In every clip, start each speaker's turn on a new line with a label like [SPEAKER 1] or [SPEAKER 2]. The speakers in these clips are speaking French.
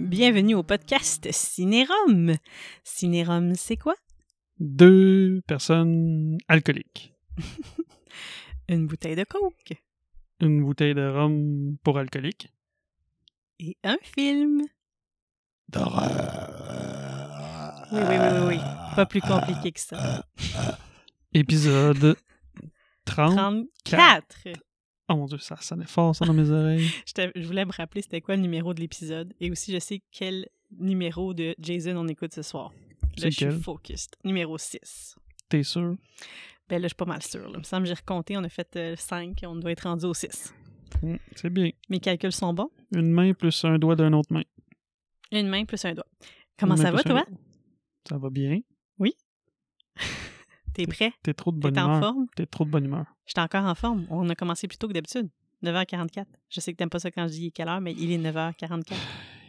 [SPEAKER 1] bienvenue au podcast Cinérum. Cinérum, c'est quoi?
[SPEAKER 2] Deux personnes alcooliques.
[SPEAKER 1] Une bouteille de coke
[SPEAKER 2] Une bouteille de rhum pour alcoolique.
[SPEAKER 1] et un film. Oui, oui, oui, oui, oui. Pas plus
[SPEAKER 2] Ah,
[SPEAKER 1] compliqué que ça.
[SPEAKER 2] Épisode 30.
[SPEAKER 1] 34!
[SPEAKER 2] Oh mon dieu, ça sonnait fort ça dans mes oreilles.
[SPEAKER 1] Je, t'av- je voulais me rappeler c'était quoi le numéro de l'épisode et aussi je sais quel numéro de Jason on écoute ce soir. Là,
[SPEAKER 2] C'est
[SPEAKER 1] je suis
[SPEAKER 2] lequel?
[SPEAKER 1] focused. Numéro 6.
[SPEAKER 2] T'es sûr?
[SPEAKER 1] Ben là, je suis pas mal sûre. là. Il me semble que j'ai recompté, on a fait 5 et on doit être rendu au 6.
[SPEAKER 2] Mm, C'est bien.
[SPEAKER 1] Mes calculs sont bons.
[SPEAKER 2] Une main plus un doigt d'une autre main.
[SPEAKER 1] Une main plus un doigt. Comment
[SPEAKER 2] Une main
[SPEAKER 1] ça va,
[SPEAKER 2] plus un
[SPEAKER 1] toi?
[SPEAKER 2] doigt. Ça va bien.
[SPEAKER 1] T'es prêt?
[SPEAKER 2] T'es trop de bonne
[SPEAKER 1] T'es en
[SPEAKER 2] humeur.
[SPEAKER 1] forme?
[SPEAKER 2] T'es trop de bonne humeur.
[SPEAKER 1] J'étais encore en forme. On a commencé plus tôt que d'habitude. 9h44. Je sais que t'aimes pas ça quand je dis quelle heure, mais il est 9h44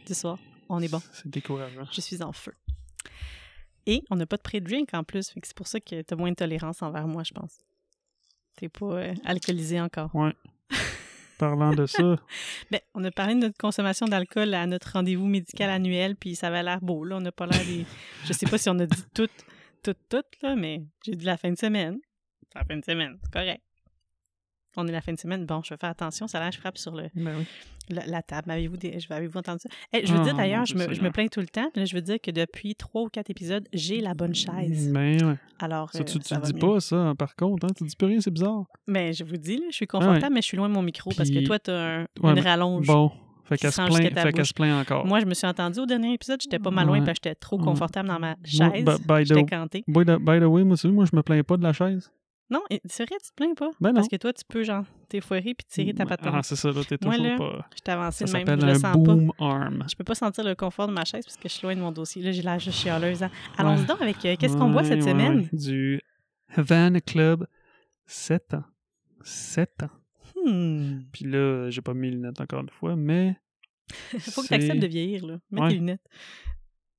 [SPEAKER 1] du soir. On est bon.
[SPEAKER 2] C'est décourageant.
[SPEAKER 1] Je suis en feu. Et on n'a pas de pré-drink en plus. fait que C'est pour ça que t'as moins de tolérance envers moi, je pense. T'es pas euh, alcoolisé encore.
[SPEAKER 2] Parlant de ça,
[SPEAKER 1] Ben, on a parlé de notre consommation d'alcool à notre rendez-vous médical annuel, puis ça avait l'air beau. Là, on n'a pas l'air des. Je sais pas si on a dit tout, tout, tout, là, mais j'ai dit la fin de semaine. C'est la fin de semaine, c'est correct. On est la fin de semaine. Bon, je vais faire attention. Ça a l'air, je frappe sur le,
[SPEAKER 2] ben oui.
[SPEAKER 1] la, la table. M'avez-vous des... je vais- Avez-vous entendu ça? Hey, je veux
[SPEAKER 2] Ah,
[SPEAKER 1] dire
[SPEAKER 2] mon
[SPEAKER 1] d'ailleurs, je
[SPEAKER 2] Dieu
[SPEAKER 1] me, je me
[SPEAKER 2] Seigneur.
[SPEAKER 1] plains tout le temps. mais là, je veux dire que depuis trois ou quatre épisodes, j'ai la bonne chaise.
[SPEAKER 2] Ben ouais.
[SPEAKER 1] Alors,
[SPEAKER 2] Ça, tu
[SPEAKER 1] euh, ça
[SPEAKER 2] tu
[SPEAKER 1] va
[SPEAKER 2] dis
[SPEAKER 1] mieux.
[SPEAKER 2] pas ça, par contre. Hein? Tu dis plus rien, c'est bizarre.
[SPEAKER 1] Mais je vous dis, là, je suis confortable,
[SPEAKER 2] Ah
[SPEAKER 1] mais je suis loin de mon micro parce que
[SPEAKER 2] Puis-
[SPEAKER 1] toi, t'as un,
[SPEAKER 2] Ouais,
[SPEAKER 1] une
[SPEAKER 2] mais-
[SPEAKER 1] rallonge.
[SPEAKER 2] Bon. Fait
[SPEAKER 1] Qui
[SPEAKER 2] qu'elle
[SPEAKER 1] se
[SPEAKER 2] se
[SPEAKER 1] rend
[SPEAKER 2] plaint,
[SPEAKER 1] jusqu'à ta
[SPEAKER 2] fait qu'elle se
[SPEAKER 1] bouche.
[SPEAKER 2] plaint encore.
[SPEAKER 1] Moi, je me suis entendue au dernier épisode, j'étais pas mal loin
[SPEAKER 2] Ouais.
[SPEAKER 1] parce que j'étais trop
[SPEAKER 2] Ouais.
[SPEAKER 1] confortable dans ma
[SPEAKER 2] Moi,
[SPEAKER 1] chaise.
[SPEAKER 2] by- by the-
[SPEAKER 1] J'étais cantée.
[SPEAKER 2] By the, by the way, moi, tu sais, moi, je me plains pas de la chaise.
[SPEAKER 1] Non, et- c'est vrai, tu te plains pas.
[SPEAKER 2] Ben non.
[SPEAKER 1] Parce que toi, tu peux, genre, t'effoirer puis tirer ta patte.
[SPEAKER 2] Ah, c'est ça, là, t'es
[SPEAKER 1] Moi,
[SPEAKER 2] toujours
[SPEAKER 1] là,
[SPEAKER 2] pas...
[SPEAKER 1] Je t'ai avancée de
[SPEAKER 2] Ça
[SPEAKER 1] même, je
[SPEAKER 2] s'appelle
[SPEAKER 1] le
[SPEAKER 2] un
[SPEAKER 1] sens pas.
[SPEAKER 2] boom arm.
[SPEAKER 1] Je peux pas sentir le confort de ma chaise parce que je suis loin de mon dossier. Là, j'ai l'air juste chialeuse. hein. Allons-y
[SPEAKER 2] Ouais.
[SPEAKER 1] donc avec euh, qu'est-ce qu'on boit
[SPEAKER 2] Ouais,
[SPEAKER 1] cette
[SPEAKER 2] ouais,
[SPEAKER 1] semaine?
[SPEAKER 2] ouais. Du Havana Club, 7 ans. 7 ans.
[SPEAKER 1] Hmm.
[SPEAKER 2] Puis là, j'ai pas mis les lunettes encore une fois, mais...
[SPEAKER 1] Faut que
[SPEAKER 2] c'est-
[SPEAKER 1] tu acceptes de vieillir, là. Mets
[SPEAKER 2] Ouais.
[SPEAKER 1] tes lunettes.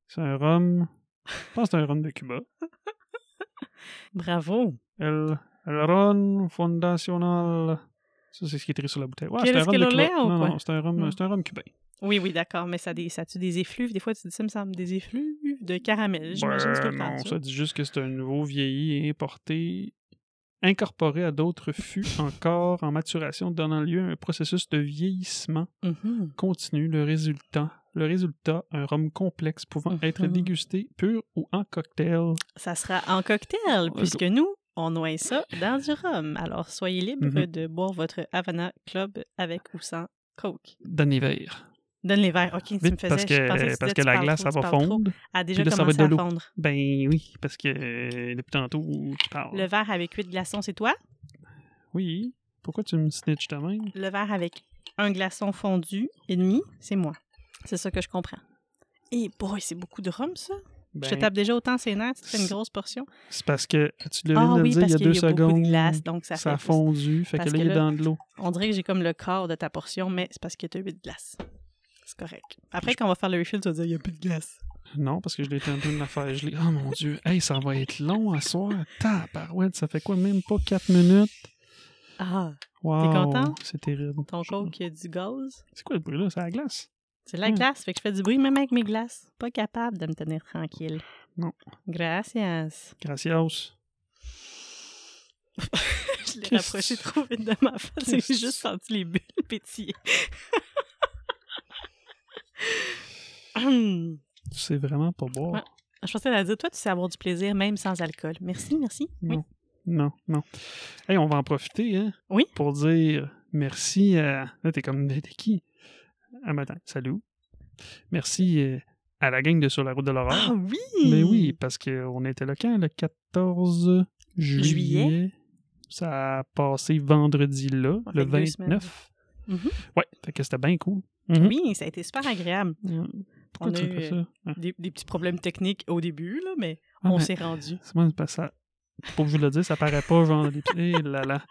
[SPEAKER 2] C'est un rhum... Je pense que c'est un rhum de Cuba.
[SPEAKER 1] Bravo.
[SPEAKER 2] El, el Ron Fundacional... Ça, c'est ce qui est écrit sur la bouteille. Ouais, c'est un
[SPEAKER 1] ¿Quieres
[SPEAKER 2] rhum
[SPEAKER 1] que
[SPEAKER 2] de
[SPEAKER 1] lo
[SPEAKER 2] Cuba.
[SPEAKER 1] lea ou
[SPEAKER 2] non,
[SPEAKER 1] quoi?
[SPEAKER 2] non, c'est un rhum,
[SPEAKER 1] Non.
[SPEAKER 2] c'est un rhum cubain.
[SPEAKER 1] Oui, oui, d'accord, mais ça a des, ça a-tu des effluves? Des fois, tu dis ça, me semble, des effluves de caramel. J'imagine que c'est tout
[SPEAKER 2] Ben,
[SPEAKER 1] le temps
[SPEAKER 2] non,
[SPEAKER 1] ça.
[SPEAKER 2] ça dit juste que c'est un nouveau vieilli et importé, incorporé à d'autres fûts encore en maturation, donnant lieu à un processus de vieillissement
[SPEAKER 1] Mhm.
[SPEAKER 2] continu. Le résultat, le résultat, un rhum complexe pouvant être
[SPEAKER 1] Mhm.
[SPEAKER 2] dégusté pur ou en cocktail.
[SPEAKER 1] Ça sera en
[SPEAKER 2] Euh,
[SPEAKER 1] cocktail, puisque nous, on noie ça dans du rhum. Alors, soyez libre
[SPEAKER 2] Mhm.
[SPEAKER 1] de boire votre Havana Club avec ou sans Coke.
[SPEAKER 2] D'un hiver.
[SPEAKER 1] Donne les verres. OK, tu me
[SPEAKER 2] Vite,
[SPEAKER 1] faisais...
[SPEAKER 2] parce
[SPEAKER 1] je pensais
[SPEAKER 2] que,
[SPEAKER 1] tu
[SPEAKER 2] parce
[SPEAKER 1] disais,
[SPEAKER 2] que
[SPEAKER 1] tu
[SPEAKER 2] la
[SPEAKER 1] parles
[SPEAKER 2] glace,
[SPEAKER 1] trop,
[SPEAKER 2] ça
[SPEAKER 1] tu
[SPEAKER 2] va
[SPEAKER 1] parles trop.
[SPEAKER 2] fondre.
[SPEAKER 1] Elle a déjà
[SPEAKER 2] Puis là, ça va
[SPEAKER 1] commencé
[SPEAKER 2] être
[SPEAKER 1] à
[SPEAKER 2] de l'eau.
[SPEAKER 1] fondre.
[SPEAKER 2] Ben oui, parce que euh, depuis tantôt, tu parles.
[SPEAKER 1] Le verre avec huit glaçons, c'est toi.
[SPEAKER 2] Oui. Pourquoi tu me snitches ta même?
[SPEAKER 1] Le verre avec un glaçon fondu et demi, c'est moi. C'est ça que je comprends. Et boy, c'est beaucoup de rhum, ça.
[SPEAKER 2] Ben,
[SPEAKER 1] je te tape déjà autant ses nerfs, tu fais une
[SPEAKER 2] c'est-
[SPEAKER 1] grosse portion.
[SPEAKER 2] C'est parce que tu l'as
[SPEAKER 1] Ah
[SPEAKER 2] viens de le
[SPEAKER 1] oui,
[SPEAKER 2] dire il
[SPEAKER 1] parce
[SPEAKER 2] y a
[SPEAKER 1] qu'il y a
[SPEAKER 2] deux
[SPEAKER 1] beaucoup
[SPEAKER 2] secondes.
[SPEAKER 1] de glace, donc ça,
[SPEAKER 2] ça, a
[SPEAKER 1] fait plus.
[SPEAKER 2] fondu. Fait que
[SPEAKER 1] Parce
[SPEAKER 2] là,
[SPEAKER 1] que
[SPEAKER 2] il
[SPEAKER 1] là-
[SPEAKER 2] est dans de l'eau.
[SPEAKER 1] On dirait que j'ai comme le quart de ta portion, mais c'est parce que tu as 8 glaces. C'est correct. Après, quand on va faire le refill, tu vas dire il n'y a plus de glace.
[SPEAKER 2] Non, parce que je l'ai tenté de la faire gelée. Oh mon dieu. Hey, ça va être long à soir. Tabarouette, ça fait quoi? Même pas 4 minutes?
[SPEAKER 1] Ah,
[SPEAKER 2] Wow.
[SPEAKER 1] content?
[SPEAKER 2] C'est terrible.
[SPEAKER 1] ton coke, il y a du gaz.
[SPEAKER 2] C'est quoi le bruit là? C'est la glace?
[SPEAKER 1] C'est de la
[SPEAKER 2] Hmm.
[SPEAKER 1] glace, fait que je fais du bruit même avec mes glaces. Pas capable de me tenir tranquille.
[SPEAKER 2] Non.
[SPEAKER 1] Gracias.
[SPEAKER 2] Gracias.
[SPEAKER 1] Je l'ai
[SPEAKER 2] Qu'est-ce
[SPEAKER 1] rapproché
[SPEAKER 2] que
[SPEAKER 1] trop vite de ma face et j'ai
[SPEAKER 2] Qu'est-ce
[SPEAKER 1] juste
[SPEAKER 2] que-
[SPEAKER 1] senti les bulles pétiller. Hum.
[SPEAKER 2] Tu sais vraiment pas boire?
[SPEAKER 1] Ouais. Je pensais à dire, toi, tu sais avoir du plaisir même sans alcool. Merci, merci. Oui.
[SPEAKER 2] Non. Non, non. Hey, on va en profiter, hein?
[SPEAKER 1] Oui.
[SPEAKER 2] Pour dire merci à. Là, t'es comme. T'es qui? Ah, matin. Salut. Merci euh, à la gang de Sur la route de l'horreur.
[SPEAKER 1] Ah oui!
[SPEAKER 2] Mais oui, parce qu'on était là quand? Le 14 juillet.
[SPEAKER 1] Juillet.
[SPEAKER 2] Ça a passé vendredi là,
[SPEAKER 1] Ça
[SPEAKER 2] le
[SPEAKER 1] fait deux semaines.
[SPEAKER 2] 29.
[SPEAKER 1] Mhm.
[SPEAKER 2] Ouais, fait que c'était bien cool. Mhm.
[SPEAKER 1] Oui, ça a été super agréable.
[SPEAKER 2] Ouais. Pourquoi
[SPEAKER 1] On
[SPEAKER 2] tu
[SPEAKER 1] a
[SPEAKER 2] fais
[SPEAKER 1] eu,
[SPEAKER 2] ça? Ah,
[SPEAKER 1] Des, des petits problèmes techniques au début, là, mais
[SPEAKER 2] ah,
[SPEAKER 1] on
[SPEAKER 2] mais
[SPEAKER 1] s'est rendu.
[SPEAKER 2] C'est moi, c'est parce que ça. Pour vous le dire, ça paraît pas genre. les- Eh là là.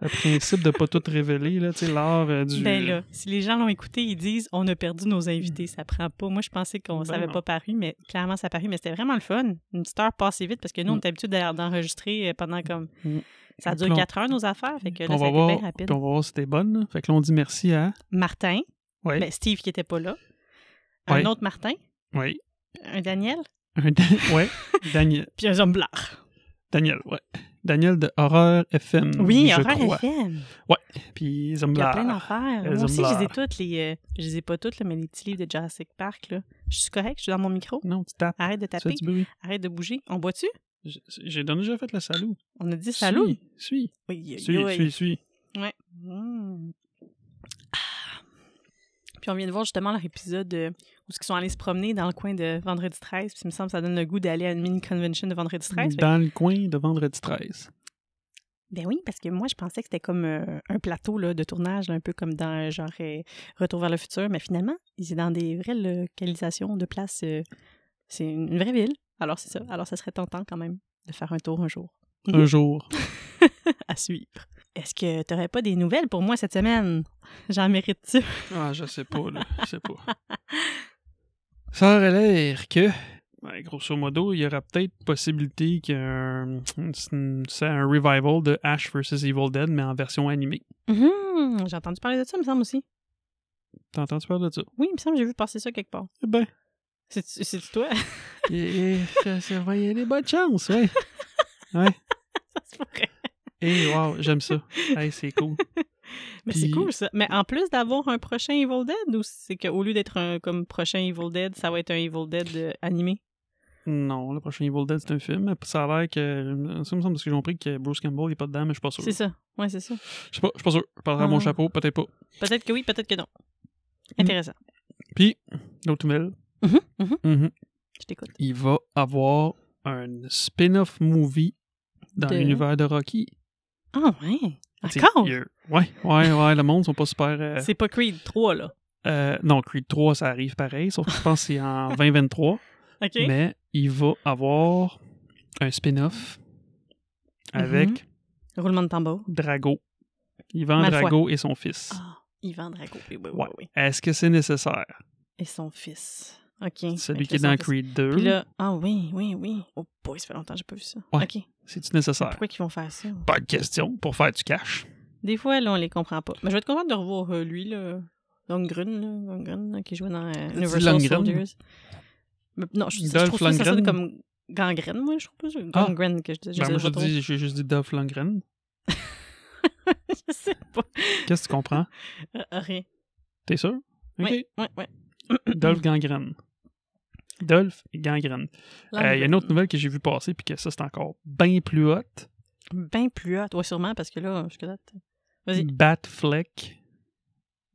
[SPEAKER 2] Le principe de pas tout révéler, là, tu sais, l'art euh, du.
[SPEAKER 1] Ben là, si les gens l'ont écouté, ils disent on a perdu nos invités, ça prend pas. Moi, je pensais qu'on
[SPEAKER 2] Ben
[SPEAKER 1] savait
[SPEAKER 2] non.
[SPEAKER 1] pas paru, mais clairement, ça paru. Mais c'était vraiment le fun. Une petite heure passée vite parce que nous, on est habitué d'a- d'enregistrer euh, pendant comme.
[SPEAKER 2] Mm.
[SPEAKER 1] Ça
[SPEAKER 2] Puis
[SPEAKER 1] dure
[SPEAKER 2] on-
[SPEAKER 1] quatre heures, nos affaires. Fait que
[SPEAKER 2] Puis
[SPEAKER 1] là,
[SPEAKER 2] on,
[SPEAKER 1] ça a
[SPEAKER 2] va
[SPEAKER 1] été
[SPEAKER 2] voir,
[SPEAKER 1] bien rapide.
[SPEAKER 2] puis on va voir si t'es bonne. là. Fait que là, on dit merci à.
[SPEAKER 1] Martin,
[SPEAKER 2] Ouais.
[SPEAKER 1] ben, Steve qui était pas là. un
[SPEAKER 2] Ouais.
[SPEAKER 1] autre Martin,
[SPEAKER 2] Oui.
[SPEAKER 1] un Daniel,
[SPEAKER 2] Un Dan- ouais. Daniel.
[SPEAKER 1] puis un Zomblard.
[SPEAKER 2] Daniel, ouais. Daniel de Horreur FM.
[SPEAKER 1] Oui,
[SPEAKER 2] je
[SPEAKER 1] Horreur
[SPEAKER 2] crois.
[SPEAKER 1] FM.
[SPEAKER 2] Puis
[SPEAKER 1] Il y a
[SPEAKER 2] Zumblar.
[SPEAKER 1] plein d'affaires.
[SPEAKER 2] Le
[SPEAKER 1] Moi aussi, je les ai
[SPEAKER 2] Zomblard.
[SPEAKER 1] toutes, les, euh, je les ai pas toutes, là, mais les petits livres de Jurassic Park, là. Je suis correct, je suis dans mon micro.
[SPEAKER 2] Non, tu tapes.
[SPEAKER 1] Arrête de
[SPEAKER 2] Tu fais
[SPEAKER 1] taper,
[SPEAKER 2] du bruit.
[SPEAKER 1] arrête de bouger. On boit-tu?
[SPEAKER 2] J- J'ai déjà fait le salut.
[SPEAKER 1] On a dit salut.
[SPEAKER 2] Suis,
[SPEAKER 1] Oui,
[SPEAKER 2] suis,
[SPEAKER 1] oui,
[SPEAKER 2] suis,
[SPEAKER 1] oui.
[SPEAKER 2] suis. suis.
[SPEAKER 1] Ouais. Mm. Ah. Puis on vient de voir justement leur épisode euh, où ils sont allés se promener dans le coin de Vendredi 13. Puis il me semble que ça donne le goût d'aller à une mini-convention de Vendredi 13. Fait que-
[SPEAKER 2] Dans le coin de vendredi 13.
[SPEAKER 1] Ben oui, parce que moi, je pensais que c'était comme euh, un plateau là, de tournage, là, un peu comme dans euh, genre euh, Retour vers le futur. Mais finalement, c'est dans des vraies localisations de places. euh, c'est une vraie ville. Alors c'est ça. Alors ça serait tentant quand même de faire un tour un jour.
[SPEAKER 2] Un jour.
[SPEAKER 1] À suivre. Est-ce que tu n'aurais pas des nouvelles pour moi cette semaine? J'en mérite-tu?
[SPEAKER 2] Ah, je sais pas, là. Je sais pas. Ça aurait l'air que, ben, grosso modo, il y aura peut-être possibilité qu'il y ait un, une- c'est un revival de Ash vs. Evil Dead, mais en version animée.
[SPEAKER 1] Mhm, j'ai entendu parler de ça, il me semble aussi.
[SPEAKER 2] T'as entendu parler de ça?
[SPEAKER 1] Oui, il me semble que j'ai vu passer ça quelque part.
[SPEAKER 2] Eh ben,
[SPEAKER 1] C'est c'est toi?
[SPEAKER 2] et- et Eh, ça, ça va y aller, bonne chance, ouais.
[SPEAKER 1] Ça se pourrait.
[SPEAKER 2] Et Eh, wow, j'aime ça. Hey, c'est cool.
[SPEAKER 1] Mais
[SPEAKER 2] Puis-
[SPEAKER 1] c'est cool ça. Mais en plus d'avoir un prochain Evil Dead, ou c'est qu'au lieu d'être un comme prochain Evil Dead, ça va être un Evil Dead euh, animé?
[SPEAKER 2] Non, le prochain Evil Dead, c'est un film. Ça a l'air que. Ça me semble parce que j'ai compris que Bruce Campbell n'est pas dedans, mais je suis pas sûr.
[SPEAKER 1] C'est ça. Ouais, c'est ça.
[SPEAKER 2] Je sais pas, je suis pas sûr. Je parlerai à mon
[SPEAKER 1] Ah.
[SPEAKER 2] chapeau, peut-être pas.
[SPEAKER 1] Peut-être que oui, peut-être que non.
[SPEAKER 2] Mm.
[SPEAKER 1] Intéressant.
[SPEAKER 2] Puis, l'autre nouvelle.
[SPEAKER 1] Mhm, mhm.
[SPEAKER 2] Mhm.
[SPEAKER 1] Je t'écoute.
[SPEAKER 2] Il va avoir un spin-off movie dans
[SPEAKER 1] De-
[SPEAKER 2] l'univers de Rocky.
[SPEAKER 1] Ah ouais.
[SPEAKER 2] T'sais,
[SPEAKER 1] Encore?
[SPEAKER 2] il y a- Ouais, ouais, ouais, le monde sont pas super. euh,
[SPEAKER 1] C'est pas Creed 3, là.
[SPEAKER 2] euh, non, Creed 3, ça arrive pareil, sauf que je pense que c'est en 2023.
[SPEAKER 1] OK?
[SPEAKER 2] Mais il va avoir un spin-off avec
[SPEAKER 1] Roulement de tambour.
[SPEAKER 2] Drago. Ivan
[SPEAKER 1] Mhm. Malfoy.
[SPEAKER 2] Drago et son fils.
[SPEAKER 1] Ah, Ivan Drago. Oui, oui, oui,
[SPEAKER 2] Ouais.
[SPEAKER 1] oui.
[SPEAKER 2] Est-ce que c'est nécessaire?
[SPEAKER 1] Et son fils. OK.
[SPEAKER 2] Celui
[SPEAKER 1] Avec
[SPEAKER 2] qui
[SPEAKER 1] le-
[SPEAKER 2] est
[SPEAKER 1] son
[SPEAKER 2] dans
[SPEAKER 1] fils.
[SPEAKER 2] Creed 2,
[SPEAKER 1] Puis là, ah oui, oui, oui. Oh boy, ça fait longtemps que j'ai pas vu ça.
[SPEAKER 2] Ouais.
[SPEAKER 1] OK.
[SPEAKER 2] c'est-tu nécessaire?
[SPEAKER 1] Pourquoi ils vont faire ça?
[SPEAKER 2] Pas de question pour faire du cash.
[SPEAKER 1] Des fois, là, on les comprend pas. Mais je vais être contente de revoir euh, lui, là. Lundgren, là, Lundgren, là, qui jouait dans euh, Universal
[SPEAKER 2] Lundgren?
[SPEAKER 1] Soldiers. Mais non, je, je
[SPEAKER 2] Dolph
[SPEAKER 1] trouve ça, ça sonne
[SPEAKER 2] Lundgren?
[SPEAKER 1] comme gangrène, moi, je trouve pas.
[SPEAKER 2] Ah.
[SPEAKER 1] Gangrène, que je dis. Je,
[SPEAKER 2] Ben,
[SPEAKER 1] sais
[SPEAKER 2] moi,
[SPEAKER 1] pas
[SPEAKER 2] je
[SPEAKER 1] trop.
[SPEAKER 2] dis, j'ai juste dit Dolph Lundgren.
[SPEAKER 1] Je sais pas.
[SPEAKER 2] Qu'est-ce que tu comprends?
[SPEAKER 1] Euh, rien.
[SPEAKER 2] T'es sûr? OK.
[SPEAKER 1] Oui, oui, oui.
[SPEAKER 2] Dolph Gangrène. Dolph Gangrène. Euh, Il y a une autre nouvelle que j'ai vue passer, puis que ça, c'est encore bien plus haute.
[SPEAKER 1] Bien Ben plus haute. Ouais, sûrement, parce que là, jusqu'à date. Vas-y.
[SPEAKER 2] Batfleck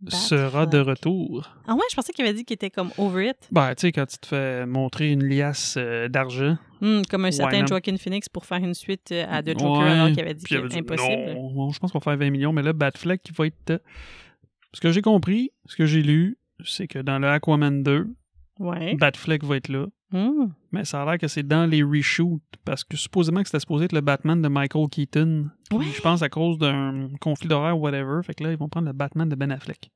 [SPEAKER 2] sera
[SPEAKER 1] Batfleck.
[SPEAKER 2] de retour.
[SPEAKER 1] Ah ouais, je pensais qu'il avait dit qu'il était comme over it.
[SPEAKER 2] Ben, tu sais, quand tu te fais montrer une liasse euh, d'argent,
[SPEAKER 1] Hum, comme un certain
[SPEAKER 2] non.
[SPEAKER 1] Joaquin Phoenix pour faire une suite euh, à The Joker,
[SPEAKER 2] Ouais.
[SPEAKER 1] alors qu'il avait dit
[SPEAKER 2] puis
[SPEAKER 1] qu'il
[SPEAKER 2] elle
[SPEAKER 1] était
[SPEAKER 2] avait dit,
[SPEAKER 1] impossible.
[SPEAKER 2] non, non, je pense qu'on va faire 20 millions, mais là, Batfleck, il va être. euh, Ce que j'ai compris, ce que j'ai lu, c'est que dans le Aquaman 2,
[SPEAKER 1] Ouais.
[SPEAKER 2] Batfleck va être là.
[SPEAKER 1] Hum.
[SPEAKER 2] Mais ça a l'air que c'est dans les reshoots, parce que supposément que c'était supposé être le Batman de Michael Keaton. Puis
[SPEAKER 1] Ouais.
[SPEAKER 2] je pense à cause d'un conflit d'horaire ou whatever, fait que là, ils vont prendre le Batman de Ben Affleck.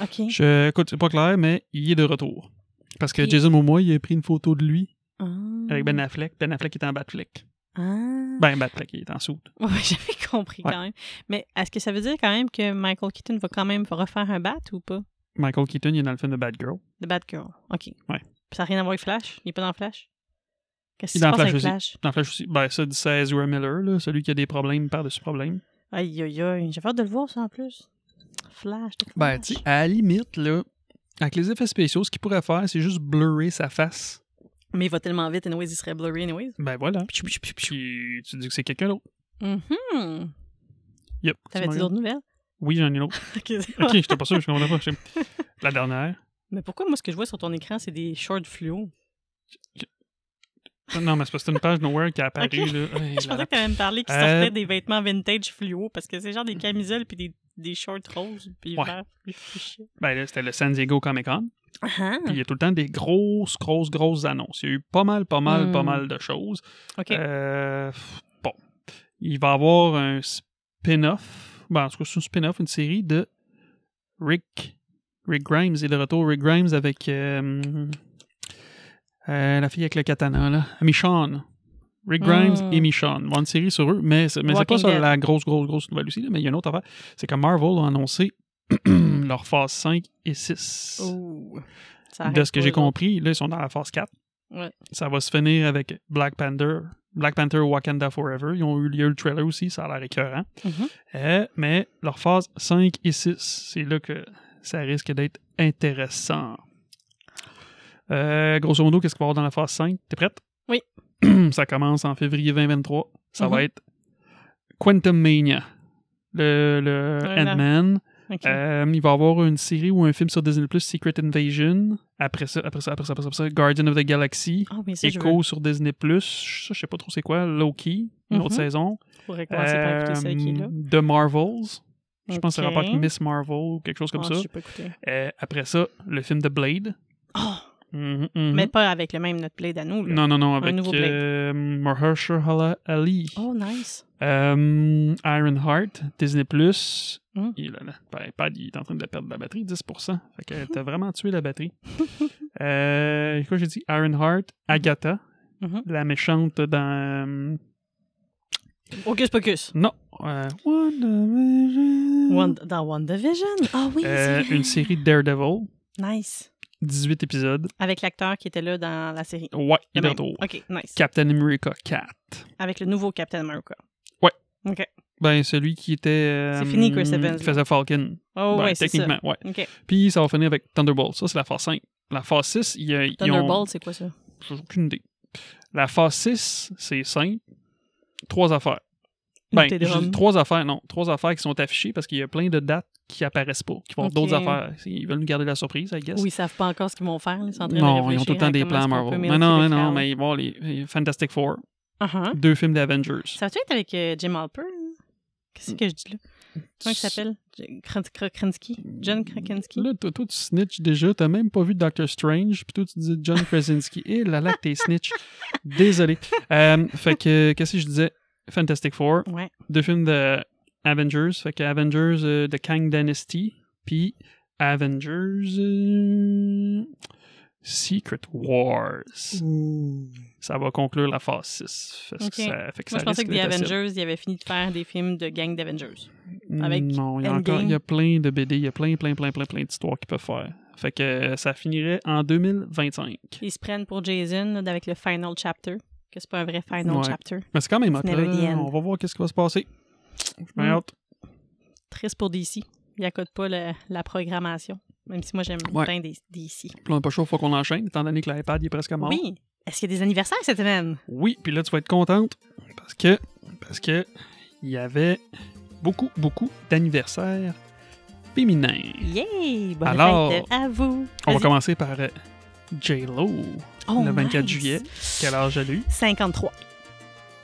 [SPEAKER 1] OK.
[SPEAKER 2] Je, écoute, c'est pas clair, mais il est de retour. Parce que
[SPEAKER 1] Puis-
[SPEAKER 2] Jason Momoa, il a pris une photo de lui
[SPEAKER 1] Ah.
[SPEAKER 2] avec Ben Affleck. Ben Affleck est en Batfleck.
[SPEAKER 1] Ah.
[SPEAKER 2] Ben, Batfleck, il est en soute.
[SPEAKER 1] Oui, j'avais compris
[SPEAKER 2] Ouais.
[SPEAKER 1] quand même. Mais est-ce que ça veut dire quand même que Michael Keaton va quand même refaire un bat ou pas?
[SPEAKER 2] Michael Keaton, il est dans le film de Batgirl.
[SPEAKER 1] The Batgirl. OK.
[SPEAKER 2] Ouais.
[SPEAKER 1] Puis ça n'a rien à voir avec Flash? Il n'est pas dans Flash? Qu'est-ce
[SPEAKER 2] Il
[SPEAKER 1] qui se
[SPEAKER 2] est dans
[SPEAKER 1] passe
[SPEAKER 2] Flash
[SPEAKER 1] avec
[SPEAKER 2] aussi.
[SPEAKER 1] Flash?
[SPEAKER 2] Dans Flash aussi. Ben, ça, c'est Ezra Miller, là, celui qui a des problèmes par-dessus problèmes.
[SPEAKER 1] Aïe, aïe, aïe. J'ai peur de le voir, ça, en plus. Flash, de Flash.
[SPEAKER 2] Ben, tu sais, à la limite, là, avec les effets spéciaux, ce qu'il pourrait faire, c'est juste blurrer sa face.
[SPEAKER 1] Mais il va tellement vite, anyways, il serait blurry, anyways.
[SPEAKER 2] Ben voilà. Puis tu dis que c'est quelqu'un d'autre.
[SPEAKER 1] Mhm.
[SPEAKER 2] Yep.
[SPEAKER 1] T'avais
[SPEAKER 2] C'est
[SPEAKER 1] dit
[SPEAKER 2] Mario.
[SPEAKER 1] d'autres nouvelles?
[SPEAKER 2] Oui, j'en ai une autre.
[SPEAKER 1] Ok, c'est
[SPEAKER 2] Ok,
[SPEAKER 1] bon.
[SPEAKER 2] j'étais pas sûr, je comprenais pas. Je- La dernière.
[SPEAKER 1] Mais pourquoi, moi, ce que je vois sur ton écran, c'est des shorts fluo?
[SPEAKER 2] Non, mais c'est parce que c'est une page Nowhere qui a apparu.
[SPEAKER 1] Ok.
[SPEAKER 2] Là. Hey,
[SPEAKER 1] Je pensais
[SPEAKER 2] là, là.
[SPEAKER 1] que t'allais me parler qu'ils
[SPEAKER 2] Euh.
[SPEAKER 1] sortaient des vêtements vintage fluo, parce que c'est genre des camisoles puis des, des shorts roses, puis
[SPEAKER 2] Ouais.
[SPEAKER 1] verts, puis fichés.
[SPEAKER 2] Ben là, c'était le San Diego Comic Con.
[SPEAKER 1] Ah,
[SPEAKER 2] Puis il y a tout le temps des grosses, grosses, grosses annonces. Il y a eu pas mal, pas mal, pas
[SPEAKER 1] Hmm.
[SPEAKER 2] mal de choses.
[SPEAKER 1] OK.
[SPEAKER 2] Euh, bon. Il va y avoir un spin-off. Ben, en tout cas, c'est un spin-off, une série de Rick. Rick Grimes est de retour. Rick Grimes avec euh, euh, la fille avec le katana, là. Michonne. Rick Grimes
[SPEAKER 1] Mm.
[SPEAKER 2] et Michonne. Ils vont une série sur eux, mais, c'est- mais c'est
[SPEAKER 1] Walking
[SPEAKER 2] pas ça
[SPEAKER 1] Dead.
[SPEAKER 2] la grosse, grosse, grosse nouvelle aussi, là, mais il y a une autre affaire. C'est que Marvel a annoncé leur phase 5 et 6.
[SPEAKER 1] Oh. Ça arrête
[SPEAKER 2] de ce que
[SPEAKER 1] pas,
[SPEAKER 2] j'ai
[SPEAKER 1] là.
[SPEAKER 2] compris, là, ils sont dans la phase 4.
[SPEAKER 1] Ouais.
[SPEAKER 2] Ça va se finir avec Black Panther. Black Panther Wakanda Forever. Ils ont eu, il y a eu le trailer aussi, ça a l'air écœurant.
[SPEAKER 1] Mhm.
[SPEAKER 2] Euh, mais leur phase 5 et 6, c'est là que ça risque d'être intéressant. Euh, grosso modo, qu'est-ce qu'il va y avoir dans la phase 5? T'es prête?
[SPEAKER 1] Oui.
[SPEAKER 2] ça commence en février 2023. Ça
[SPEAKER 1] Mhm.
[SPEAKER 2] va être Quantum Mania. Le, le
[SPEAKER 1] Ouais, là.
[SPEAKER 2] Ant-Man.
[SPEAKER 1] Ok.
[SPEAKER 2] Euh, il va y avoir une série ou un film sur Disney Plus, Secret Invasion. Après ça, après ça, après ça, après ça, après ça, Guardian of the Galaxy.
[SPEAKER 1] Ah, mais ça, je veux.
[SPEAKER 2] Echo sur Disney Plus. Ça, je sais pas trop c'est quoi. Loki, une
[SPEAKER 1] Mhm.
[SPEAKER 2] autre saison.
[SPEAKER 1] Faudrait commencer par écouter celle qui est là.
[SPEAKER 2] Euh, The Marvels. Je pense que ça
[SPEAKER 1] Ok.
[SPEAKER 2] rapporte Miss Marvel ou quelque chose comme
[SPEAKER 1] Ah,
[SPEAKER 2] ça.
[SPEAKER 1] j'ai pas écouté.
[SPEAKER 2] Euh, après ça, le film de Blade.
[SPEAKER 1] Ah!
[SPEAKER 2] Mhm, mhm.
[SPEAKER 1] Mais pas avec le même notre blade à nous. Là.
[SPEAKER 2] Non, non, non, avec
[SPEAKER 1] nouveau Blade.
[SPEAKER 2] euh, Mahershala Ali.
[SPEAKER 1] Oh, nice.
[SPEAKER 2] Euh, Ironheart, Disney+.
[SPEAKER 1] Mm.
[SPEAKER 2] Il, là, là, pa- Pad, il est en train de perdre la batterie, 10%. Fait que t'as vraiment tué la batterie. euh, quoi j'ai dit? Ironheart,
[SPEAKER 1] Hmm.
[SPEAKER 2] Agatha,
[SPEAKER 1] Mhm.
[SPEAKER 2] la méchante dans... euh,
[SPEAKER 1] Hocus Pocus.
[SPEAKER 2] non! euh, WandaVision.
[SPEAKER 1] Wand- dans WandaVision. Ah oui,
[SPEAKER 2] Euh,
[SPEAKER 1] c'est vrai.
[SPEAKER 2] une série Daredevil,
[SPEAKER 1] Nice.
[SPEAKER 2] 18 épisodes.
[SPEAKER 1] Avec l'acteur qui était là dans la série.
[SPEAKER 2] Ouais, il est de
[SPEAKER 1] Le même.
[SPEAKER 2] retour.
[SPEAKER 1] OK, nice.
[SPEAKER 2] Captain America 4.
[SPEAKER 1] Avec le nouveau Captain America.
[SPEAKER 2] Ben, celui qui était... euh,
[SPEAKER 1] C'est fini, Chris Evans,
[SPEAKER 2] Qui faisait Falcon.
[SPEAKER 1] Oh,
[SPEAKER 2] Ben,
[SPEAKER 1] ouais, c'est ça.
[SPEAKER 2] techniquement, ouais.
[SPEAKER 1] OK.
[SPEAKER 2] Puis ça va finir avec Thunderbolt. Ça, c'est la phase 5. La phase 6, il y a- ils ont...
[SPEAKER 1] Thunderbolt, c'est quoi ça?
[SPEAKER 2] J'ai aucune idée. La phase 6, c'est simple. Trois affaires.
[SPEAKER 1] Une
[SPEAKER 2] Ben, je
[SPEAKER 1] télédrome.
[SPEAKER 2] dis trois affaires, non. Trois affaires qui sont affichées parce qu'il y a plein de dates qui apparaissent pas, qui font
[SPEAKER 1] Ok.
[SPEAKER 2] d'autres affaires. Ils veulent nous garder la surprise, I guess.
[SPEAKER 1] Ou ils savent pas encore ce qu'ils vont faire. là, Ils sont en train de
[SPEAKER 2] non, ils
[SPEAKER 1] réfléchir
[SPEAKER 2] ont tout le temps
[SPEAKER 1] à
[SPEAKER 2] des
[SPEAKER 1] comment
[SPEAKER 2] plans
[SPEAKER 1] est-ce qu'on peut
[SPEAKER 2] Marvel.
[SPEAKER 1] milquer
[SPEAKER 2] Non, non,
[SPEAKER 1] les
[SPEAKER 2] non, non,
[SPEAKER 1] crowds.
[SPEAKER 2] mais ils vont les les Fantastic Four,
[SPEAKER 1] Uh-huh.
[SPEAKER 2] deux films d'Avengers.
[SPEAKER 1] Ça va-tu être avec euh, Jim Halper? hein? Qu'est-ce
[SPEAKER 2] Mm.
[SPEAKER 1] que je dis là? Comment il s'appelle? J- Kran- Kra- Krasinski? John Krasinski?
[SPEAKER 2] Là, toi, toi, tu snitches déjà, t'as même pas vu Doctor Strange, puis toi, tu dis John Krasinski. Et là, là, que t'es snitch. Désolé. Euh, fait que, qu'est-ce que je disais? Fantastic Four,
[SPEAKER 1] Ouais.
[SPEAKER 2] deux films de Avengers. Fait que Avengers euh, de Kang Dynasty, puis Avengers euh, Secret Wars. Ça va conclure la phase 6. Fait
[SPEAKER 1] Mm. Ok.
[SPEAKER 2] que ça, fait que
[SPEAKER 1] Moi, je
[SPEAKER 2] ça
[SPEAKER 1] pensais
[SPEAKER 2] risque
[SPEAKER 1] que les
[SPEAKER 2] d'être assez-
[SPEAKER 1] Avengers, ils avaient fini de faire des films de gang d'Avengers. avec
[SPEAKER 2] Mm, non, il y a
[SPEAKER 1] Endgame.
[SPEAKER 2] encore, il y a plein de BD, il y a plein, plein, plein, plein, plein d'histoires qu'ils peuvent faire. Fait que euh, ça finirait en 2025.
[SPEAKER 1] Ils se prennent pour Jason là, avec le final chapter. Que c'est pas un vrai final
[SPEAKER 2] Ouais.
[SPEAKER 1] chapter.
[SPEAKER 2] Mais c'est quand même hot,
[SPEAKER 1] never
[SPEAKER 2] là.
[SPEAKER 1] the end.
[SPEAKER 2] On va voir qu'est-ce qui va se passer. J'ai bien
[SPEAKER 1] Mm.
[SPEAKER 2] hâte.
[SPEAKER 1] Triste pour DC. Ils accotent pas le- la programmation. Même si moi, j'aime
[SPEAKER 2] Ouais.
[SPEAKER 1] bien des- DC.
[SPEAKER 2] Puis là, on n'a pas chaud, faut qu'on enchaîne, étant donné que l'iPad il est presque mort.
[SPEAKER 1] Oui! Est-ce qu'il y a des anniversaires cette semaine?
[SPEAKER 2] Oui, puis là, tu vas être contente parce que parce que il y avait beaucoup, beaucoup d'anniversaires féminins.
[SPEAKER 1] Yay! Bonne
[SPEAKER 2] Alors,
[SPEAKER 1] fête à vous!
[SPEAKER 2] On va
[SPEAKER 1] Vas-y.
[SPEAKER 2] commencer par euh, J-Lo,
[SPEAKER 1] Oh,
[SPEAKER 2] le 24
[SPEAKER 1] nice.
[SPEAKER 2] juillet. Quel âge elle a eu?
[SPEAKER 1] 53.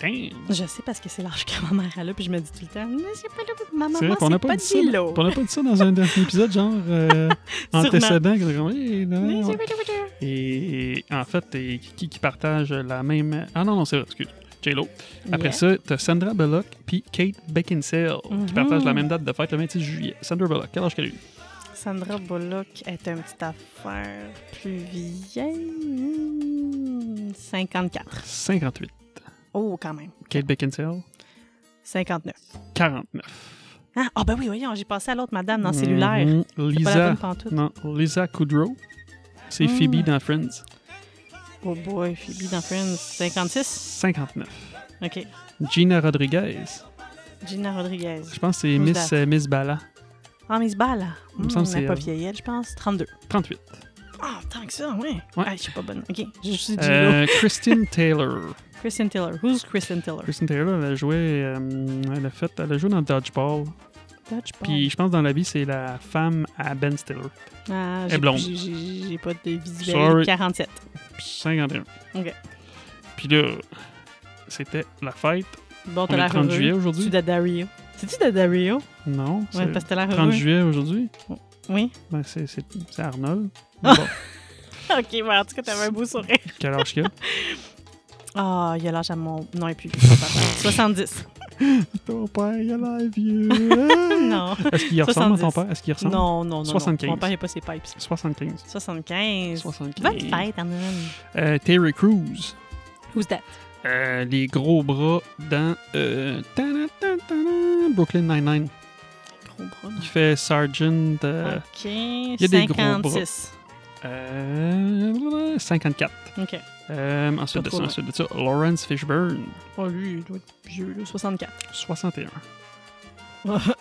[SPEAKER 2] Damn!
[SPEAKER 1] Je sais parce que c'est l'âge que ma mère a là, puis je me dis tout le temps, mais j'ai pas là, ma maman,
[SPEAKER 2] C'est vrai qu'on n'a
[SPEAKER 1] Ah, c'est
[SPEAKER 2] pas,
[SPEAKER 1] pas
[SPEAKER 2] dit ça.
[SPEAKER 1] de là.
[SPEAKER 2] On n'a pas dit ça dans un dernier épisode, genre euh,
[SPEAKER 1] Sûrement.
[SPEAKER 2] antécédent. que c'est comme, Hey, non,
[SPEAKER 1] Mais
[SPEAKER 2] non.
[SPEAKER 1] j'ai pas de là.
[SPEAKER 2] Et, et en fait, et qui, qui partage la même. Ah non, non, c'est vrai, excuse. J-Lo. Après
[SPEAKER 1] Yeah.
[SPEAKER 2] ça, t'as Sandra Bullock puis Kate Beckinsale qui
[SPEAKER 1] Mhm.
[SPEAKER 2] partagent la même date de fête le 26 juillet. Sandra Bullock, quel âge qu'elle a eu?
[SPEAKER 1] Sandra Bullock est une petite affaire plus vieille. 54.
[SPEAKER 2] 58.
[SPEAKER 1] Oh, quand même.
[SPEAKER 2] Kate Beckinsale,
[SPEAKER 1] 59.
[SPEAKER 2] 49.
[SPEAKER 1] Ah, ah ben oui, voyons, j'ai passé à l'autre madame dans cellulaire.
[SPEAKER 2] Mhm.
[SPEAKER 1] Pas la bonne
[SPEAKER 2] Lisa,
[SPEAKER 1] pantoute.
[SPEAKER 2] non, Lisa Kudrow, c'est
[SPEAKER 1] Mhm.
[SPEAKER 2] Phoebe dans Friends.
[SPEAKER 1] Oh boy, Phoebe dans Friends. 56.
[SPEAKER 2] 59.
[SPEAKER 1] OK.
[SPEAKER 2] Gina Rodriguez,
[SPEAKER 1] Gina Rodriguez.
[SPEAKER 2] je pense que c'est
[SPEAKER 1] Who's
[SPEAKER 2] Miss,
[SPEAKER 1] that?
[SPEAKER 2] euh, Miss Bala,
[SPEAKER 1] Ah, Miss Ball.
[SPEAKER 2] Il me
[SPEAKER 1] Hum,
[SPEAKER 2] semble que
[SPEAKER 1] elle
[SPEAKER 2] c'est
[SPEAKER 1] est pas
[SPEAKER 2] elle.
[SPEAKER 1] vieille, elle, je pense. 32.
[SPEAKER 2] 38.
[SPEAKER 1] Ah, tant que ça, ouais.
[SPEAKER 2] Ouais.
[SPEAKER 1] Ah, je suis pas bonne. OK, je suis du lot.
[SPEAKER 2] Euh, Christine Taylor.
[SPEAKER 1] Kristen Taylor. Who's Kristen Taylor?
[SPEAKER 2] Christine Taylor, elle a joué, euh, elle a fait, elle a joué dans Dodgeball.
[SPEAKER 1] Dodgeball.
[SPEAKER 2] Puis je pense dans la vie, c'est la femme à Ben Stiller.
[SPEAKER 1] ah,
[SPEAKER 2] est
[SPEAKER 1] j'ai-
[SPEAKER 2] blonde.
[SPEAKER 1] j'ai- J'ai j'ai pas de visuel.
[SPEAKER 2] Sorry.
[SPEAKER 1] 47.
[SPEAKER 2] 51.
[SPEAKER 1] Ok.
[SPEAKER 2] Puis là, c'était la fête.
[SPEAKER 1] Bon,
[SPEAKER 2] On
[SPEAKER 1] t'as
[SPEAKER 2] est le
[SPEAKER 1] l'air
[SPEAKER 2] 30
[SPEAKER 1] heureux.
[SPEAKER 2] juillet
[SPEAKER 1] Tu
[SPEAKER 2] aujourd'hui.
[SPEAKER 1] de Dario. C'est-tu de Dario?
[SPEAKER 2] Non,
[SPEAKER 1] Ouais,
[SPEAKER 2] c'est
[SPEAKER 1] parce que t'as l'air
[SPEAKER 2] 30
[SPEAKER 1] heureux.
[SPEAKER 2] juillet aujourd'hui.
[SPEAKER 1] Oui.
[SPEAKER 2] Ben, c'est, c'est, c'est Arnold.
[SPEAKER 1] Ah.
[SPEAKER 2] Bon,
[SPEAKER 1] ok, mais en tout cas, t'avais un beau sourire.
[SPEAKER 2] quel âge qu'il a?
[SPEAKER 1] Ah, il a l'âge à mon. Non, et puis. 70.
[SPEAKER 2] Ton père, il a l'air vieux.
[SPEAKER 1] Non.
[SPEAKER 2] Est-ce qu'il y ressemble à ton
[SPEAKER 1] 70.
[SPEAKER 2] père? Est-ce qu'il y ressemble?
[SPEAKER 1] hein? Non, non, non. non.
[SPEAKER 2] 75.
[SPEAKER 1] Mon père n'a pas ses pipes.
[SPEAKER 2] 75.
[SPEAKER 1] 75.
[SPEAKER 2] 75.
[SPEAKER 1] Bonne fête, Arnold.
[SPEAKER 2] Euh, Terry Crews.
[SPEAKER 1] Who's that?
[SPEAKER 2] Euh, les gros bras dans euh, tana, tana, tana, Brooklyn Nine-Nine.
[SPEAKER 1] Gros bras.
[SPEAKER 2] Il fait Sergeant. euh,
[SPEAKER 1] Ok.
[SPEAKER 2] y a des gros
[SPEAKER 1] 56.
[SPEAKER 2] Euh, 54.
[SPEAKER 1] OK.
[SPEAKER 2] Euh,
[SPEAKER 1] Pas
[SPEAKER 2] ensuite, de
[SPEAKER 1] trop
[SPEAKER 2] ça,
[SPEAKER 1] loin.
[SPEAKER 2] ensuite de ça, Lawrence Fishburne,
[SPEAKER 1] Oh, lui, il doit être vieux, là, 64.
[SPEAKER 2] 61.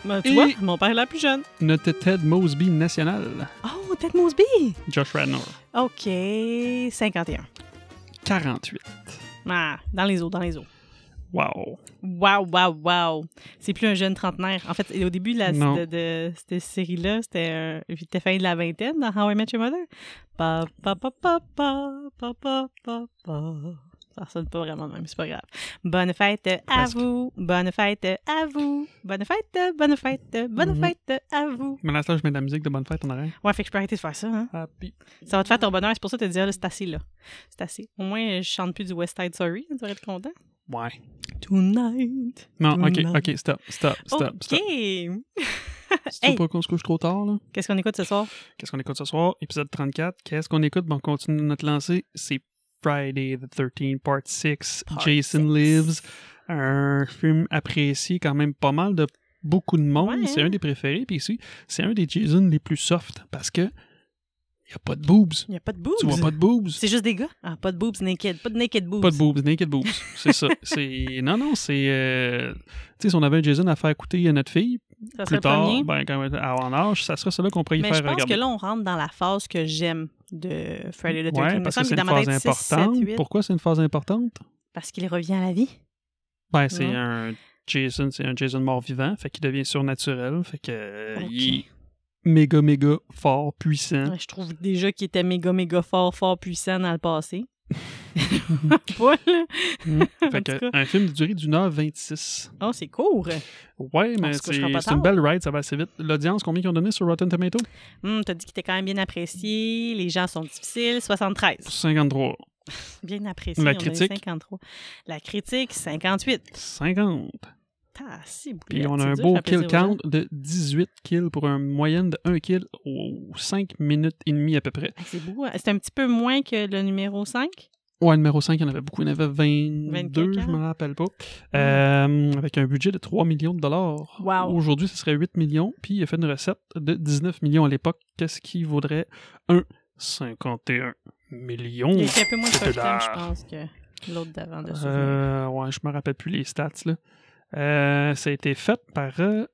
[SPEAKER 1] Ben, tu
[SPEAKER 2] Et-
[SPEAKER 1] vois, mon père est là plus jeune.
[SPEAKER 2] Notre Ted Mosby national,
[SPEAKER 1] Oh, Ted Mosby!
[SPEAKER 2] Josh Radnor,
[SPEAKER 1] OK, 51.
[SPEAKER 2] 48.
[SPEAKER 1] Ah, dans les eaux, dans les eaux.
[SPEAKER 2] Wow.
[SPEAKER 1] Wow, wow, wow. C'est plus un jeune trentenaire. En fait, au début de, la,
[SPEAKER 2] Non.
[SPEAKER 1] de, de cette série-là, c'était un- il était fin de la vingtaine dans How I Met Your Mother. Pa, pa, pa, pa, pa, pa, pa, pa, pa. Ça sonne pas vraiment de même, c'est pas grave. Bonne fête à
[SPEAKER 2] Presque.
[SPEAKER 1] vous. Bonne fête à vous. Bonne fête, bonne fête, bonne
[SPEAKER 2] Mhm.
[SPEAKER 1] fête à vous.
[SPEAKER 2] Mais là, ça, je mets de la musique de bonne fête en arrière.
[SPEAKER 1] Ouais, fait que je peux arrêter de faire ça, hein.
[SPEAKER 2] Happy.
[SPEAKER 1] Ça va te faire ton bonheur, c'est pour ça que tu te dis, ah, là, c'est assez, là. C'est assez. Au moins, je chante plus du West Side Story, tu vas être content.
[SPEAKER 2] Ouais.
[SPEAKER 1] Tonight.
[SPEAKER 2] Non, ok,
[SPEAKER 1] Non.
[SPEAKER 2] ok, stop, stop, stop,
[SPEAKER 1] OK.
[SPEAKER 2] stop. C'est
[SPEAKER 1] Oh, Hey.
[SPEAKER 2] pas qu'on se couche trop tard, là.
[SPEAKER 1] Qu'est-ce qu'on écoute ce soir?
[SPEAKER 2] Qu'est-ce qu'on écoute ce soir? Épisode 34. Qu'est-ce qu'on écoute? Bon, on continue notre lancée. C'est Friday the 13th, Part 6.
[SPEAKER 1] Part
[SPEAKER 2] Jason
[SPEAKER 1] six.
[SPEAKER 2] Lives. Un film apprécié quand même pas mal de beaucoup de monde.
[SPEAKER 1] Ouais,
[SPEAKER 2] C'est
[SPEAKER 1] hein?
[SPEAKER 2] un des préférés. Puis ici, c'est un des Jason les plus soft parce que y a pas de boobs.
[SPEAKER 1] Il n'y a pas de boobs.
[SPEAKER 2] Tu vois pas de boobs.
[SPEAKER 1] C'est juste des gars. Ah, pas de boobs naked. Pas de naked boobs.
[SPEAKER 2] Pas de boobs, naked boobs. C'est ça. C'est non non, c'est euh, tu sais si on avait un Jason à faire écouter à notre fille
[SPEAKER 1] Ça serait
[SPEAKER 2] plus
[SPEAKER 1] le
[SPEAKER 2] tard,
[SPEAKER 1] premier.
[SPEAKER 2] ben quand elle a en âge, ça serait cela qu'on pourrait y
[SPEAKER 1] Mais
[SPEAKER 2] faire
[SPEAKER 1] je pense
[SPEAKER 2] regarder.
[SPEAKER 1] que là, on rentre dans la phase que j'aime de Friday the 13th.
[SPEAKER 2] Ouais,
[SPEAKER 1] Il me
[SPEAKER 2] parce que
[SPEAKER 1] semble
[SPEAKER 2] c'est
[SPEAKER 1] dans
[SPEAKER 2] une
[SPEAKER 1] ma
[SPEAKER 2] phase
[SPEAKER 1] tête, six, sept,
[SPEAKER 2] importante.
[SPEAKER 1] huit,
[SPEAKER 2] Pourquoi c'est une phase importante?
[SPEAKER 1] Parce qu'il revient à la vie.
[SPEAKER 2] Ben, c'est
[SPEAKER 1] Non.
[SPEAKER 2] un Jason, c'est un Jason mort-vivant, fait qu'il devient surnaturel, fait que euh,
[SPEAKER 1] Ok.
[SPEAKER 2] il est méga, méga fort, puissant.
[SPEAKER 1] Ouais, je trouve déjà qu'il était méga, méga fort, fort puissant dans le passé. Pas, là.
[SPEAKER 2] Mm.
[SPEAKER 1] En
[SPEAKER 2] fait
[SPEAKER 1] tout
[SPEAKER 2] que, un film de durée d'une heure 26.
[SPEAKER 1] Oh, c'est court.
[SPEAKER 2] Ouais, mais
[SPEAKER 1] se
[SPEAKER 2] c'est
[SPEAKER 1] couchera pas
[SPEAKER 2] c'est une
[SPEAKER 1] tard.
[SPEAKER 2] belle ride, ça va assez vite. L'audience, combien ils ont donné sur Rotten Tomato?
[SPEAKER 1] Hum, T'as dit qu'il était quand même bien apprécié. Les gens sont difficiles. 73.
[SPEAKER 2] 53.
[SPEAKER 1] Bien apprécié.
[SPEAKER 2] La
[SPEAKER 1] on a eu
[SPEAKER 2] critique?
[SPEAKER 1] 53. La critique, 58.
[SPEAKER 2] 50.
[SPEAKER 1] Ah, si,
[SPEAKER 2] Puis
[SPEAKER 1] boulette,
[SPEAKER 2] on
[SPEAKER 1] c'est
[SPEAKER 2] a un
[SPEAKER 1] dur de
[SPEAKER 2] beau
[SPEAKER 1] faire
[SPEAKER 2] kill
[SPEAKER 1] plaisir aux gens.
[SPEAKER 2] count de 18 kills pour une moyenne de 1 kill aux 5 minutes et demie à peu près.
[SPEAKER 1] Ah, c'est beaucoup. hein. C'est un petit peu moins que le numéro 5.
[SPEAKER 2] Ouais, numéro 5, il y en avait beaucoup. Il y en avait 22, je
[SPEAKER 1] ans.
[SPEAKER 2] me rappelle pas. Euh, avec un budget de 3 millions de dollars.
[SPEAKER 1] Mm. Wow.
[SPEAKER 2] Aujourd'hui, ce serait 8 millions. Puis il a fait une recette de 19 millions à l'époque. Qu'est-ce qui vaudrait 1,51 millions?
[SPEAKER 1] Il était un peu moins first
[SPEAKER 2] C'était
[SPEAKER 1] time, je
[SPEAKER 2] là.
[SPEAKER 1] pense, que l'autre d'avant de ça.
[SPEAKER 2] Euh, ouais, je me rappelle plus les stats. Là. Euh, ça a été fait par. euh,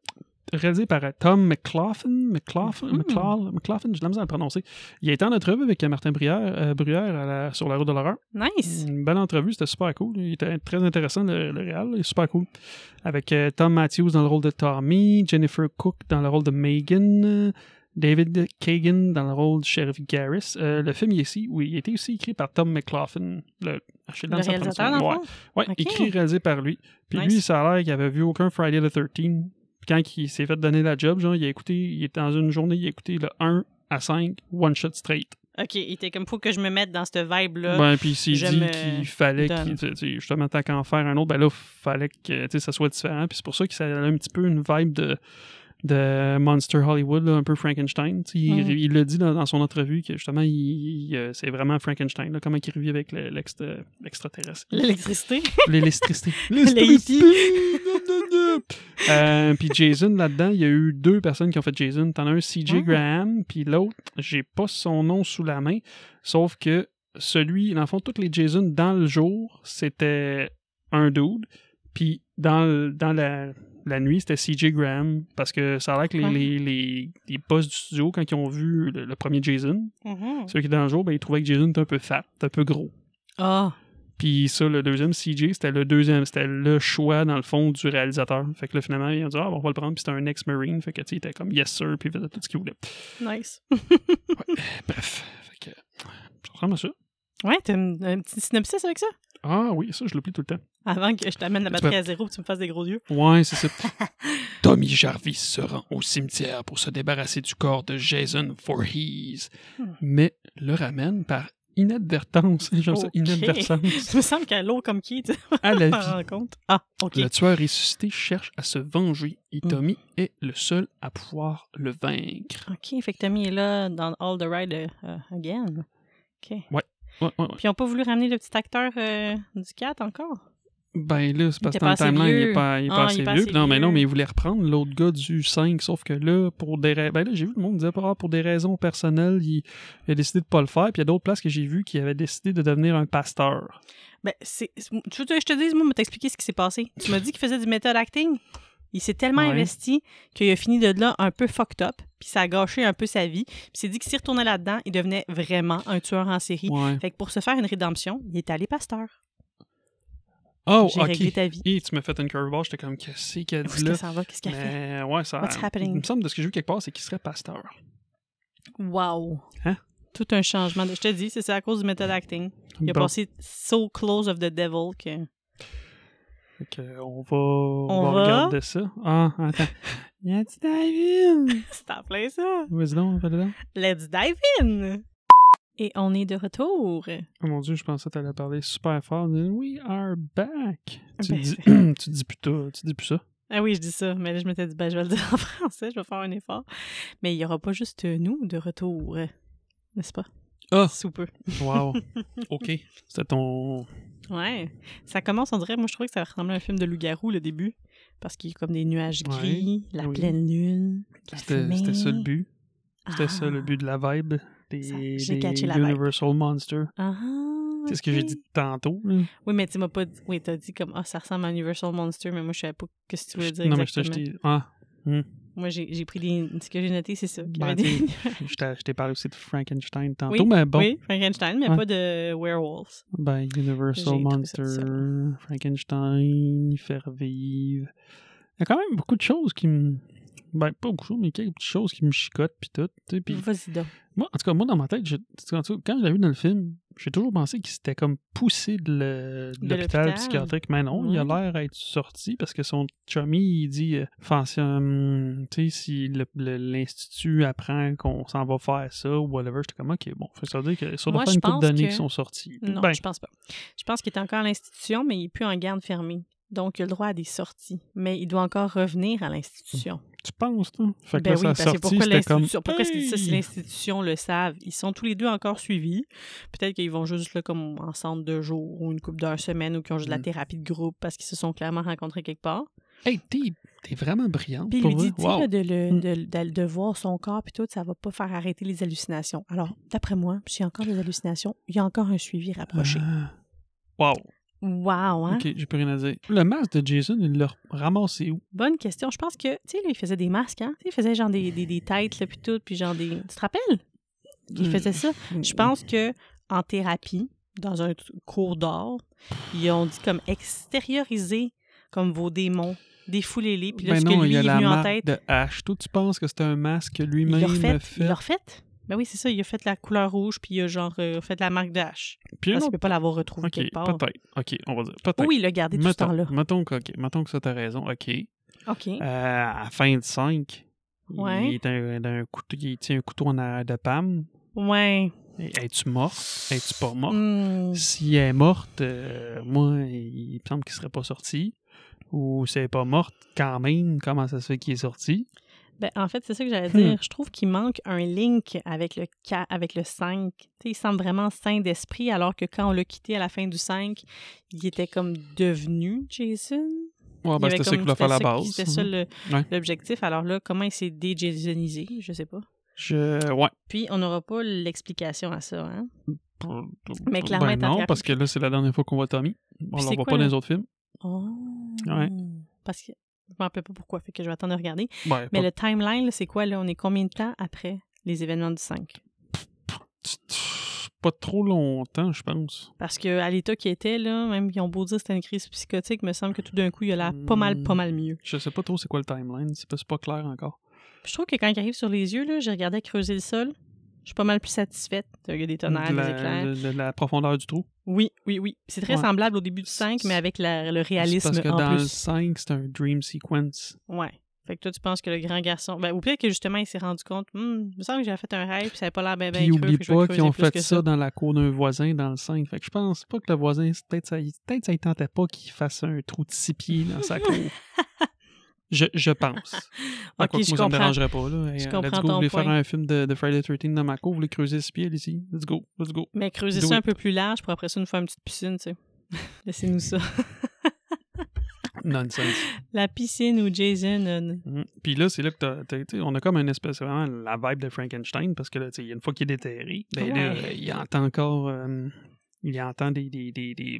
[SPEAKER 2] réalisé par euh, Tom McLaughlin. McLaughlin,
[SPEAKER 1] Mhm.
[SPEAKER 2] McLaughlin, McLaughlin, j'ai de la misère à le prononcer. Il a été en entrevue avec euh, Martin Bruyère, euh, Bruyère à la- sur la route de l'horreur.
[SPEAKER 1] Nice!
[SPEAKER 2] Une belle entrevue, c'était super cool. Il était très intéressant, le, le réal, il est super cool. Avec euh, Tom Matthews dans le rôle de Tommy, Jennifer Cook dans le rôle de Megan, euh, David Kagan dans le rôle de Sheriff Garris. Euh, le film, il est ici, oui, il a été aussi écrit par Tom McLaughlin, le, je sais
[SPEAKER 1] Le
[SPEAKER 2] dans sa
[SPEAKER 1] réalisateur,
[SPEAKER 2] prononciation.
[SPEAKER 1] dans
[SPEAKER 2] Ouais.
[SPEAKER 1] le fond?
[SPEAKER 2] Ouais,
[SPEAKER 1] Ok.
[SPEAKER 2] écrit et réalisé par lui. Puis
[SPEAKER 1] Nice.
[SPEAKER 2] lui, ça a l'air qu'il avait vu aucun Friday the 13 Puis quand il s'est fait donner la job, genre, il a écouté, il est dans une journée, il a écouté le 1 à 5, one shot straight.
[SPEAKER 1] OK, il était comme, faut que je me mette dans cette vibe-là.
[SPEAKER 2] Ben, puis il s'est
[SPEAKER 1] je
[SPEAKER 2] dit
[SPEAKER 1] me
[SPEAKER 2] qu'il fallait
[SPEAKER 1] donne.
[SPEAKER 2] qu'il, tu sais, justement, tant qu'à en faire un autre, ben là, fallait que tu sais, ça soit différent. Puis c'est pour ça que ça a un petit peu une vibe de, de Monster Hollywood, là, un peu Frankenstein. Tu sais, Il,
[SPEAKER 1] Mm.
[SPEAKER 2] il le dit dans, dans son entrevue que justement, il, il, euh, c'est vraiment Frankenstein, là, comment il revit avec le- l'extra- l'extraterrestre.
[SPEAKER 1] L'électricité?
[SPEAKER 2] L'électricité.
[SPEAKER 1] L'électricité.
[SPEAKER 2] Euh, Puis Jason, là-dedans, il y a eu deux personnes qui ont fait Jason. T'en as un, CJ
[SPEAKER 1] Ah.
[SPEAKER 2] Graham, puis l'autre, j'ai pas son nom sous la main, sauf que celui, dans le fond, tous les Jason dans le jour, c'était un dude, puis dans, le- dans la, la nuit, c'était CJ Graham, parce que ça a l'air que les,
[SPEAKER 1] Ouais.
[SPEAKER 2] les, les, les boss du studio, quand ils ont vu le, le premier Jason,
[SPEAKER 1] Mhm.
[SPEAKER 2] celui qui est dans le jour, ben, ils trouvaient que Jason était un peu fat, un peu gros.
[SPEAKER 1] Ah,
[SPEAKER 2] Puis ça, le deuxième CJ, c'était le deuxième, c'était le choix dans le fond du réalisateur. Fait que là, finalement, ils ont dit, ah, bon, on va le prendre. Puis c'était un ex-marine. Fait que, tu sais, il était comme, yes, sir. Puis il faisait tout ce qu'il voulait.
[SPEAKER 1] nice.
[SPEAKER 2] Bref. Fait que, ça ressemble à ça.
[SPEAKER 1] Ouais, t'as un, un petit synopsis avec ça?
[SPEAKER 2] Ah oui, ça, je l'oublie tout le temps.
[SPEAKER 1] Avant que je t'amène la
[SPEAKER 2] Tu
[SPEAKER 1] batterie à zéro et tu me fasses des gros yeux.
[SPEAKER 2] Ouais, c'est ça. Tommy Jarvis se rend au cimetière pour se débarrasser du corps de Jason Voorhees,
[SPEAKER 1] Hmm.
[SPEAKER 2] mais le ramène par inadvertance. J'aime ça,
[SPEAKER 1] Ok.
[SPEAKER 2] inadvertance.
[SPEAKER 1] Ça me semble qu'à l'eau comme qui, tu
[SPEAKER 2] À la
[SPEAKER 1] t'en
[SPEAKER 2] vie.
[SPEAKER 1] rends compte. Ah, OK.
[SPEAKER 2] Le tueur ressuscité cherche à se venger et Tommy
[SPEAKER 1] Mm.
[SPEAKER 2] est le seul à pouvoir le vaincre.
[SPEAKER 1] OK, fait que Tommy est là dans All the Ride euh, Again. OK.
[SPEAKER 2] Ouais, ouais, ouais.
[SPEAKER 1] Puis ils n'ont pas voulu ramener le petit acteur euh, du 4 encore?
[SPEAKER 2] Ben là, c'est parce
[SPEAKER 1] était
[SPEAKER 2] que dans le
[SPEAKER 1] pas assez
[SPEAKER 2] timeline, il
[SPEAKER 1] vieux.
[SPEAKER 2] est pas, il est
[SPEAKER 1] Ah,
[SPEAKER 2] pas
[SPEAKER 1] il
[SPEAKER 2] assez
[SPEAKER 1] est pas
[SPEAKER 2] vieux.
[SPEAKER 1] assez
[SPEAKER 2] Puis non, mais non,
[SPEAKER 1] vieux.
[SPEAKER 2] mais il voulait reprendre l'autre gars du 5, sauf que là, pour des raisons. Ben là, j'ai vu le monde disait, Ah, pour des raisons personnelles, il, il a décidé de pas le faire. Puis il y a d'autres places que j'ai vues qui avaient décidé de devenir un pasteur.
[SPEAKER 1] Ben, c'est. c'est- Tu veux que je te dise, moi, me t'expliquer ce qui s'est passé. Tu m'as dit qu'il faisait du method acting. Il s'est tellement
[SPEAKER 2] Ouais.
[SPEAKER 1] investi qu'il a fini de là un peu fucked up, puis ça a gâché un peu sa vie. Puis il s'est dit que s'il retournait là-dedans, il devenait vraiment un tueur en série.
[SPEAKER 2] Ouais.
[SPEAKER 1] Fait que pour se faire une rédemption, il est allé pasteur.
[SPEAKER 2] Oh,
[SPEAKER 1] J'ai
[SPEAKER 2] ok.
[SPEAKER 1] réglé ta vie.
[SPEAKER 2] Et tu m'as fait une curveball, j'étais comme, qu'est-ce qu'elle
[SPEAKER 1] Où
[SPEAKER 2] dit
[SPEAKER 1] est-ce que
[SPEAKER 2] là?
[SPEAKER 1] ça va? Qu'est-ce qu'il a fait?
[SPEAKER 2] Mais ouais, ça.
[SPEAKER 1] What's happening?
[SPEAKER 2] Il me semble de ce que j'ai vu quelque part, c'est qu'il serait pasteur.
[SPEAKER 1] Wow!
[SPEAKER 2] Hein?
[SPEAKER 1] Tout un changement. de- Je te dis, c'est c'est à cause du method acting. Il a
[SPEAKER 2] Bon.
[SPEAKER 1] passé so close of the devil que.
[SPEAKER 2] Fait que euh, on va, on va
[SPEAKER 1] va?
[SPEAKER 2] regarder ça. Ah, attends. y a du David?
[SPEAKER 1] C'est en plein ça!
[SPEAKER 2] Vas-y donc, vas-y donc.
[SPEAKER 1] Let's dive in! Et on est de retour.
[SPEAKER 2] Oh mon dieu, je pensais que t'allais parler super fort. We are back. Tu,
[SPEAKER 1] Ben,
[SPEAKER 2] dis, tu dis plus tôt, tu dis plus ça.
[SPEAKER 1] Ah oui, je dis ça, mais là, je m'étais dit, ben, je vais le dire en français, je vais faire un effort. Mais il n'y aura pas juste nous de retour, euh, n'est-ce pas?
[SPEAKER 2] Ah!
[SPEAKER 1] Sous peu.
[SPEAKER 2] Wow. OK. C'était ton.
[SPEAKER 1] Ouais. Ça commence, on dirait, moi, je trouvais que ça ressemblait à un film de loup-garou, le début, parce qu'il y a comme des nuages
[SPEAKER 2] Ouais.
[SPEAKER 1] gris, la
[SPEAKER 2] Oui.
[SPEAKER 1] pleine lune, de la
[SPEAKER 2] C'était
[SPEAKER 1] fumée.
[SPEAKER 2] c'était ça le but. C'était
[SPEAKER 1] Ah.
[SPEAKER 2] ça le but de la vibe des,
[SPEAKER 1] Ça, j'ai
[SPEAKER 2] des
[SPEAKER 1] catché la vibe.
[SPEAKER 2] Universal Monster.
[SPEAKER 1] Ah,
[SPEAKER 2] C'est ce que
[SPEAKER 1] ok.
[SPEAKER 2] j'ai dit tantôt. là.
[SPEAKER 1] Oui, mais tu m'as pas dit... Oui, t'as dit comme, ah, ça ressemble à Universal Monster, mais moi, je savais pas que ce que tu voulais dire
[SPEAKER 2] non, mais je t'ai-
[SPEAKER 1] exactement.
[SPEAKER 2] je t'ai. Ah. Hmm.
[SPEAKER 1] Moi, j'ai j'ai pris des... Ce que j'ai noté, c'est ça. qu'il y
[SPEAKER 2] Ben,
[SPEAKER 1] avait
[SPEAKER 2] tu
[SPEAKER 1] des-
[SPEAKER 2] sais, je t'ai- je t'ai parlé aussi de Frankenstein tantôt,
[SPEAKER 1] Oui,
[SPEAKER 2] mais bon.
[SPEAKER 1] Oui, Frankenstein, mais
[SPEAKER 2] Ouais.
[SPEAKER 1] pas de werewolves.
[SPEAKER 2] Ben, Universal
[SPEAKER 1] J'ai trouvé ça
[SPEAKER 2] Monster,
[SPEAKER 1] tout
[SPEAKER 2] Frankenstein, Faire vivre. Il y a quand même beaucoup de choses qui me. Ben, pas beaucoup, mais quelques petites choses qui me chicotent, puis tout. tu sais, Puis
[SPEAKER 1] Vas-y donc.
[SPEAKER 2] moi, en tout cas, moi, dans ma tête, je- en tout cas, quand je l'ai vu dans le film, j'ai toujours pensé qu'il s'était comme poussé de le- de
[SPEAKER 1] De
[SPEAKER 2] l'hôpital
[SPEAKER 1] l'hôpital.
[SPEAKER 2] psychiatrique. Mais non, il a
[SPEAKER 1] Ouais.
[SPEAKER 2] l'air d'être sorti parce que son chummy, il dit euh, Fancy, hum, tu sais, si le- le- l'institut apprend qu'on s'en va faire ça ou whatever, j'étais comme Ok, bon, fait que ça veut dire que ça doit
[SPEAKER 1] Moi,
[SPEAKER 2] faire
[SPEAKER 1] je
[SPEAKER 2] une couple
[SPEAKER 1] pense
[SPEAKER 2] d'années
[SPEAKER 1] que-
[SPEAKER 2] qui sont sortis.
[SPEAKER 1] Non,
[SPEAKER 2] Ben,
[SPEAKER 1] je pense pas. Je pense qu'il est encore à l'institution, mais il n'est plus en garde fermée. Donc, il a le droit à des sorties. Mais il doit encore revenir à l'institution.
[SPEAKER 2] tu penses, toi Fait que
[SPEAKER 1] Ben
[SPEAKER 2] là,
[SPEAKER 1] oui,
[SPEAKER 2] sa
[SPEAKER 1] parce que
[SPEAKER 2] sortie,
[SPEAKER 1] pourquoi
[SPEAKER 2] c'était comme.
[SPEAKER 1] l'institution? Pourquoi est-ce qu'il dit ça si
[SPEAKER 2] Hey!
[SPEAKER 1] l'institution le savent? Ils sont tous les deux encore suivis. Peut-être qu'ils vont juste là, comme en centre de jour ou une coupe d'heure semaine ou qu'ils ont juste de
[SPEAKER 2] Mm.
[SPEAKER 1] la thérapie de groupe parce qu'ils se sont clairement rencontrés quelque part.
[SPEAKER 2] Hey, t'es t'es vraiment brillante.
[SPEAKER 1] Puis il
[SPEAKER 2] pour
[SPEAKER 1] lui dit,
[SPEAKER 2] vrai.
[SPEAKER 1] tu sais,
[SPEAKER 2] Wow.
[SPEAKER 1] là, de, le-
[SPEAKER 2] Mm.
[SPEAKER 1] de, de- de voir son corps puis tout, ça va pas faire arrêter les hallucinations. Alors, d'après moi, s'il y a encore des hallucinations, il y a encore un suivi rapproché.
[SPEAKER 2] Ah. Wow.
[SPEAKER 1] Wow, hein?
[SPEAKER 2] Ah. Ok, j'ai plus rien à dire. Le masque de Jason, il l'a ramassé où
[SPEAKER 1] Bonne question. Je pense que, tu sais, là, il faisait des masques, hein? Tu sais, il faisait genre des, des, des têtes, là, puis tout, puis genre des... Tu te rappelles?
[SPEAKER 2] Mm.
[SPEAKER 1] Il faisait ça. Je pense que en thérapie, dans un t- cours d'art, ils ont dit comme extérioriser comme vos démons, défoulez-les, puis là,
[SPEAKER 2] Ben
[SPEAKER 1] ce
[SPEAKER 2] non,
[SPEAKER 1] que lui
[SPEAKER 2] il a
[SPEAKER 1] est
[SPEAKER 2] la
[SPEAKER 1] venu en
[SPEAKER 2] marque
[SPEAKER 1] tête,
[SPEAKER 2] de H. Toi, tu penses que c'est un masque que
[SPEAKER 1] il l'a
[SPEAKER 2] lui-même
[SPEAKER 1] refait.
[SPEAKER 2] a
[SPEAKER 1] Il
[SPEAKER 2] fait.
[SPEAKER 1] l'a refait. Ben oui, c'est ça. Il a fait la couleur rouge, puis il a genre euh, fait la marque de hache.
[SPEAKER 2] Puis un
[SPEAKER 1] Parce qu'il
[SPEAKER 2] autre-
[SPEAKER 1] peut pas l'avoir retrouvée
[SPEAKER 2] Ok,
[SPEAKER 1] quelque part.
[SPEAKER 2] peut-être. Ok, on va dire. Peut-être.
[SPEAKER 1] Oui, il l'a gardé tout ce
[SPEAKER 2] mettons,
[SPEAKER 1] temps-là.
[SPEAKER 2] mettons, que, ok, mettons que ça, t'as raison. Ok.
[SPEAKER 1] OK.
[SPEAKER 2] Euh, à la fin de 5,
[SPEAKER 1] Ouais.
[SPEAKER 2] il, est un, d'un couteau, il tient un couteau en arrière de Pam.
[SPEAKER 1] Ouais.
[SPEAKER 2] Et- Es-tu morte? Es-tu pas morte?
[SPEAKER 1] Hmm.
[SPEAKER 2] Si elle est morte, euh, moi, il me semble qu'il serait pas sorti. Ou si elle est pas morte, quand même, comment ça se fait qu'il est sorti?
[SPEAKER 1] Ben, en fait, c'est ça que j'allais
[SPEAKER 2] Hmm.
[SPEAKER 1] dire. Je trouve qu'il manque un link avec le, ca- avec le 5. Tu sais, il semble vraiment sain d'esprit, alors que quand on l'a quitté à la fin du 5, il était comme devenu Jason. Il
[SPEAKER 2] Ouais, ben,
[SPEAKER 1] avait
[SPEAKER 2] c'était ça
[SPEAKER 1] comme-
[SPEAKER 2] qu'il voulait
[SPEAKER 1] c'était
[SPEAKER 2] faire
[SPEAKER 1] ça
[SPEAKER 2] la
[SPEAKER 1] qui-
[SPEAKER 2] base. Mhm.
[SPEAKER 1] C'était ça le-
[SPEAKER 2] Ouais.
[SPEAKER 1] l'objectif. Alors là, comment il s'est déjasonisé, je sais pas.
[SPEAKER 2] Je... Ouais.
[SPEAKER 1] Puis, on n'aura pas l'explication à ça. Hein? Mais clairement,
[SPEAKER 2] Ben
[SPEAKER 1] elle est en
[SPEAKER 2] non,
[SPEAKER 1] thérapie.
[SPEAKER 2] parce que là, c'est la dernière fois qu'on voit Tommy.
[SPEAKER 1] Puis
[SPEAKER 2] On ne
[SPEAKER 1] c'est
[SPEAKER 2] le
[SPEAKER 1] quoi,
[SPEAKER 2] voit pas dans
[SPEAKER 1] là?
[SPEAKER 2] les autres films.
[SPEAKER 1] Oh.
[SPEAKER 2] Ouais.
[SPEAKER 1] Parce que je m'en rappelle pas pourquoi, fait que je vais attendre de regarder.
[SPEAKER 2] Ben,
[SPEAKER 1] Mais
[SPEAKER 2] pas-
[SPEAKER 1] le timeline, là, c'est quoi? Là, on est combien de temps après les événements du 5?
[SPEAKER 2] pas trop longtemps, je pense.
[SPEAKER 1] Parce que à l'état qu'il était, là, même ils ont beau dire que c'était une crise psychotique, me semble que tout d'un coup, il a l'air pas mal,
[SPEAKER 2] Hmm.
[SPEAKER 1] pas mal mieux.
[SPEAKER 2] Je sais pas trop c'est quoi le timeline. C'est pas, c'est pas clair encore.
[SPEAKER 1] Puis je trouve que quand il arrive sur les yeux, là, j'ai regardé creuser le sol. Je suis pas mal plus satisfaite. Il y a des tonnerres,
[SPEAKER 2] de
[SPEAKER 1] des
[SPEAKER 2] la,
[SPEAKER 1] éclairs.
[SPEAKER 2] de- de la profondeur du trou.
[SPEAKER 1] Oui, oui, oui. C'est très
[SPEAKER 2] Ouais.
[SPEAKER 1] semblable au début du 5, mais avec la- le
[SPEAKER 2] C'est
[SPEAKER 1] réalisme
[SPEAKER 2] parce que
[SPEAKER 1] en
[SPEAKER 2] dans le
[SPEAKER 1] plus.
[SPEAKER 2] 5, c'est un dream sequence.
[SPEAKER 1] Ouais. Fait que toi, tu penses que le grand garçon. Ben, ou peut-être que justement, il s'est rendu compte. Hum, il me semble que j'avais fait un rêve, puis ça avait pas l'air bien, bien
[SPEAKER 2] Puis oublie pas qu'ils ont fait
[SPEAKER 1] ben, que
[SPEAKER 2] ça, dans la cour d'un voisin dans le 5. Fait que je pense pas que le voisin, c'est peut-être ça, peut-être ça y tentait pas qu'il fasse un trou de six pieds dans sa cour. Je, je pense. Ah,
[SPEAKER 1] Ok,
[SPEAKER 2] quoi que
[SPEAKER 1] je
[SPEAKER 2] moi, ça me
[SPEAKER 1] comprends.
[SPEAKER 2] dérangerait pas. Là. Hey,
[SPEAKER 1] Je
[SPEAKER 2] euh,
[SPEAKER 1] comprends
[SPEAKER 2] let's go,
[SPEAKER 1] ton
[SPEAKER 2] vous voulez faire
[SPEAKER 1] point.
[SPEAKER 2] un film de, de Friday 13 dans ma cour, vous voulez creuser ce pied ici? Let's go, let's go.
[SPEAKER 1] Mais creuser
[SPEAKER 2] Do
[SPEAKER 1] ça un
[SPEAKER 2] it.
[SPEAKER 1] peu plus large pour après ça nous faire une petite piscine, tu sais. Laissez-nous ça.
[SPEAKER 2] nonsense.
[SPEAKER 1] La piscine où Jason. euh,
[SPEAKER 2] Mhm. Puis là, c'est là que t'as- t'as- t'sais, on a comme une espèce, vraiment la vibe de Frankenstein, parce que là, t'sais, une fois qu'il est déterré, ben là,
[SPEAKER 1] Ouais.
[SPEAKER 2] euh, il entend encore, euh, il entend des, des, des, des,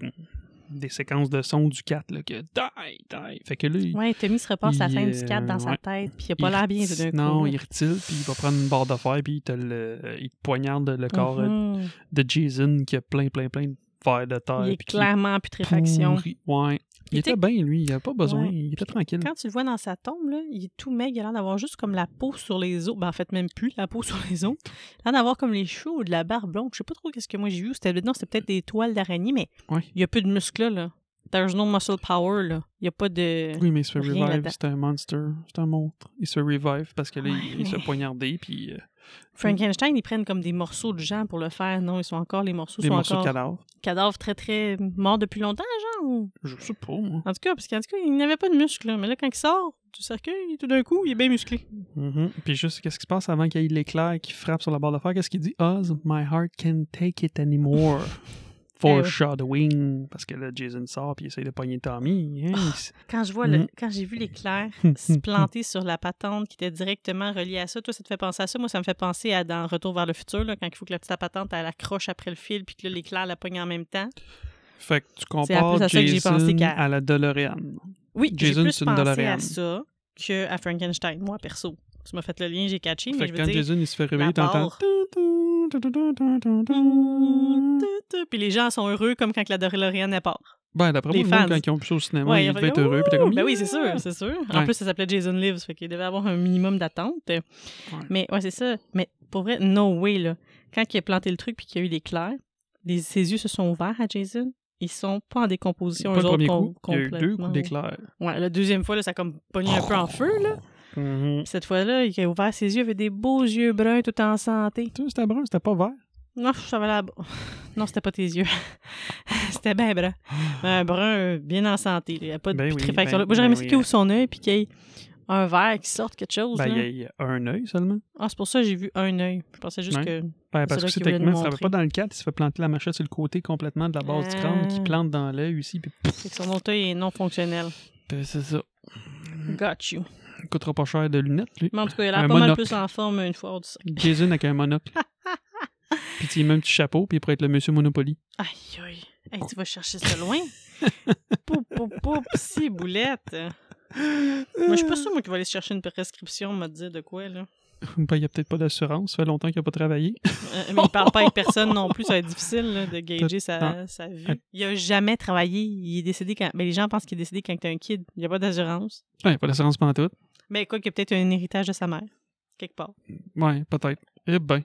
[SPEAKER 2] des séquences de son du 4, là, que die, die. Fait que là, il,
[SPEAKER 1] Ouais, Tommy se repasse la
[SPEAKER 2] Il,
[SPEAKER 1] fin du 4 dans
[SPEAKER 2] euh,
[SPEAKER 1] sa
[SPEAKER 2] ouais.
[SPEAKER 1] tête, puis il a pas
[SPEAKER 2] il
[SPEAKER 1] l'air bien
[SPEAKER 2] reti-
[SPEAKER 1] d'un coup.
[SPEAKER 2] Non,
[SPEAKER 1] là.
[SPEAKER 2] il retire, puis il va prendre une barre de fer, puis il te, le, euh, il te poignarde le corps euh,
[SPEAKER 1] Mhm.
[SPEAKER 2] de Jason qui a plein, plein, plein de fer de terre.
[SPEAKER 1] Il est
[SPEAKER 2] puis qui
[SPEAKER 1] clairement en putréfaction.
[SPEAKER 2] pourri. Ouais. Il,
[SPEAKER 1] Il
[SPEAKER 2] était
[SPEAKER 1] était-
[SPEAKER 2] bien, lui, il avait pas besoin,
[SPEAKER 1] Ouais.
[SPEAKER 2] il était tranquille.
[SPEAKER 1] Quand tu le vois dans sa tombe, là, il est tout maigre, il a l'air d'avoir juste comme la peau sur les os. Ben, en fait, même plus la peau sur les os. Il a l'air d'avoir comme les cheveux ou de la barbe blonde. Je sais pas trop qu'est-ce que moi j'ai vu. C'était non, c'était peut-être des toiles d'araignée, mais
[SPEAKER 2] Ouais.
[SPEAKER 1] il y a peu de muscles là, là. There's no muscle power là. Il y a pas de.
[SPEAKER 2] Oui, mais il se fait
[SPEAKER 1] Rien
[SPEAKER 2] revive,
[SPEAKER 1] là-dedans.
[SPEAKER 2] c'est un monster, c'est un monstre. Il se fait revive parce que là,
[SPEAKER 1] Ouais,
[SPEAKER 2] il, il se
[SPEAKER 1] mais-
[SPEAKER 2] fait poignarder, puis euh,
[SPEAKER 1] Frankenstein, ils prennent comme des morceaux de gens pour le faire. Non, ils sont encore les morceaux
[SPEAKER 2] des
[SPEAKER 1] sont
[SPEAKER 2] morceaux
[SPEAKER 1] encore
[SPEAKER 2] de cadavres.
[SPEAKER 1] cadavres très très morts depuis longtemps, genre. ou-
[SPEAKER 2] Je sais pas, moi.
[SPEAKER 1] En tout cas, parce qu'en tout cas, il n'avait pas de muscles. là. Mais là, quand il sort du cercueil, tout d'un coup, il est bien musclé.
[SPEAKER 2] Mhm. Puis juste, qu'est-ce qui se passe avant qu'il y ait l'éclair qui frappe sur la barre de fer? Qu'est-ce qu'il dit? Oz, my heart can't take it anymore.
[SPEAKER 1] Eh oui.
[SPEAKER 2] Foreshadowing. Parce que là, Jason sort, puis il essaie de pogner Tommy. hein, il s-
[SPEAKER 1] Quand je vois le,
[SPEAKER 2] Mm.
[SPEAKER 1] quand j'ai vu l'éclair se planter sur la patente qui était directement reliée à ça, toi, ça te fait penser à ça. Moi, ça me fait penser à dans Retour vers le futur, là, quand il faut que la petite patente, elle accroche après le fil, puis que là, l'éclair la pogne en même temps.
[SPEAKER 2] Fait que tu
[SPEAKER 1] C'est après
[SPEAKER 2] compares
[SPEAKER 1] ça que j'ai
[SPEAKER 2] Jason
[SPEAKER 1] pensé qu'à-
[SPEAKER 2] à la DeLorean.
[SPEAKER 1] Oui, j'ai
[SPEAKER 2] Jason,
[SPEAKER 1] plus
[SPEAKER 2] c'est une
[SPEAKER 1] pensé
[SPEAKER 2] DeLorean.
[SPEAKER 1] à ça que à Frankenstein, moi, perso. Tu m'as fait le lien, j'ai catché, mais
[SPEAKER 2] Fait
[SPEAKER 1] je
[SPEAKER 2] que
[SPEAKER 1] veux
[SPEAKER 2] quand
[SPEAKER 1] dire...
[SPEAKER 2] Jason, il se fait réveiller, t'entends...
[SPEAKER 1] barre. Puis les gens sont heureux comme quand la DeLorean est part.
[SPEAKER 2] Ben, d'après moi,
[SPEAKER 1] Les
[SPEAKER 2] le monde,
[SPEAKER 1] fans.
[SPEAKER 2] quand ils ont pu ça au cinéma,
[SPEAKER 1] Ouais,
[SPEAKER 2] ils
[SPEAKER 1] ils
[SPEAKER 2] devaient être
[SPEAKER 1] font,
[SPEAKER 2] heureux. Puis t'es comme,
[SPEAKER 1] Ben oui, c'est
[SPEAKER 2] Yeah!
[SPEAKER 1] sûr, c'est sûr. En
[SPEAKER 2] Ouais.
[SPEAKER 1] plus, ça s'appelait Jason Lives, fait qu'il devait avoir un minimum d'attente. Mais ouais, c'est ça. Mais pour vrai, no way, là. Quand il a planté le truc puis qu'il y a eu l'éclair, les, ses yeux se sont ouverts à Jason. Ils sont pas en décomposition,
[SPEAKER 2] Pas
[SPEAKER 1] eux
[SPEAKER 2] le
[SPEAKER 1] autres,
[SPEAKER 2] premier
[SPEAKER 1] com-
[SPEAKER 2] coup, il y a eu deux
[SPEAKER 1] complètement.
[SPEAKER 2] coups d'éclair.
[SPEAKER 1] Ouais, la deuxième fois, là, ça a comme pogné un peu en feu, là.
[SPEAKER 2] Mhm.
[SPEAKER 1] Puis cette fois-là, il a ouvert ses yeux, il avait des beaux yeux bruns tout en santé.
[SPEAKER 2] Tu sais, C'était brun, c'était pas vert.
[SPEAKER 1] Non, je savais là Non, c'était pas tes yeux. c'était bien brun. Un brun euh, bien en santé. là. Il n'y a pas de
[SPEAKER 2] Ah. Ben oui,
[SPEAKER 1] putréfaction.
[SPEAKER 2] ben-
[SPEAKER 1] Moi, j'aurais aimé
[SPEAKER 2] ben
[SPEAKER 1] ça
[SPEAKER 2] oui.
[SPEAKER 1] qu'il ouvre son œil puis qu'il y ait un verre qui sorte, quelque chose.
[SPEAKER 2] Ben,
[SPEAKER 1] là.
[SPEAKER 2] il y a un œil seulement.
[SPEAKER 1] Ah, c'est pour ça que j'ai vu un œil. Je pensais juste
[SPEAKER 2] Ouais.
[SPEAKER 1] que.
[SPEAKER 2] Ben, parce
[SPEAKER 1] vrai
[SPEAKER 2] que c'est
[SPEAKER 1] qu'il voulait
[SPEAKER 2] techniquement,
[SPEAKER 1] nous
[SPEAKER 2] ça va
[SPEAKER 1] montrer.
[SPEAKER 2] pas dans le 4, il se fait planter la machette sur le côté complètement de la base du crâne, qui
[SPEAKER 1] Ah.
[SPEAKER 2] plante dans l'œil aussi, puis
[SPEAKER 1] c'est que son autre œil est non fonctionnel.
[SPEAKER 2] ben, c'est ça.
[SPEAKER 1] Got you.
[SPEAKER 2] Il coûtera pas cher de lunettes, lui.
[SPEAKER 1] Mais en tout cas, il a
[SPEAKER 2] Un
[SPEAKER 1] l'air pas mal
[SPEAKER 2] monocle.
[SPEAKER 1] plus en forme une fois hors du sac.
[SPEAKER 2] Jason avec un monocle. puis tu mets un petit chapeau, puis il pourrait être le monsieur Monopoly.
[SPEAKER 1] Aïe, aïe. Hey, tu vas chercher ça loin? pou, pou, pou, si, boulette. Moi, je suis pas sûre, moi, qu'il va aller chercher une prescription, me dire de quoi, là.
[SPEAKER 2] Ben, il y a peut-être pas d'assurance, ça fait longtemps qu'il a pas travaillé.
[SPEAKER 1] Euh, mais il parle pas avec personne non plus, ça va être difficile, là, de gager sa, sa vue. Il a jamais travaillé. Il est décédé quand. Mais les gens pensent qu'il est décédé quand t'es un kid. Il n'y a pas d'assurance.
[SPEAKER 2] Ouais, pas d'assurance pantoute.
[SPEAKER 1] Mais quoi, qu'il y a peut-être un héritage de sa mère, quelque part.
[SPEAKER 2] Ouais, peut-être. Eh ben.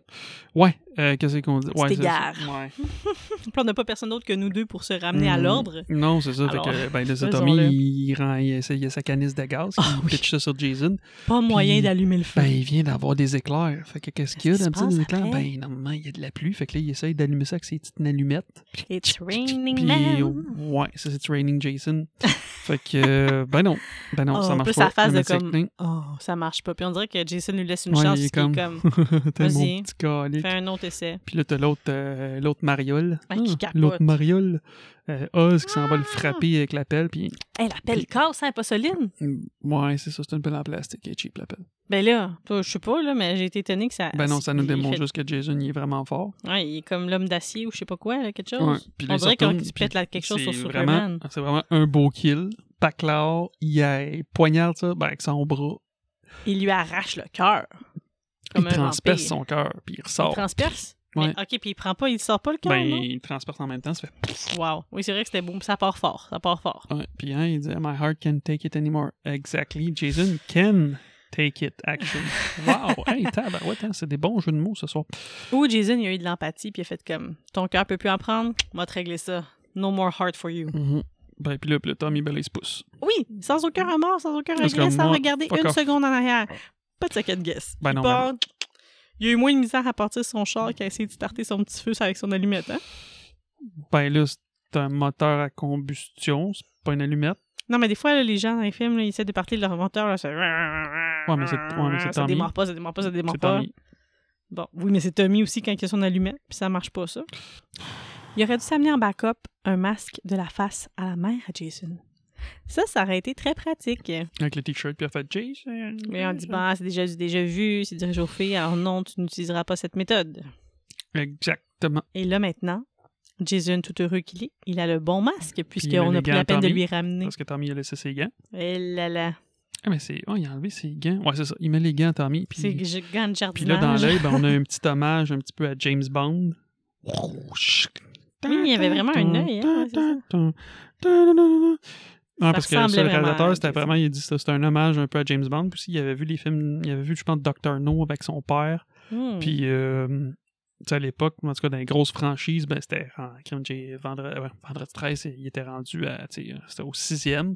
[SPEAKER 2] Ouais, euh, qu'est-ce qu'on dit? Ouais,
[SPEAKER 1] Tu
[SPEAKER 2] c'est ça.
[SPEAKER 1] t'égares.
[SPEAKER 2] Ouais.
[SPEAKER 1] Puis on n'a pas personne d'autre que nous deux pour se ramener à
[SPEAKER 2] Mm.
[SPEAKER 1] l'ordre.
[SPEAKER 2] Non, c'est ça.
[SPEAKER 1] Alors,
[SPEAKER 2] fait que, ben, là, c'est
[SPEAKER 1] faisons-le.
[SPEAKER 2] Tommy, il, rend, il, essaie- il a sa canisse de gaz,
[SPEAKER 1] Ah
[SPEAKER 2] il
[SPEAKER 1] oui.
[SPEAKER 2] pitch ça sur Jason.
[SPEAKER 1] Pas moyen
[SPEAKER 2] Puis,
[SPEAKER 1] d'allumer le feu.
[SPEAKER 2] Ben, il vient d'avoir des éclairs. Fait que qu'est-ce qu'il y a
[SPEAKER 1] Qu'est-ce
[SPEAKER 2] dans
[SPEAKER 1] qui
[SPEAKER 2] le
[SPEAKER 1] se
[SPEAKER 2] petit
[SPEAKER 1] passe
[SPEAKER 2] éclair?
[SPEAKER 1] après?
[SPEAKER 2] Ben, normalement, il y a de la pluie. Fait que là, il essaie d'allumer ça avec ses petites allumettes.
[SPEAKER 1] It's raining
[SPEAKER 2] Puis,
[SPEAKER 1] man.
[SPEAKER 2] oh, ouais, ça, c'est Raining Jason. fait que, euh, ben non. Ben non,
[SPEAKER 1] Oh,
[SPEAKER 2] ça
[SPEAKER 1] en
[SPEAKER 2] marche
[SPEAKER 1] plus,
[SPEAKER 2] pas. hein?
[SPEAKER 1] la phase de
[SPEAKER 2] Mais c'est-
[SPEAKER 1] comme- Oh, ça marche pas. Puis on dirait que Jason lui laisse une
[SPEAKER 2] Ouais,
[SPEAKER 1] chance.
[SPEAKER 2] il
[SPEAKER 1] Il
[SPEAKER 2] est
[SPEAKER 1] est comme,
[SPEAKER 2] T'es mon
[SPEAKER 1] Vas-y.
[SPEAKER 2] petit calique.
[SPEAKER 1] fais un autre essai.
[SPEAKER 2] Puis là, t'as l'autre euh, l'autre mariole.
[SPEAKER 1] Ah, qui capote.
[SPEAKER 2] l'autre mariole. Euh, Oz qui s'en va le frapper avec la pelle. Puis,
[SPEAKER 1] Hey, la pelle casse, hein, elle est pas solide.
[SPEAKER 2] Mm, ouais, c'est ça, c'est une pelle en plastique. Elle est cheap, la pelle.
[SPEAKER 1] Ben là, toi, je sais pas, là, mais j'ai été étonnée que ça.
[SPEAKER 2] Ben non, ça nous
[SPEAKER 1] il
[SPEAKER 2] démontre
[SPEAKER 1] fait-
[SPEAKER 2] juste que Jason, il est vraiment fort.
[SPEAKER 1] Ouais, il est comme l'homme d'acier ou je sais pas quoi, là, quelque chose.
[SPEAKER 2] Ouais. Puis
[SPEAKER 1] Oh,
[SPEAKER 2] là,
[SPEAKER 1] on
[SPEAKER 2] il se
[SPEAKER 1] dirait qu'on
[SPEAKER 2] retourne,
[SPEAKER 1] tu
[SPEAKER 2] puis
[SPEAKER 1] pètes là, quelque chose
[SPEAKER 2] c'est
[SPEAKER 1] sur
[SPEAKER 2] vraiment-
[SPEAKER 1] Superman.
[SPEAKER 2] C'est vraiment un beau kill. Paclar, il a- il poignarde ça ben, avec son bras.
[SPEAKER 1] Il lui arrache le cœur. Comme un
[SPEAKER 2] il transperce
[SPEAKER 1] vampire.
[SPEAKER 2] son cœur, puis il
[SPEAKER 1] Il
[SPEAKER 2] ressort.
[SPEAKER 1] transperce?
[SPEAKER 2] Oh. Ouais.
[SPEAKER 1] Mais, ok, puis il prend pas, il sort pas le cœur,
[SPEAKER 2] ben,
[SPEAKER 1] non?
[SPEAKER 2] il transperce en même temps, ça fait...
[SPEAKER 1] Wow. Oui, c'est vrai que c'était beau, mais ça part fort, ça part fort.
[SPEAKER 2] Ouais. Puis hein, il dit « My heart can't take it anymore ». Exactly. Jason can take it, actually. Wow! hey, tabarouette, hein, c'est des bons jeux de mots ce soir.
[SPEAKER 1] Ou Jason, il a eu de l'empathie, puis il a fait comme Ton cœur peut plus en prendre, moi te régler ça. No more heart for you.
[SPEAKER 2] Mhm. Ben, puis là, puis le Tommy, ben là, il se pousse.
[SPEAKER 1] Oui, sans aucun remords, sans aucun
[SPEAKER 2] Mm. Parce
[SPEAKER 1] regret,
[SPEAKER 2] que
[SPEAKER 1] sans
[SPEAKER 2] moi,
[SPEAKER 1] regarder
[SPEAKER 2] fuck
[SPEAKER 1] une
[SPEAKER 2] off. Ah.
[SPEAKER 1] seconde en arrière. Pas de second guess.
[SPEAKER 2] Ben
[SPEAKER 1] il
[SPEAKER 2] non,
[SPEAKER 1] part. Il y a eu moins de misère à partir de son char qu'à essayer de starter son petit feu avec son allumette, hein?
[SPEAKER 2] Ben là, c'est un moteur à combustion, c'est pas une allumette.
[SPEAKER 1] Non, mais des fois, là, les gens dans les films, là, ils essaient de partir de leur moteur, là, ça... Ouais,
[SPEAKER 2] mais c'est- ouais, mais c'est
[SPEAKER 1] Ça
[SPEAKER 2] Tommy.
[SPEAKER 1] démarre pas, ça démarre pas, ça démarre
[SPEAKER 2] C'est
[SPEAKER 1] pas.
[SPEAKER 2] Tommy.
[SPEAKER 1] Bon, oui, mais c'est Tommy aussi quand il a son allumette, puis ça marche pas, ça. Il aurait dû s'amener en backup un masque de la face à la mère à Jason. Ça, ça aurait été très pratique.
[SPEAKER 2] Avec le t-shirt, puis elle fait Jason.
[SPEAKER 1] Mais on dit, bah, c'est déjà, du déjà vu, c'est du réchauffé, alors non, tu n'utiliseras pas cette méthode.
[SPEAKER 2] Exactement.
[SPEAKER 1] Et là, maintenant, Jason, tout heureux qu'il est, il a le bon masque,
[SPEAKER 2] il a
[SPEAKER 1] puisqu'on
[SPEAKER 2] les
[SPEAKER 1] a pris
[SPEAKER 2] gants
[SPEAKER 1] la peine de
[SPEAKER 2] Tommy,
[SPEAKER 1] lui ramener.
[SPEAKER 2] Parce que Tommy a laissé ses gants.
[SPEAKER 1] Eh là là.
[SPEAKER 2] Ah, mais c'est. Oh, il a enlevé ses gants. Ouais, c'est ça. Il met les gants à Tommy. Puis,
[SPEAKER 1] C'est gant de jardinage.
[SPEAKER 2] puis là, dans l'œil, ben, on a un petit hommage un petit peu à James Bond.
[SPEAKER 1] Oui, il y avait vraiment un œil, hein, ouais, c'est ça.
[SPEAKER 2] Non, parce que
[SPEAKER 1] ressemblait
[SPEAKER 2] ça, le
[SPEAKER 1] vraiment à
[SPEAKER 2] réalisateur, c'était
[SPEAKER 1] James
[SPEAKER 2] vraiment, il a dit ça, c'était un hommage un peu à James Bond. Puis aussi, il avait vu les films, il avait vu, je pense, Doctor No avec son père.
[SPEAKER 1] Hmm.
[SPEAKER 2] Puis, euh, tu sais, à l'époque, en tout cas, dans les grosses franchises, ben, c'était en- quand j'ai- vendredi, ouais, vendredi 13, il était rendu à, tu sais, c'était au sixième.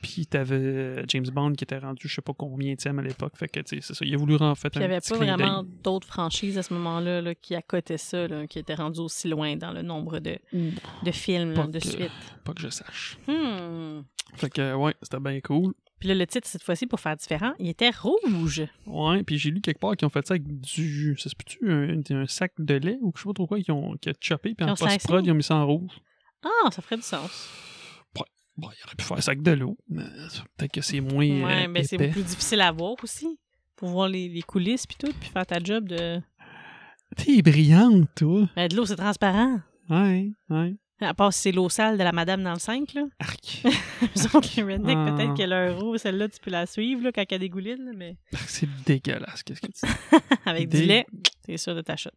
[SPEAKER 2] Puis, t'avais euh, James Bond qui était rendu, je sais pas combien, à l'époque. Fait que, tu sais, c'est ça. Il a voulu en fait
[SPEAKER 1] Puis il
[SPEAKER 2] un
[SPEAKER 1] n'y avait
[SPEAKER 2] petit
[SPEAKER 1] pas
[SPEAKER 2] clin d'œil.
[SPEAKER 1] vraiment d'autres franchises à ce moment-là là, qui accotaient ça, là, qui étaient rendues aussi loin dans le nombre de, de films
[SPEAKER 2] Pas
[SPEAKER 1] de
[SPEAKER 2] que-
[SPEAKER 1] suite.
[SPEAKER 2] Pas que je sache.
[SPEAKER 1] Hmm.
[SPEAKER 2] Fait que, ouais, c'était bien cool.
[SPEAKER 1] Puis là, le titre, cette fois-ci, pour faire différent, il était rouge.
[SPEAKER 2] Ouais, puis j'ai lu quelque part qu'ils ont fait ça avec du. Ça se peut-tu, un, un sac de lait ou je sais pas trop quoi, qu'ils ont, qu'ils ont chopé, puis
[SPEAKER 1] Ils
[SPEAKER 2] en
[SPEAKER 1] ont slicé.
[SPEAKER 2] post-prod, ils ont mis ça en rouge.
[SPEAKER 1] Ah, ça ferait du sens.
[SPEAKER 2] Bon, ils auraient pu faire un sac de l'eau, mais ça, peut-être que c'est moins.
[SPEAKER 1] ouais,
[SPEAKER 2] euh,
[SPEAKER 1] mais c'est
[SPEAKER 2] épais.
[SPEAKER 1] plus difficile à voir aussi. Pour voir les, les coulisses puis tout, puis faire ta job de...
[SPEAKER 2] T'es brillante, toi.
[SPEAKER 1] Mais de l'eau, c'est transparent.
[SPEAKER 2] Ouais, ouais.
[SPEAKER 1] À part si c'est l'eau sale de la madame dans le 5, là.
[SPEAKER 2] Arc.
[SPEAKER 1] Eux autres, les rednecks,
[SPEAKER 2] Ah.
[SPEAKER 1] peut-être que leur eau, celle-là, tu peux la suivre, là, quand elle dégouline, là, mais...
[SPEAKER 2] Arc, c'est dégueulasse. Qu'est-ce que tu dis?
[SPEAKER 1] Avec
[SPEAKER 2] Des-
[SPEAKER 1] du lait, t'es sûr de ta chute.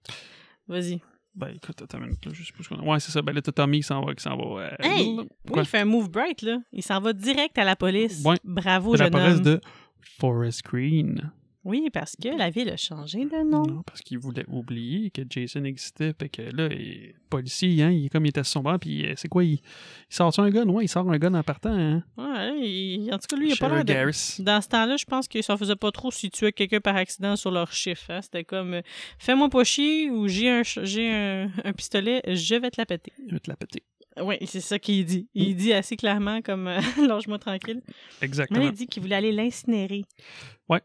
[SPEAKER 1] Vas-y.
[SPEAKER 2] Ben écoute, attends une minute, là, je sais pas ce qu'on a. Ouais, c'est ça. Ben là, t'as Tommy qui s'en va. Qui s'en va euh,
[SPEAKER 1] Hey!
[SPEAKER 2] là.
[SPEAKER 1] Oui,
[SPEAKER 2] Pourquoi?
[SPEAKER 1] il fait un move bright, là. Il s'en va direct à la police.
[SPEAKER 2] Ouais.
[SPEAKER 1] Bravo,
[SPEAKER 2] C'est la
[SPEAKER 1] jeune homme.
[SPEAKER 2] paresse de Forest Green.
[SPEAKER 1] Oui, parce que la ville a changé de nom.
[SPEAKER 2] parce qu'il voulait oublier que Jason existait. Fait que là, il, policier, hein, il, est comme il était sur son banc, puis euh, c'est quoi, il, il sort un gun? Ouais, il sort un gun en partant, hein?
[SPEAKER 1] Ouais, il- en tout cas, lui, il a pas
[SPEAKER 2] Sheriff
[SPEAKER 1] l'air de...
[SPEAKER 2] Garris.
[SPEAKER 1] Dans ce temps-là, je pense que ça faisait pas trop si tu tuaient quelqu'un par accident sur leur chiffre. hein. C'était comme euh, fais-moi pas chier ou j'ai un, ch- j'ai un, un pistolet, je vais te la péter.
[SPEAKER 2] Il va te la péter.
[SPEAKER 1] Oui, c'est ça qu'il dit. Il
[SPEAKER 2] Mm.
[SPEAKER 1] dit assez clairement comme euh, lâche-moi tranquille. Mais là,
[SPEAKER 2] Exactement.
[SPEAKER 1] il dit qu'il voulait aller l'incinérer.
[SPEAKER 2] Ouais.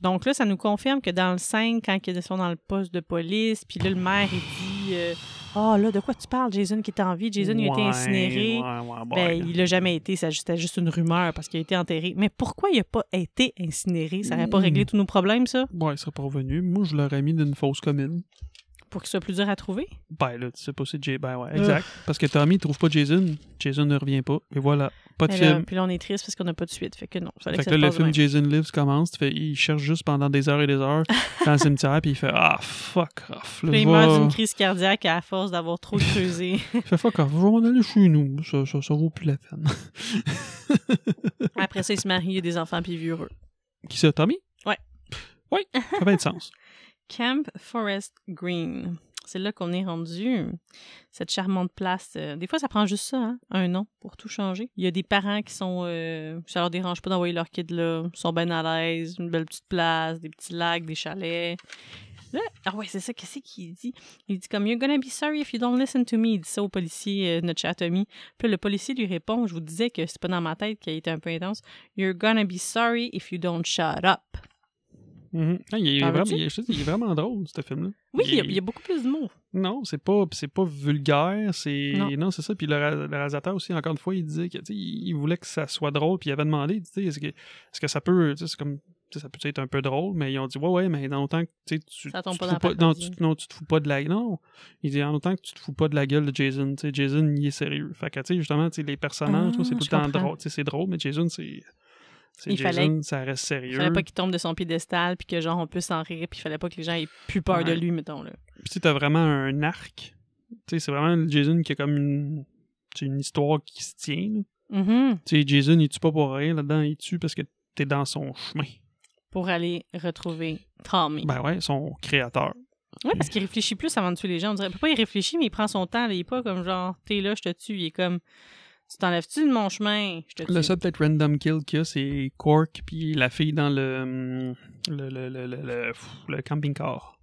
[SPEAKER 1] Donc là, ça nous confirme que dans le 5, quand ils sont dans le poste de police, puis là, le maire, il dit euh, Ah, là, de quoi tu parles, Jason qui est en vie Jason, il a été
[SPEAKER 2] Ouais,
[SPEAKER 1] incinéré.
[SPEAKER 2] ouais, ouais, ouais.
[SPEAKER 1] Ben, il l'a jamais été, ça c'était juste une rumeur parce qu'il a été enterré. Mais pourquoi il a pas été incinéré? Ça n'aurait pas
[SPEAKER 2] Mm.
[SPEAKER 1] réglé tous nos problèmes, ça?
[SPEAKER 2] Ouais, il serait pas revenu. Moi, je l'aurais mis d'une fausse commune.
[SPEAKER 1] Pour qu'il soit plus dur à trouver?
[SPEAKER 2] Ben là, tu sais pas si Jay. Ben ouais,
[SPEAKER 1] Ah.
[SPEAKER 2] exact. Parce que Tommy trouve pas Jason. Jason ne revient pas. Et voilà, pas de
[SPEAKER 1] Mais Ben là,
[SPEAKER 2] film.
[SPEAKER 1] puis là, on est triste parce qu'on n'a pas de suite. Fait que non, fallait que
[SPEAKER 2] Fait que
[SPEAKER 1] ça
[SPEAKER 2] là,
[SPEAKER 1] se
[SPEAKER 2] le
[SPEAKER 1] passe de
[SPEAKER 2] film
[SPEAKER 1] même.
[SPEAKER 2] Jason Lives commence. tu fais- il cherche juste pendant des heures et des heures dans le cimetière, puis il fait Ah, fuck off. là,
[SPEAKER 1] Puis
[SPEAKER 2] je
[SPEAKER 1] il meurt
[SPEAKER 2] vais-
[SPEAKER 1] d'une crise cardiaque à force d'avoir trop creusé.
[SPEAKER 2] Fait fuck off, je vais m'en aller chez nous. Ça, ça, ça vaut plus la peine.
[SPEAKER 1] Après ça, il se marie, il a des enfants puis il vit heureux.
[SPEAKER 2] Qui ça, Tommy?
[SPEAKER 1] Ouais.
[SPEAKER 2] Oui, ça fait du sens.
[SPEAKER 1] Camp Forest Green. C'est là qu'on est rendu. Cette charmante place. euh, des fois, ça prend juste ça, hein, un an, pour tout changer. Il y a des parents qui sont. euh, ça leur dérange pas d'envoyer leur kid là. Ils sont bien à l'aise. Une belle petite place, des petits lacs, des chalets. Là, ah ouais, c'est ça. Qu'est-ce qu'il dit? Il dit comme You're gonna be sorry if you don't listen to me. Il dit ça au policier, euh, notre chat Tommy. Puis là, le policier lui répond Je vous disais que c'est pas dans ma tête qu'elle était un peu intense. You're gonna be sorry if you don't shut up.
[SPEAKER 2] Ah, il, est
[SPEAKER 1] T'en
[SPEAKER 2] vraiment,
[SPEAKER 1] veux-tu?
[SPEAKER 2] il est- je sais, il est vraiment drôle, ce film-là.
[SPEAKER 1] Oui, il y a-
[SPEAKER 2] Il-
[SPEAKER 1] il y a beaucoup plus de mots.
[SPEAKER 2] Non, c'est pas, c'est pas vulgaire. C'est... Non.
[SPEAKER 1] Non.
[SPEAKER 2] c'est ça. Puis le, ra- le réalisateur aussi, encore une fois, il disait que, tu sais, il voulait que ça soit drôle. Puis il avait demandé tu sais, est-ce que, est-ce que ça peut. tu sais, C'est comme, tu sais, ça peut être un peu drôle, mais ils ont dit ouais, ouais, mais dans autant que tu sais, tu,
[SPEAKER 1] Ça tombe
[SPEAKER 2] tu
[SPEAKER 1] pas
[SPEAKER 2] te
[SPEAKER 1] dans
[SPEAKER 2] fous
[SPEAKER 1] la
[SPEAKER 2] non,
[SPEAKER 1] parodie.
[SPEAKER 2] tu, non, tu te fous pas de la. Non. Il dit en autant que tu te fous pas de la gueule de Jason. Tu sais, Jason, il est sérieux. Fait que, tu sais, justement, tu sais, les personnages,
[SPEAKER 1] Ah,
[SPEAKER 2] toi, c'est tout le
[SPEAKER 1] je
[SPEAKER 2] temps
[SPEAKER 1] comprends.
[SPEAKER 2] drôle. Tu sais, c'est drôle, mais Jason, c'est. c'est
[SPEAKER 1] Il
[SPEAKER 2] Jason,
[SPEAKER 1] fallait-
[SPEAKER 2] ça reste
[SPEAKER 1] Il
[SPEAKER 2] sérieux.
[SPEAKER 1] fallait pas qu'il tombe de son piédestal, puis que genre on puisse en rire, puis il fallait pas que les gens aient plus peur de
[SPEAKER 2] Ouais.
[SPEAKER 1] lui, mettons. Là.
[SPEAKER 2] Puis tu sais, t'as vraiment un arc. Tu sais, c'est vraiment le Jason qui a comme une, tu sais, une histoire qui se tient. là.
[SPEAKER 1] Mhm.
[SPEAKER 2] Tu sais, Jason, il tue pas pour rien là-dedans, il tue parce que t'es dans son chemin.
[SPEAKER 1] Pour aller retrouver Tommy.
[SPEAKER 2] Ben ouais, son créateur.
[SPEAKER 1] ouais, parce qu'il réfléchit plus avant de tuer les gens. On dirait pas il réfléchit, mais il prend son temps. là. Il est pas comme genre t'es là, je te tue. Il est comme tu t'enlèves-tu de mon chemin, je te tue.
[SPEAKER 2] Le seul peut-être random kill qu'il y a, c'est Cork puis la fille dans le hum, le, le, le, le, le- pff, le camping-car.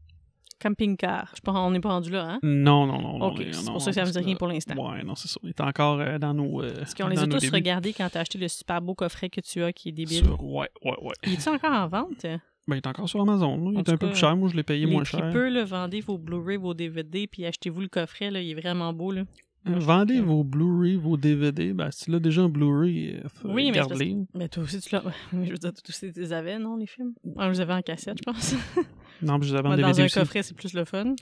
[SPEAKER 1] Camping car. Je sais pas, on n'est pas rendu là, hein?
[SPEAKER 2] Non, non, non. non,
[SPEAKER 1] ok,
[SPEAKER 2] non,
[SPEAKER 1] c'est
[SPEAKER 2] non,
[SPEAKER 1] pour ça que ça me dit
[SPEAKER 2] parce
[SPEAKER 1] rien pour l'instant.
[SPEAKER 2] Ouais, non, c'est ça. Il est encore euh, dans nos. euh,
[SPEAKER 1] Parce qu'on les
[SPEAKER 2] dans
[SPEAKER 1] a
[SPEAKER 2] nos
[SPEAKER 1] tous
[SPEAKER 2] débuts.
[SPEAKER 1] regardés quand t'as acheté le super beau coffret que tu as qui est débile.
[SPEAKER 2] Sur- Ouais, ouais, ouais.
[SPEAKER 1] Il est encore en vente?
[SPEAKER 2] Ben, il est encore sur Amazon. là. Il
[SPEAKER 1] En
[SPEAKER 2] est
[SPEAKER 1] tout
[SPEAKER 2] un peu
[SPEAKER 1] cas,
[SPEAKER 2] plus cher. Moi, je l'ai payé
[SPEAKER 1] Les
[SPEAKER 2] moins cher.
[SPEAKER 1] tripeux, là, vendez vos Blu-ray, vos DVD, puis achetez-vous le coffret, là, il est vraiment beau. Là.
[SPEAKER 2] Vendez vos Blu-ray, vos DVD. Ben, si tu l'as déjà en Blu-ray, euh, faut-
[SPEAKER 1] Oui, mais c'est parce
[SPEAKER 2] garde-les.
[SPEAKER 1] Mais toi aussi, tu l'as. Mais je veux dire, toi aussi, tu les avais, non, les films? Ah, je les avais en cassette, je pense.
[SPEAKER 2] Non, puis je les avais en
[SPEAKER 1] Moi, dans
[SPEAKER 2] DVD
[SPEAKER 1] un
[SPEAKER 2] aussi.
[SPEAKER 1] coffret, c'est plus le fun.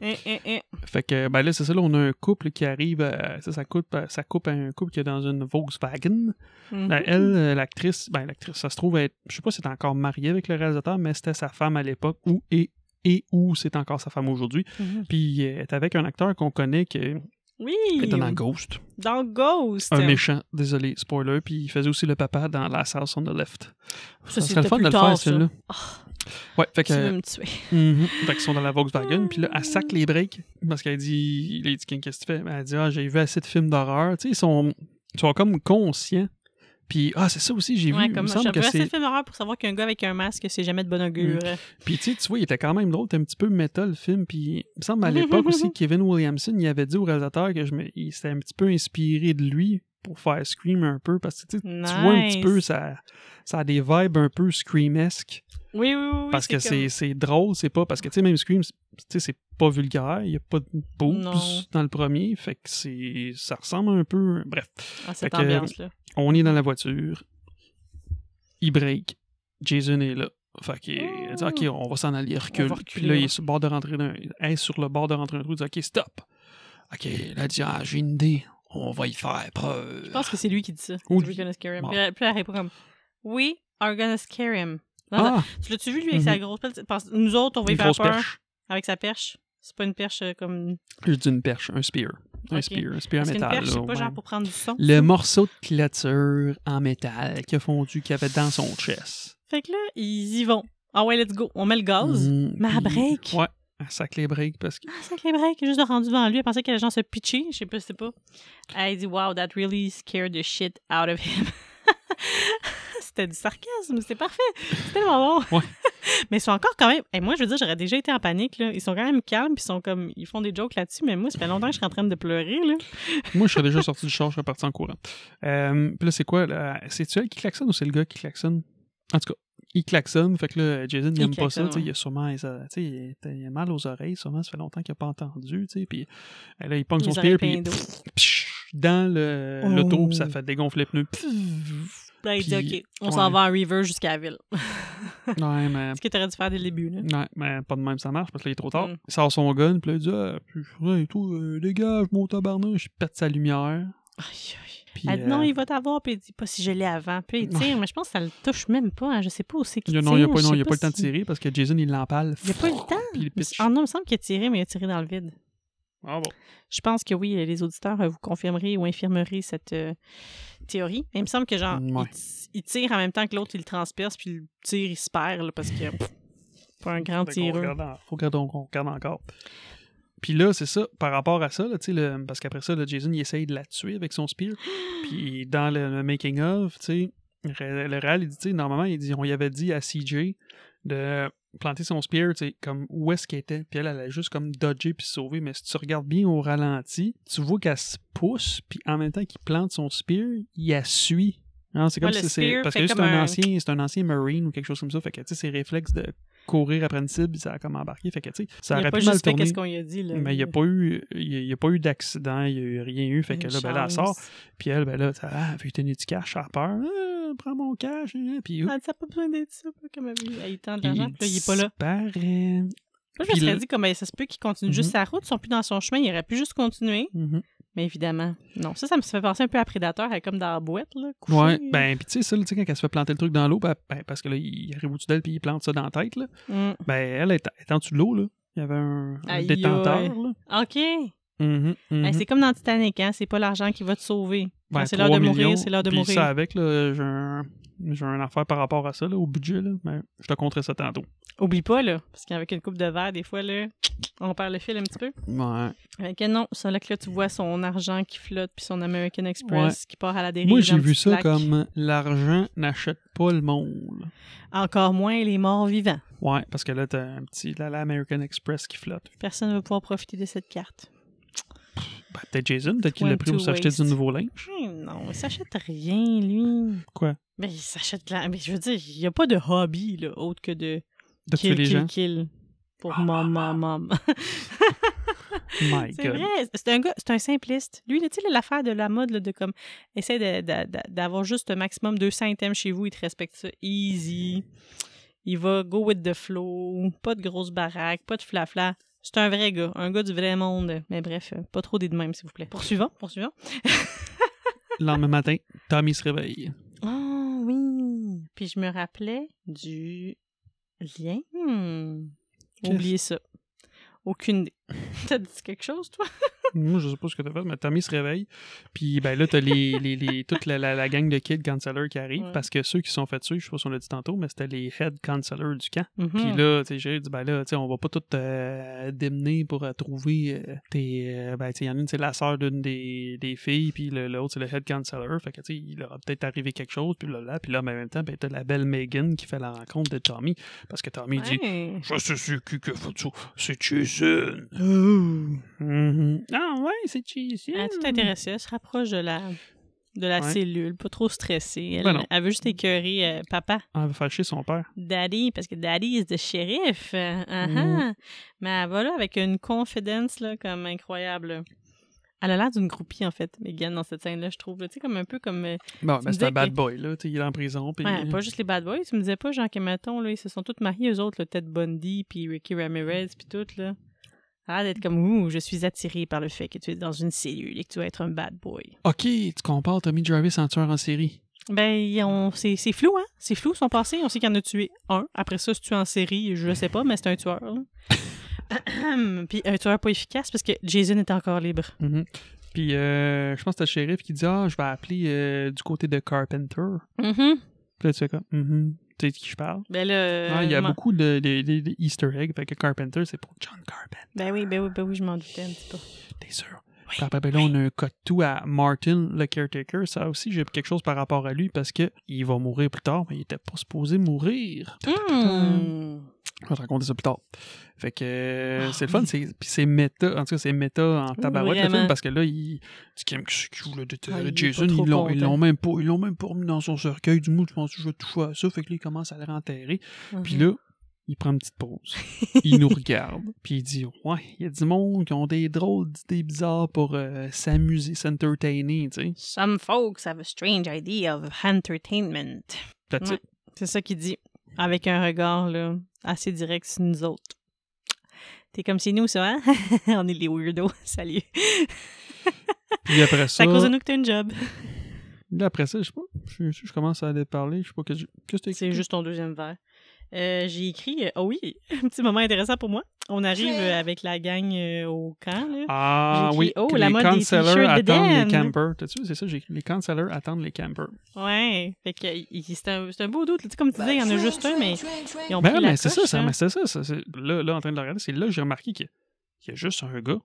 [SPEAKER 1] Hein, hein, hein.
[SPEAKER 2] Fait que, ben là, c'est ça, là, on a un couple qui arrive, à- ça, ça coupe, à- ça coupe à un couple qui est dans une Volkswagen.
[SPEAKER 1] Mhm.
[SPEAKER 2] Ben, elle, euh, l'actrice, ben, l'actrice, ça se trouve être, je sais pas si elle est encore mariée avec le réalisateur, mais c'était sa femme à l'époque, ou, et, et ou c'est encore sa femme aujourd'hui.
[SPEAKER 1] Mhm.
[SPEAKER 2] Puis, euh, elle est avec un acteur qu'on connaît qui est
[SPEAKER 1] Oui!
[SPEAKER 2] qui était dans Ghost. Ah,
[SPEAKER 1] Dans Ghost!
[SPEAKER 2] Un méchant, désolé, spoiler. Puis, il faisait aussi le papa dans Last House on the Left.
[SPEAKER 1] Ça,
[SPEAKER 2] serait le
[SPEAKER 1] c'était
[SPEAKER 2] fun de
[SPEAKER 1] plus
[SPEAKER 2] le
[SPEAKER 1] tard,
[SPEAKER 2] faire,
[SPEAKER 1] ça.
[SPEAKER 2] celui-là.
[SPEAKER 1] Ah,
[SPEAKER 2] Ouais, fait
[SPEAKER 1] tu
[SPEAKER 2] que.
[SPEAKER 1] veux me tuer. Mm-hmm.
[SPEAKER 2] Mhm. Fait qu'ils sont dans la Volkswagen, puis là, elle sac les briques parce qu'elle dit, il a dit, qu'est-ce que tu fais? Ben, Elle dit, ah, j'ai vu assez de films d'horreur. Tu sais, ils sont, ils sont comme conscients. Puis, ah, c'est ça aussi, j'ai
[SPEAKER 1] Ouais,
[SPEAKER 2] vu. Il
[SPEAKER 1] comme
[SPEAKER 2] me
[SPEAKER 1] je suis
[SPEAKER 2] semble
[SPEAKER 1] un peu
[SPEAKER 2] que
[SPEAKER 1] assez
[SPEAKER 2] c'est. Mm.
[SPEAKER 1] film d'horreur pour savoir qu'un gars avec un masque, c'est jamais de bon augure.
[SPEAKER 2] Puis, tu sais, tu vois, il était quand même drôle, c'était un petit peu méta le film. Puis, il me semble à l'époque aussi, Kevin Williamson, il avait dit au réalisateur que je me... il s'était un petit peu inspiré de lui pour faire Scream un peu parce que tu sais, tu vois un petit
[SPEAKER 1] Nice.
[SPEAKER 2] peu, ça, ça a des vibes un peu Scream-esque.
[SPEAKER 1] Oui, oui, oui. oui,
[SPEAKER 2] parce que
[SPEAKER 1] comme-
[SPEAKER 2] c'est c'est drôle, c'est pas parce que tu sais même Scream, c'est- tu sais c'est pas vulgaire, il y a pas de boobs
[SPEAKER 1] Non.
[SPEAKER 2] dans le premier, fait que c'est ça ressemble un peu. Bref,
[SPEAKER 1] Ah, cette
[SPEAKER 2] Fait que-
[SPEAKER 1] ambiance-là.
[SPEAKER 2] on est dans la voiture, il break, Jason est là. Fait qu'il il dit,
[SPEAKER 1] Mm.
[SPEAKER 2] OK, on va s'en aller, il recule.
[SPEAKER 1] va
[SPEAKER 2] Puis
[SPEAKER 1] reculer,
[SPEAKER 2] là, il
[SPEAKER 1] ouais.
[SPEAKER 2] est sur le bord de rentrer d'un. il est sur le bord de rentrer d'un trou, il dit OK, stop. OK, là, il dit Ah, j'ai une idée, on va y faire preuve.
[SPEAKER 1] Je pense que c'est lui qui dit ça.
[SPEAKER 2] Ou
[SPEAKER 1] We're gonna scare him.
[SPEAKER 2] Bon.
[SPEAKER 1] Puis elle- puis elle répond comme We are gonna scare him. Non, non,
[SPEAKER 2] Ah,
[SPEAKER 1] Tu l'as-tu vu, lui, avec sa grosse pelle? Parce que nous autres, on va y
[SPEAKER 2] une
[SPEAKER 1] faire
[SPEAKER 2] grosse
[SPEAKER 1] peur
[SPEAKER 2] perche.
[SPEAKER 1] avec sa perche. C'est pas une perche euh, comme.
[SPEAKER 2] Je dis une perche, un spear. Un
[SPEAKER 1] Ok.
[SPEAKER 2] spear, un spear en
[SPEAKER 1] Parce qu'une
[SPEAKER 2] métal.
[SPEAKER 1] perche,
[SPEAKER 2] là,
[SPEAKER 1] c'est pas
[SPEAKER 2] ouais.
[SPEAKER 1] genre pour prendre du son.
[SPEAKER 2] Le morceau de clôture en métal qui a fondu qu'il avait dans son chest.
[SPEAKER 1] Fait que là, ils y vont. Ah ouais, let's go. On met le gaz.
[SPEAKER 2] Mhm,
[SPEAKER 1] Mais à
[SPEAKER 2] puis-
[SPEAKER 1] break.
[SPEAKER 2] Ouais, elle sac les breaks parce que.
[SPEAKER 1] Ah, ça que les breaks, juste de rendu devant lui. Elle pensait que les gens se pitchaient. Je sais pas, c'est pas. Elle dit Wow, that really scared the shit out of him. C'était du sarcasme, c'est parfait. C'est tellement bon.
[SPEAKER 2] Ouais.
[SPEAKER 1] mais ils sont encore quand même. Et moi, je veux dire, j'aurais déjà été en panique. Là. Ils sont quand même calmes, puis ils sont comme. Ils font des jokes là-dessus, mais moi, ça fait longtemps que je suis en train de pleurer. Là.
[SPEAKER 2] Moi, je serais déjà sorti du char, je serais parti en courant. Euh, puis là, c'est quoi là? C'est-tu elle qui klaxonne ou c'est le gars qui klaxonne En tout cas, il klaxonne, fait que là, Jason, il
[SPEAKER 1] Il
[SPEAKER 2] aime pas ça.
[SPEAKER 1] klaxonne,
[SPEAKER 2] tu sais,
[SPEAKER 1] ouais.
[SPEAKER 2] Il a sûrement. ça- tu sais, Il a, il a mal aux oreilles, sûrement, ça fait longtemps qu'il a pas entendu. tu sais, Puis euh, là, il pogne son
[SPEAKER 1] Les oreilles
[SPEAKER 2] spear, puis.
[SPEAKER 1] pleines d'eau.
[SPEAKER 2] psh, dans le-
[SPEAKER 1] Oh.
[SPEAKER 2] l'auto, puis ça fait dégonfler les pneus. Pff.
[SPEAKER 1] Là, il
[SPEAKER 2] Puis-
[SPEAKER 1] dit OK, on s'en
[SPEAKER 2] ouais.
[SPEAKER 1] va en river jusqu'à la ville.
[SPEAKER 2] Ouais, mais
[SPEAKER 1] Ce que t'aurais dû faire dès le début. Là.
[SPEAKER 2] Ouais, mais pas de même, ça marche parce qu'il est trop tard.
[SPEAKER 1] Mm.
[SPEAKER 2] Il sort son gun, puis là, il dit ah, puis, rien et tout, euh, dégage mon tabarnouche, il pète sa lumière.
[SPEAKER 1] Aïe, aïe.
[SPEAKER 2] Puis,
[SPEAKER 1] Elle dit Ah, non,
[SPEAKER 2] euh,
[SPEAKER 1] il va t'avoir, puis il dit pas si je l'ai avant. Puis il tire, mais je pense que ça le touche même pas. hein. Je sais pas où c'est qu'il
[SPEAKER 2] il y a-
[SPEAKER 1] tire.
[SPEAKER 2] non, il n'y a pas,
[SPEAKER 1] je
[SPEAKER 2] non,
[SPEAKER 1] sais
[SPEAKER 2] il y a pas le temps de
[SPEAKER 1] si-
[SPEAKER 2] tirer parce que Jason, il l'empale.
[SPEAKER 1] Il a pas eu le temps.
[SPEAKER 2] Puis il pitch.
[SPEAKER 1] Ah non, il me semble qu'il a tiré, mais il a tiré dans le vide.
[SPEAKER 2] Ah bon.
[SPEAKER 1] Je pense que oui, les auditeurs, euh, vous confirmerez ou infirmerez cette euh, théorie. Mais il me semble que genre,
[SPEAKER 2] Ouais.
[SPEAKER 1] il ti- il, tire en même temps que l'autre, il le transperce, puis le tir, il se perd, là, parce que pff, pas un grand
[SPEAKER 2] Fait qu'on
[SPEAKER 1] tireur.
[SPEAKER 2] regarde en- Faut qu'on regarde, on regarde encore. Puis là, c'est ça, par rapport à ça, là, tu sais, le- parce qu'après ça, là, Jason, il essaye de la tuer avec son spear. Puis dans le, le making of, tu sais, le ré- le réal, il dit, tu sais, normalement, il dit, on y avait dit à CJ de planter son spear, tu sais, comme où est-ce qu'elle était. Puis elle, elle a juste comme dodgé puis se sauver. Mais si tu regardes bien au ralenti, tu vois qu'elle se pousse, puis en même temps qu'il plante son spear, il la suit. Hein, c'est comme
[SPEAKER 1] Ouais, le
[SPEAKER 2] si c'est.
[SPEAKER 1] spear
[SPEAKER 2] Parce
[SPEAKER 1] fait
[SPEAKER 2] que c'est
[SPEAKER 1] comme
[SPEAKER 2] un,
[SPEAKER 1] un-
[SPEAKER 2] ancien, c'est un ancien Marine ou quelque chose comme ça. Fait que, tu sais, ses réflexes de courir après une cible, ça a comme embarqué. Fait que, tu sais, ça
[SPEAKER 1] Il
[SPEAKER 2] aurait
[SPEAKER 1] a pas
[SPEAKER 2] pu mal
[SPEAKER 1] juste fait
[SPEAKER 2] tourner.
[SPEAKER 1] qu'est-ce qu'on lui a dit. Là.
[SPEAKER 2] Mais il n'y a pas eu, il y a- il y a pas eu d'accident, il n'y a eu rien eu. Fait que
[SPEAKER 1] Une
[SPEAKER 2] là, ben là, elle sort.
[SPEAKER 1] chance.
[SPEAKER 2] Puis elle, ben là, ça, ah, vu tenir du cash, elle a peur. Ah, prends mon cash. hein. Puis
[SPEAKER 1] Ah, ça n'a pas besoin d'être ça, pas comme elle elle, il tente de l'argent, puis là, il
[SPEAKER 2] il
[SPEAKER 1] est pas là.
[SPEAKER 2] disparaît.
[SPEAKER 1] Moi, je
[SPEAKER 2] Puis
[SPEAKER 1] me serais
[SPEAKER 2] là-
[SPEAKER 1] dit, comme, ben, ça se peut qu'il continue juste
[SPEAKER 2] Mhm.
[SPEAKER 1] sa route, ils sont plus dans son chemin, il aurait pu juste continuer.
[SPEAKER 2] Mhm.
[SPEAKER 1] Mais évidemment, non. Ça, ça me fait penser un peu à Prédateur, elle est comme dans la boîte, là, couchée. Mm.
[SPEAKER 2] Ouais, ben, puis tu sais, ça, là, tu sais, quand elle se fait planter le truc dans l'eau, ben, ben, parce que là, il arrive au-dessus d'elle, puis il plante ça dans la tête, là.
[SPEAKER 1] Mm.
[SPEAKER 2] Ben, elle elle est, elle est en dessous de l'eau, là. Il y avait un, un
[SPEAKER 1] Aïe,
[SPEAKER 2] détenteur,
[SPEAKER 1] aïe.
[SPEAKER 2] là.
[SPEAKER 1] OK.
[SPEAKER 2] Mhm, mhm.
[SPEAKER 1] Hey, c'est comme dans Titanic, hein? C'est pas l'argent qui va te sauver. Quand
[SPEAKER 2] Ben,
[SPEAKER 1] c'est l'heure de
[SPEAKER 2] 3 millions,
[SPEAKER 1] mourir, c'est l'heure de
[SPEAKER 2] puis
[SPEAKER 1] mourir.
[SPEAKER 2] ça avec, là, j'ai un, j'ai un affaire par rapport à ça, là, au budget, là. Ben, je te compterai ça tantôt.
[SPEAKER 1] Oublie pas, là. Parce qu'avec une coupe de verre, des fois, là, on perd le fil un petit peu.
[SPEAKER 2] Ouais.
[SPEAKER 1] Fait que non, ça là que là, tu vois son argent qui flotte, puis son American Express qui part à la dérive.
[SPEAKER 2] Moi, j'ai
[SPEAKER 1] dans le
[SPEAKER 2] vu
[SPEAKER 1] petit
[SPEAKER 2] ça
[SPEAKER 1] lac.
[SPEAKER 2] comme l'argent n'achète pas le monde.
[SPEAKER 1] Encore moins les morts vivants.
[SPEAKER 2] Ouais, parce que là, t'as un petit là, l'American Express qui flotte.
[SPEAKER 1] Personne ne va pouvoir profiter de cette carte.
[SPEAKER 2] Ben, peut-être Jason, peut-être qu'il l'a pris pour
[SPEAKER 1] Twenty
[SPEAKER 2] s'acheter du
[SPEAKER 1] waste.
[SPEAKER 2] nouveau linge.
[SPEAKER 1] Hum, non, il s'achète rien, lui.
[SPEAKER 2] Quoi?
[SPEAKER 1] Mais il s'achète là. Mais je veux dire, il n'y a pas de hobby, là, autre que de
[SPEAKER 2] De tuer
[SPEAKER 1] kill,
[SPEAKER 2] les
[SPEAKER 1] kill,
[SPEAKER 2] gens.
[SPEAKER 1] kill. Pour
[SPEAKER 2] Ah,
[SPEAKER 1] maman, maman.
[SPEAKER 2] My
[SPEAKER 1] C'est
[SPEAKER 2] God.
[SPEAKER 1] vrai, c'est un gars, c'est un simpliste. Lui, là, tu sais, l'affaire de la mode, là, de comme, essaie de- de- de- d'avoir juste un maximum 200 items chez vous, il te respecte ça easy. Il va go with the flow, pas de grosses baraques, pas de flafla. C'est un vrai gars, un gars du vrai monde. Mais bref, euh, pas trop des de même, s'il vous plaît. Poursuivons, poursuivons.
[SPEAKER 2] Le lendemain matin, Tommy se réveille.
[SPEAKER 1] Oh oui! Puis je me rappelais du lien. Hmm.
[SPEAKER 2] Qu'est-ce-
[SPEAKER 1] Oubliez ça. Aucune idée. T'as dit quelque chose, toi?
[SPEAKER 2] Moi, je sais pas ce que t'as fait, mais Tommy se réveille. Puis ben là, t'as les, les, les- toute la, la- la gang de kids counselors qui arrive.
[SPEAKER 1] Ouais.
[SPEAKER 2] Parce que ceux qui se sont fait tuer, je sais pas si on l'a dit tantôt, mais c'était les head counselors du camp. Puis
[SPEAKER 1] Mhm.
[SPEAKER 2] là, tu sais, Jerry dit, ben là, tu sais, on va pas tout euh, démener pour euh, trouver euh, tes. euh, ben, tu sais, il y en a une, c'est la sœur d'une des, des filles, puis le- l'autre, c'est le head counselor. Fait que, tu sais, il leur a peut-être arrivé quelque chose, puis là, là, puis là, mais en même temps, ben, t'as la belle Megan qui fait la rencontre de Tommy. Parce que Tommy dit,
[SPEAKER 1] Ouais.
[SPEAKER 2] je sais c'est qui que faut c'est Jason. Mhm. Ah ouais, c'est Jason.
[SPEAKER 1] Elle est toute intéressée. Elle se rapproche de la, de la
[SPEAKER 2] Hmm. Ouais.
[SPEAKER 1] cellule, pas trop stressée. Elle,
[SPEAKER 2] Ben non.
[SPEAKER 1] elle veut juste écœurer euh, papa,
[SPEAKER 2] Ah, elle va faire chier son père.
[SPEAKER 1] daddy, parce que daddy is the shérif. Euh, ah, ah. Mais elle va là avec une confidence là, comme incroyable. Elle a l'air d'une groupie, en fait, Megan, dans cette scène-là, je trouve. là. Tu sais, comme un peu comme. euh,
[SPEAKER 2] Bon,
[SPEAKER 1] Tu
[SPEAKER 2] ben,
[SPEAKER 1] me
[SPEAKER 2] c'est un
[SPEAKER 1] dis
[SPEAKER 2] bad
[SPEAKER 1] que-
[SPEAKER 2] boy, là. tu sais, il est en prison, puis.
[SPEAKER 1] ouais, pas juste les bad boys. Tu me disais pas, genre, que mettons, là, ils se sont tous mariés, eux autres, le Ted Bundy, puis Ricky Ramirez, puis tout, là. Ah, d'être comme, ouh, je suis attiré par le fait que tu es dans une cellule et que tu vas être un bad boy.
[SPEAKER 2] Ok, tu compares Tommy Jarvis en tueur en série.
[SPEAKER 1] Ben, ils ont- c'est c'est flou, hein? C'est flou, son passé. On sait qu'il en a tué un. Après ça, si tu en série, je sais pas, mais c'est un tueur. là. Puis un tueur pas efficace parce que Jason est encore libre.
[SPEAKER 2] Mhm. Puis euh, je pense que c'était le shérif qui dit Ah, je vais appeler euh, du côté de Carpenter.
[SPEAKER 1] Mhm.
[SPEAKER 2] Puis là, tu fais comme Mhm. Tu sais de qui je parle
[SPEAKER 1] Ben là. euh,
[SPEAKER 2] Ah, Il y a
[SPEAKER 1] m'en-
[SPEAKER 2] beaucoup de, de- de- de Easter eggs. Fait que Carpenter, c'est pour John Carpenter.
[SPEAKER 1] Ben oui, ben oui, ben oui, je m'en doutais un petit peu.
[SPEAKER 2] T'es sûr
[SPEAKER 1] Oui,
[SPEAKER 2] Puis après, ben là, on a un code tout à Martin, le caretaker. Ça aussi, j'ai quelque chose par rapport à lui parce que il va mourir plus tard, mais il était pas supposé mourir.
[SPEAKER 1] Hmm.
[SPEAKER 2] Je vais te raconter ça plus tard. Fait que euh,
[SPEAKER 1] Ah
[SPEAKER 2] c'est le fun,
[SPEAKER 1] oui.
[SPEAKER 2] c'est puis c'est méta, en tout cas c'est méta en tabarouette le film
[SPEAKER 1] vraiment.
[SPEAKER 2] parce que là il tu qui qui c'est qui
[SPEAKER 1] Ah,
[SPEAKER 2] voulait
[SPEAKER 1] il
[SPEAKER 2] déterrer
[SPEAKER 1] est pas
[SPEAKER 2] Jason,
[SPEAKER 1] trop
[SPEAKER 2] ils l'ont ils
[SPEAKER 1] content.
[SPEAKER 2] l'ont même pas ils l'ont même pas remis dans son cercueil du mou, je pense que je vais toucher à ça, fait que là il commence à le renterrer.
[SPEAKER 1] Ah
[SPEAKER 2] Puis là il prend une petite pause. Il nous regarde. Puis il dit Ouais, il y a du monde qui ont des drôles d'idées bizarres pour euh, s'amuser, s'entertainer, tu sais.
[SPEAKER 1] Some folks have a strange idea of entertainment.
[SPEAKER 2] That's
[SPEAKER 1] Ouais.
[SPEAKER 2] it.
[SPEAKER 1] C'est ça qu'il dit. Avec un regard, là, assez direct sur nous autres. T'es comme c'est nous, ça, hein? On est les weirdos. Salut.
[SPEAKER 2] Puis après ça.
[SPEAKER 1] C'est à cause de nous que t'as une job.
[SPEAKER 2] Là, après ça, je sais pas. Je, je- je commence à aller parler. Je sais pas que je- qu'est-ce que t'as
[SPEAKER 1] C'est
[SPEAKER 2] écrit?
[SPEAKER 1] juste ton deuxième verre. Euh, J'ai écrit, euh, oh oui, un petit moment intéressant pour moi. On arrive euh, avec la gang euh, au camp. Là.
[SPEAKER 2] Ah
[SPEAKER 1] J'ai écrit,
[SPEAKER 2] oui,
[SPEAKER 1] oh,
[SPEAKER 2] que
[SPEAKER 1] la
[SPEAKER 2] les
[SPEAKER 1] mode des t-shirts
[SPEAKER 2] cancellers
[SPEAKER 1] de
[SPEAKER 2] attendent les
[SPEAKER 1] Dan.
[SPEAKER 2] campers. T'as-tu vu, c'est ça, j'ai écrit, les cancellers attendent les campers.
[SPEAKER 1] Ouais, fait que euh, il- c'est un, c'est un beau doute. Tu sais, comme tu disais, il y en a juste un, mais ils ont
[SPEAKER 2] Ben,
[SPEAKER 1] pris la
[SPEAKER 2] mais c'est ça,
[SPEAKER 1] coche, hein.
[SPEAKER 2] ça,
[SPEAKER 1] là.
[SPEAKER 2] mais c'est ça, ça, c'est- là, là, en train de le regarder, c'est là que j'ai remarqué qu'il y a- qu'il y a juste un gars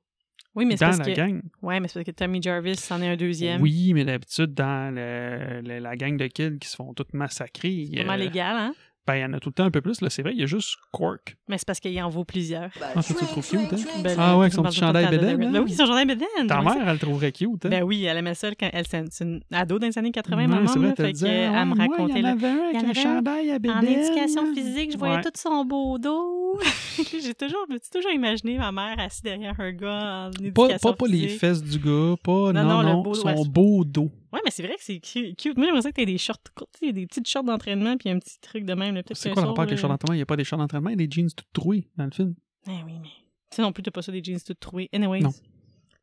[SPEAKER 1] Oui, mais c'est
[SPEAKER 2] dans
[SPEAKER 1] parce
[SPEAKER 2] la
[SPEAKER 1] que...
[SPEAKER 2] gang.
[SPEAKER 1] Ouais, mais c'est parce que Tommy Jarvis en est un deuxième.
[SPEAKER 2] Oui, mais d'habitude, dans le- le- la gang de kids qui se font toutes massacrer, il
[SPEAKER 1] C'est
[SPEAKER 2] y a-
[SPEAKER 1] vraiment légal, hein?
[SPEAKER 2] ben, il y en a tout le temps un peu plus. Là, c'est vrai, il y a juste Quark.
[SPEAKER 1] Mais c'est parce qu'il en vaut plusieurs.
[SPEAKER 2] Ah, ça, tu le trouves cute, hein?
[SPEAKER 1] Ben,
[SPEAKER 2] Ah
[SPEAKER 1] là,
[SPEAKER 2] ouais, avec
[SPEAKER 1] tout
[SPEAKER 2] son
[SPEAKER 1] le
[SPEAKER 2] petit
[SPEAKER 1] monde va
[SPEAKER 2] chandail
[SPEAKER 1] tout le temps
[SPEAKER 2] bédaine,
[SPEAKER 1] dans
[SPEAKER 2] hein?
[SPEAKER 1] Ben oui, son chandail bédaine.
[SPEAKER 2] Ta
[SPEAKER 1] oui, ça-
[SPEAKER 2] mère, elle le trouverait cute, hein?
[SPEAKER 1] Ben oui, elle aimait ça quand elle c'est c'est une ado dans les années 80,
[SPEAKER 2] Ouais,
[SPEAKER 1] maman.
[SPEAKER 2] c'est vrai,
[SPEAKER 1] là,
[SPEAKER 2] t'as
[SPEAKER 1] fait
[SPEAKER 2] dit,
[SPEAKER 1] qu'elle
[SPEAKER 2] ah,
[SPEAKER 1] me
[SPEAKER 2] moi,
[SPEAKER 1] racontait
[SPEAKER 2] Il y en
[SPEAKER 1] là.
[SPEAKER 2] avait un
[SPEAKER 1] Il y en
[SPEAKER 2] avec un
[SPEAKER 1] avait un
[SPEAKER 2] chandail à
[SPEAKER 1] En
[SPEAKER 2] bédaine.
[SPEAKER 1] éducation physique, je voyais
[SPEAKER 2] Ouais.
[SPEAKER 1] tout son beau dos. J'ai toujours, je me suis toujours imaginé ma mère assise derrière un gars en éducation
[SPEAKER 2] Pas, pas, pas les
[SPEAKER 1] physique.
[SPEAKER 2] fesses du gars, pas. Non, non,
[SPEAKER 1] non, le beau-
[SPEAKER 2] son
[SPEAKER 1] ouais, c'est-
[SPEAKER 2] beau dos.
[SPEAKER 1] Ouais, mais c'est vrai que c'est cu- cute. Moi, j'aimerais ça que t'aies des shorts courts, tu sais, des petites shorts d'entraînement puis un petit truc de même. là, peut-être
[SPEAKER 2] C'est
[SPEAKER 1] qu'un
[SPEAKER 2] quoi le
[SPEAKER 1] soir,
[SPEAKER 2] rapport avec les
[SPEAKER 1] là-
[SPEAKER 2] shorts d'entraînement? Il n'y a pas des shorts d'entraînement et des jeans tout troués dans le film.
[SPEAKER 1] Eh oui, mais... Tu sais non plus, t'as pas ça des jeans tout troués. Anyways.
[SPEAKER 2] Non.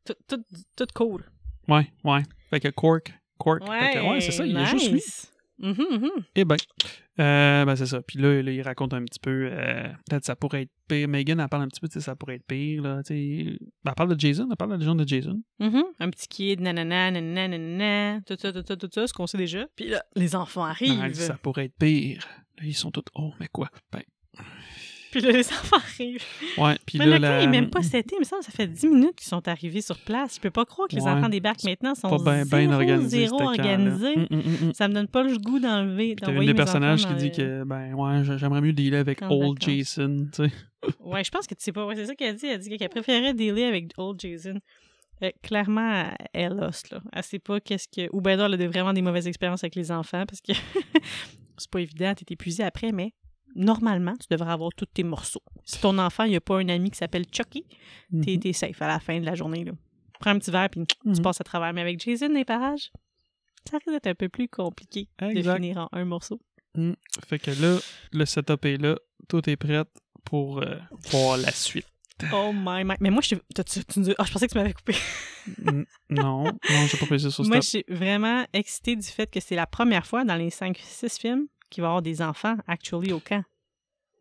[SPEAKER 1] Tout, tout, tout court.
[SPEAKER 2] Ouais, ouais. Fait que Quark, Quark. Fait que,
[SPEAKER 1] Ouais, Mm-hmm,
[SPEAKER 2] ouais, c'est ça, il y a juste lui.
[SPEAKER 1] lui.
[SPEAKER 2] Eh ben, euh, ben c'est ça. Puis là, là, il raconte un petit peu, euh, peut-être ça pourrait être pire. Megan, elle parle un petit peu, tu sais, ça pourrait être pire, là, tu sais. Ben, elle parle de Jason, elle parle de la légende de Jason.
[SPEAKER 1] Mhm. Un petit kid, nanana, nanana, nanana, tout ça, tout ça, tout ça, ce qu'on sait déjà. Puis là, les enfants
[SPEAKER 2] Non, elle dit, ça
[SPEAKER 1] arrivent.
[SPEAKER 2] pourrait être pire. Là, ils sont tous, oh, mais quoi? Ben,
[SPEAKER 1] Puis là, les enfants arrivent.
[SPEAKER 2] ouais, puis
[SPEAKER 1] Mais
[SPEAKER 2] là,
[SPEAKER 1] le camp
[SPEAKER 2] la-
[SPEAKER 1] est même pas seté. Il me semble que ça fait 10 minutes qu'ils sont arrivés sur place. Je peux pas croire que les
[SPEAKER 2] Ouais.
[SPEAKER 1] enfants débarquent maintenant. Ils sont
[SPEAKER 2] pas bien ben
[SPEAKER 1] zéro,
[SPEAKER 2] organisé,
[SPEAKER 1] zéro
[SPEAKER 2] ce camp-là.
[SPEAKER 1] organisés.
[SPEAKER 2] Hum, hum, hum, hum.
[SPEAKER 1] Ça me donne pas le goût d'enlever.
[SPEAKER 2] Puis T'as
[SPEAKER 1] d'envoyer
[SPEAKER 2] un des
[SPEAKER 1] mes
[SPEAKER 2] personnages
[SPEAKER 1] enfants euh,
[SPEAKER 2] qui
[SPEAKER 1] dans
[SPEAKER 2] dit
[SPEAKER 1] le-
[SPEAKER 2] que, ben, ouais, j'a- j'aimerais mieux dealer avec
[SPEAKER 1] Camp de
[SPEAKER 2] Old
[SPEAKER 1] vacances.
[SPEAKER 2] Jason, tu sais.
[SPEAKER 1] Ouais, je pense que tu sais pas. Ouais, c'est ça qu'elle dit. Elle dit qu'elle préférait dealer avec Old Jason. Euh, clairement, elle os, là. Elle sait pas qu'est-ce que. Ou ben non, elle a de- vraiment des mauvaises expériences avec les enfants parce que c'est pas évident, t'es épuisé après, mais normalement, tu devrais avoir tous tes morceaux. Si ton enfant, il n'y a pas un ami qui s'appelle Chucky, t'es
[SPEAKER 2] Mhm.
[SPEAKER 1] t'es safe à la fin de la journée. Là. Prends un petit verre, puis tu
[SPEAKER 2] Mhm.
[SPEAKER 1] passes à travers. Mais avec Jason, les parages, ça risque d'être un peu plus compliqué de
[SPEAKER 2] Exact.
[SPEAKER 1] finir en un morceau.
[SPEAKER 2] Fait que là, le setup est là. Tout est prêt pour euh, voir la suite.
[SPEAKER 1] Oh my, my. Mais moi, je, t'as- tu, tu nous- ah, je pensais que tu m'avais coupé.
[SPEAKER 2] N- non, non, j'ai pas pesé sur
[SPEAKER 1] Moi,
[SPEAKER 2] stop.
[SPEAKER 1] je suis vraiment excitée du fait que c'est la première fois dans les 5-6 films qu'il va y avoir des enfants actually au camp.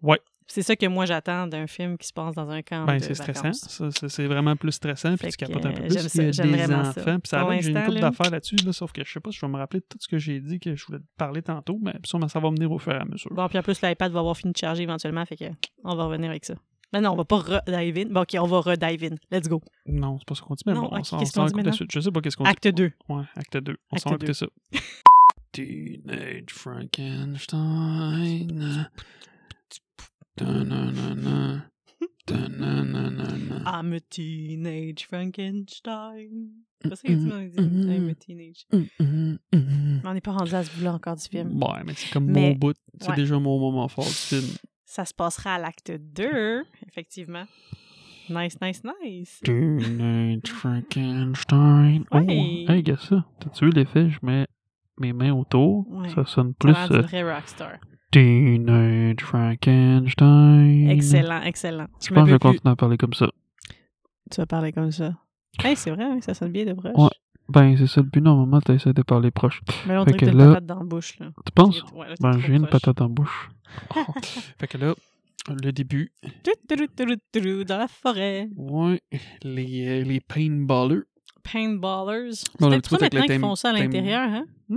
[SPEAKER 2] Ouais.
[SPEAKER 1] C'est ça que moi, j'attends d'un film qui se passe dans un camp
[SPEAKER 2] Ben,
[SPEAKER 1] de
[SPEAKER 2] c'est stressant.
[SPEAKER 1] vacances.
[SPEAKER 2] Ça, c'est- C'est vraiment plus stressant. Puis
[SPEAKER 1] Fait
[SPEAKER 2] tu capotes
[SPEAKER 1] que,
[SPEAKER 2] un
[SPEAKER 1] euh,
[SPEAKER 2] peu plus.
[SPEAKER 1] j'aime ça,
[SPEAKER 2] Il y a
[SPEAKER 1] j'aime
[SPEAKER 2] des
[SPEAKER 1] vraiment ça.
[SPEAKER 2] enfants. Puis ça
[SPEAKER 1] Pour
[SPEAKER 2] va que j'ai une
[SPEAKER 1] l'instant,
[SPEAKER 2] couple
[SPEAKER 1] là-
[SPEAKER 2] d'affaires là-dessus. Là, sauf que je sais pas si je vais me rappeler de tout ce que j'ai dit que je voulais te parler tantôt. Mais puis ça, ça va venir au fur et à mesure.
[SPEAKER 1] Bon, puis en plus, l'iPad va avoir fini de charger éventuellement, fait que on va revenir avec ça. Mais non, on va pas re-dive in. Bon, OK, on va re-dive in. Let's go.
[SPEAKER 2] Non, c'est pas ce qu'on dit. Mais
[SPEAKER 1] Non,
[SPEAKER 2] bon,
[SPEAKER 1] ok,
[SPEAKER 2] on s'en on
[SPEAKER 1] qu'est-ce
[SPEAKER 2] s'en
[SPEAKER 1] qu'on
[SPEAKER 2] va
[SPEAKER 1] dit
[SPEAKER 2] écouter la
[SPEAKER 1] maintenant?
[SPEAKER 2] suite. Je sais pas qu'est-ce qu'on dit.
[SPEAKER 1] Acte 2.
[SPEAKER 2] Ouais, acte 2. On
[SPEAKER 1] Acte
[SPEAKER 2] s'en va écouter
[SPEAKER 1] deux.
[SPEAKER 2] ça. Teenage Frankenstein. Ta-na-na-na. Ta-na-na-na-na.
[SPEAKER 1] I'm a teenage Frankenstein. C'est pas ça que tu m'as dit.
[SPEAKER 2] Mhm.
[SPEAKER 1] I'm a teenage.
[SPEAKER 2] Hum, hum, hum.
[SPEAKER 1] Mais on n'est pas rendu à ce bout-là encore du film.
[SPEAKER 2] Ouais, mais c'est comme
[SPEAKER 1] Mais-
[SPEAKER 2] mon bout. C'est
[SPEAKER 1] ouais.
[SPEAKER 2] déjà mon moment fort du film.
[SPEAKER 1] Ça se passera à l'acte 2, effectivement. Nice, nice, nice.
[SPEAKER 2] Teenage Frankenstein. Oh,
[SPEAKER 1] Ouais.
[SPEAKER 2] hey, gars, ça. T'as-tu vu l'effet? Je mets mes mains autour.
[SPEAKER 1] Ouais.
[SPEAKER 2] Ça sonne
[SPEAKER 1] Ça
[SPEAKER 2] plus.
[SPEAKER 1] a l'air Ah, du
[SPEAKER 2] euh,
[SPEAKER 1] vrai rockstar.
[SPEAKER 2] Teenage Frankenstein.
[SPEAKER 1] Excellent, excellent.
[SPEAKER 2] Je pense que je
[SPEAKER 1] me
[SPEAKER 2] vais
[SPEAKER 1] peux plus.
[SPEAKER 2] continuer à parler comme ça.
[SPEAKER 1] Tu vas parler comme ça. Hey, c'est vrai, hein, ça sonne bien de proche.
[SPEAKER 2] Ouais. Ben, c'est ça le but. Normalement, t'essaies de parler proche.
[SPEAKER 1] Mais là, on
[SPEAKER 2] Fait
[SPEAKER 1] dirait que
[SPEAKER 2] que
[SPEAKER 1] t'as une
[SPEAKER 2] là-
[SPEAKER 1] patate dans la bouche, là.
[SPEAKER 2] Tu penses?
[SPEAKER 1] Ouais, là, t'es
[SPEAKER 2] Ben,
[SPEAKER 1] trop
[SPEAKER 2] j'ai une
[SPEAKER 1] proche.
[SPEAKER 2] patate en bouche. Oh. fait que là, le début.
[SPEAKER 1] Tutututututu, Dans la forêt.
[SPEAKER 2] Ouais. Les, euh, les paintballers.
[SPEAKER 1] Paintballers. C'est
[SPEAKER 2] On a le
[SPEAKER 1] peut-être pour
[SPEAKER 2] truc
[SPEAKER 1] ça
[SPEAKER 2] avec le
[SPEAKER 1] maintenant qu'ils
[SPEAKER 2] thème-
[SPEAKER 1] font ça à
[SPEAKER 2] thème-
[SPEAKER 1] l'intérieur, hein?
[SPEAKER 2] Hmm.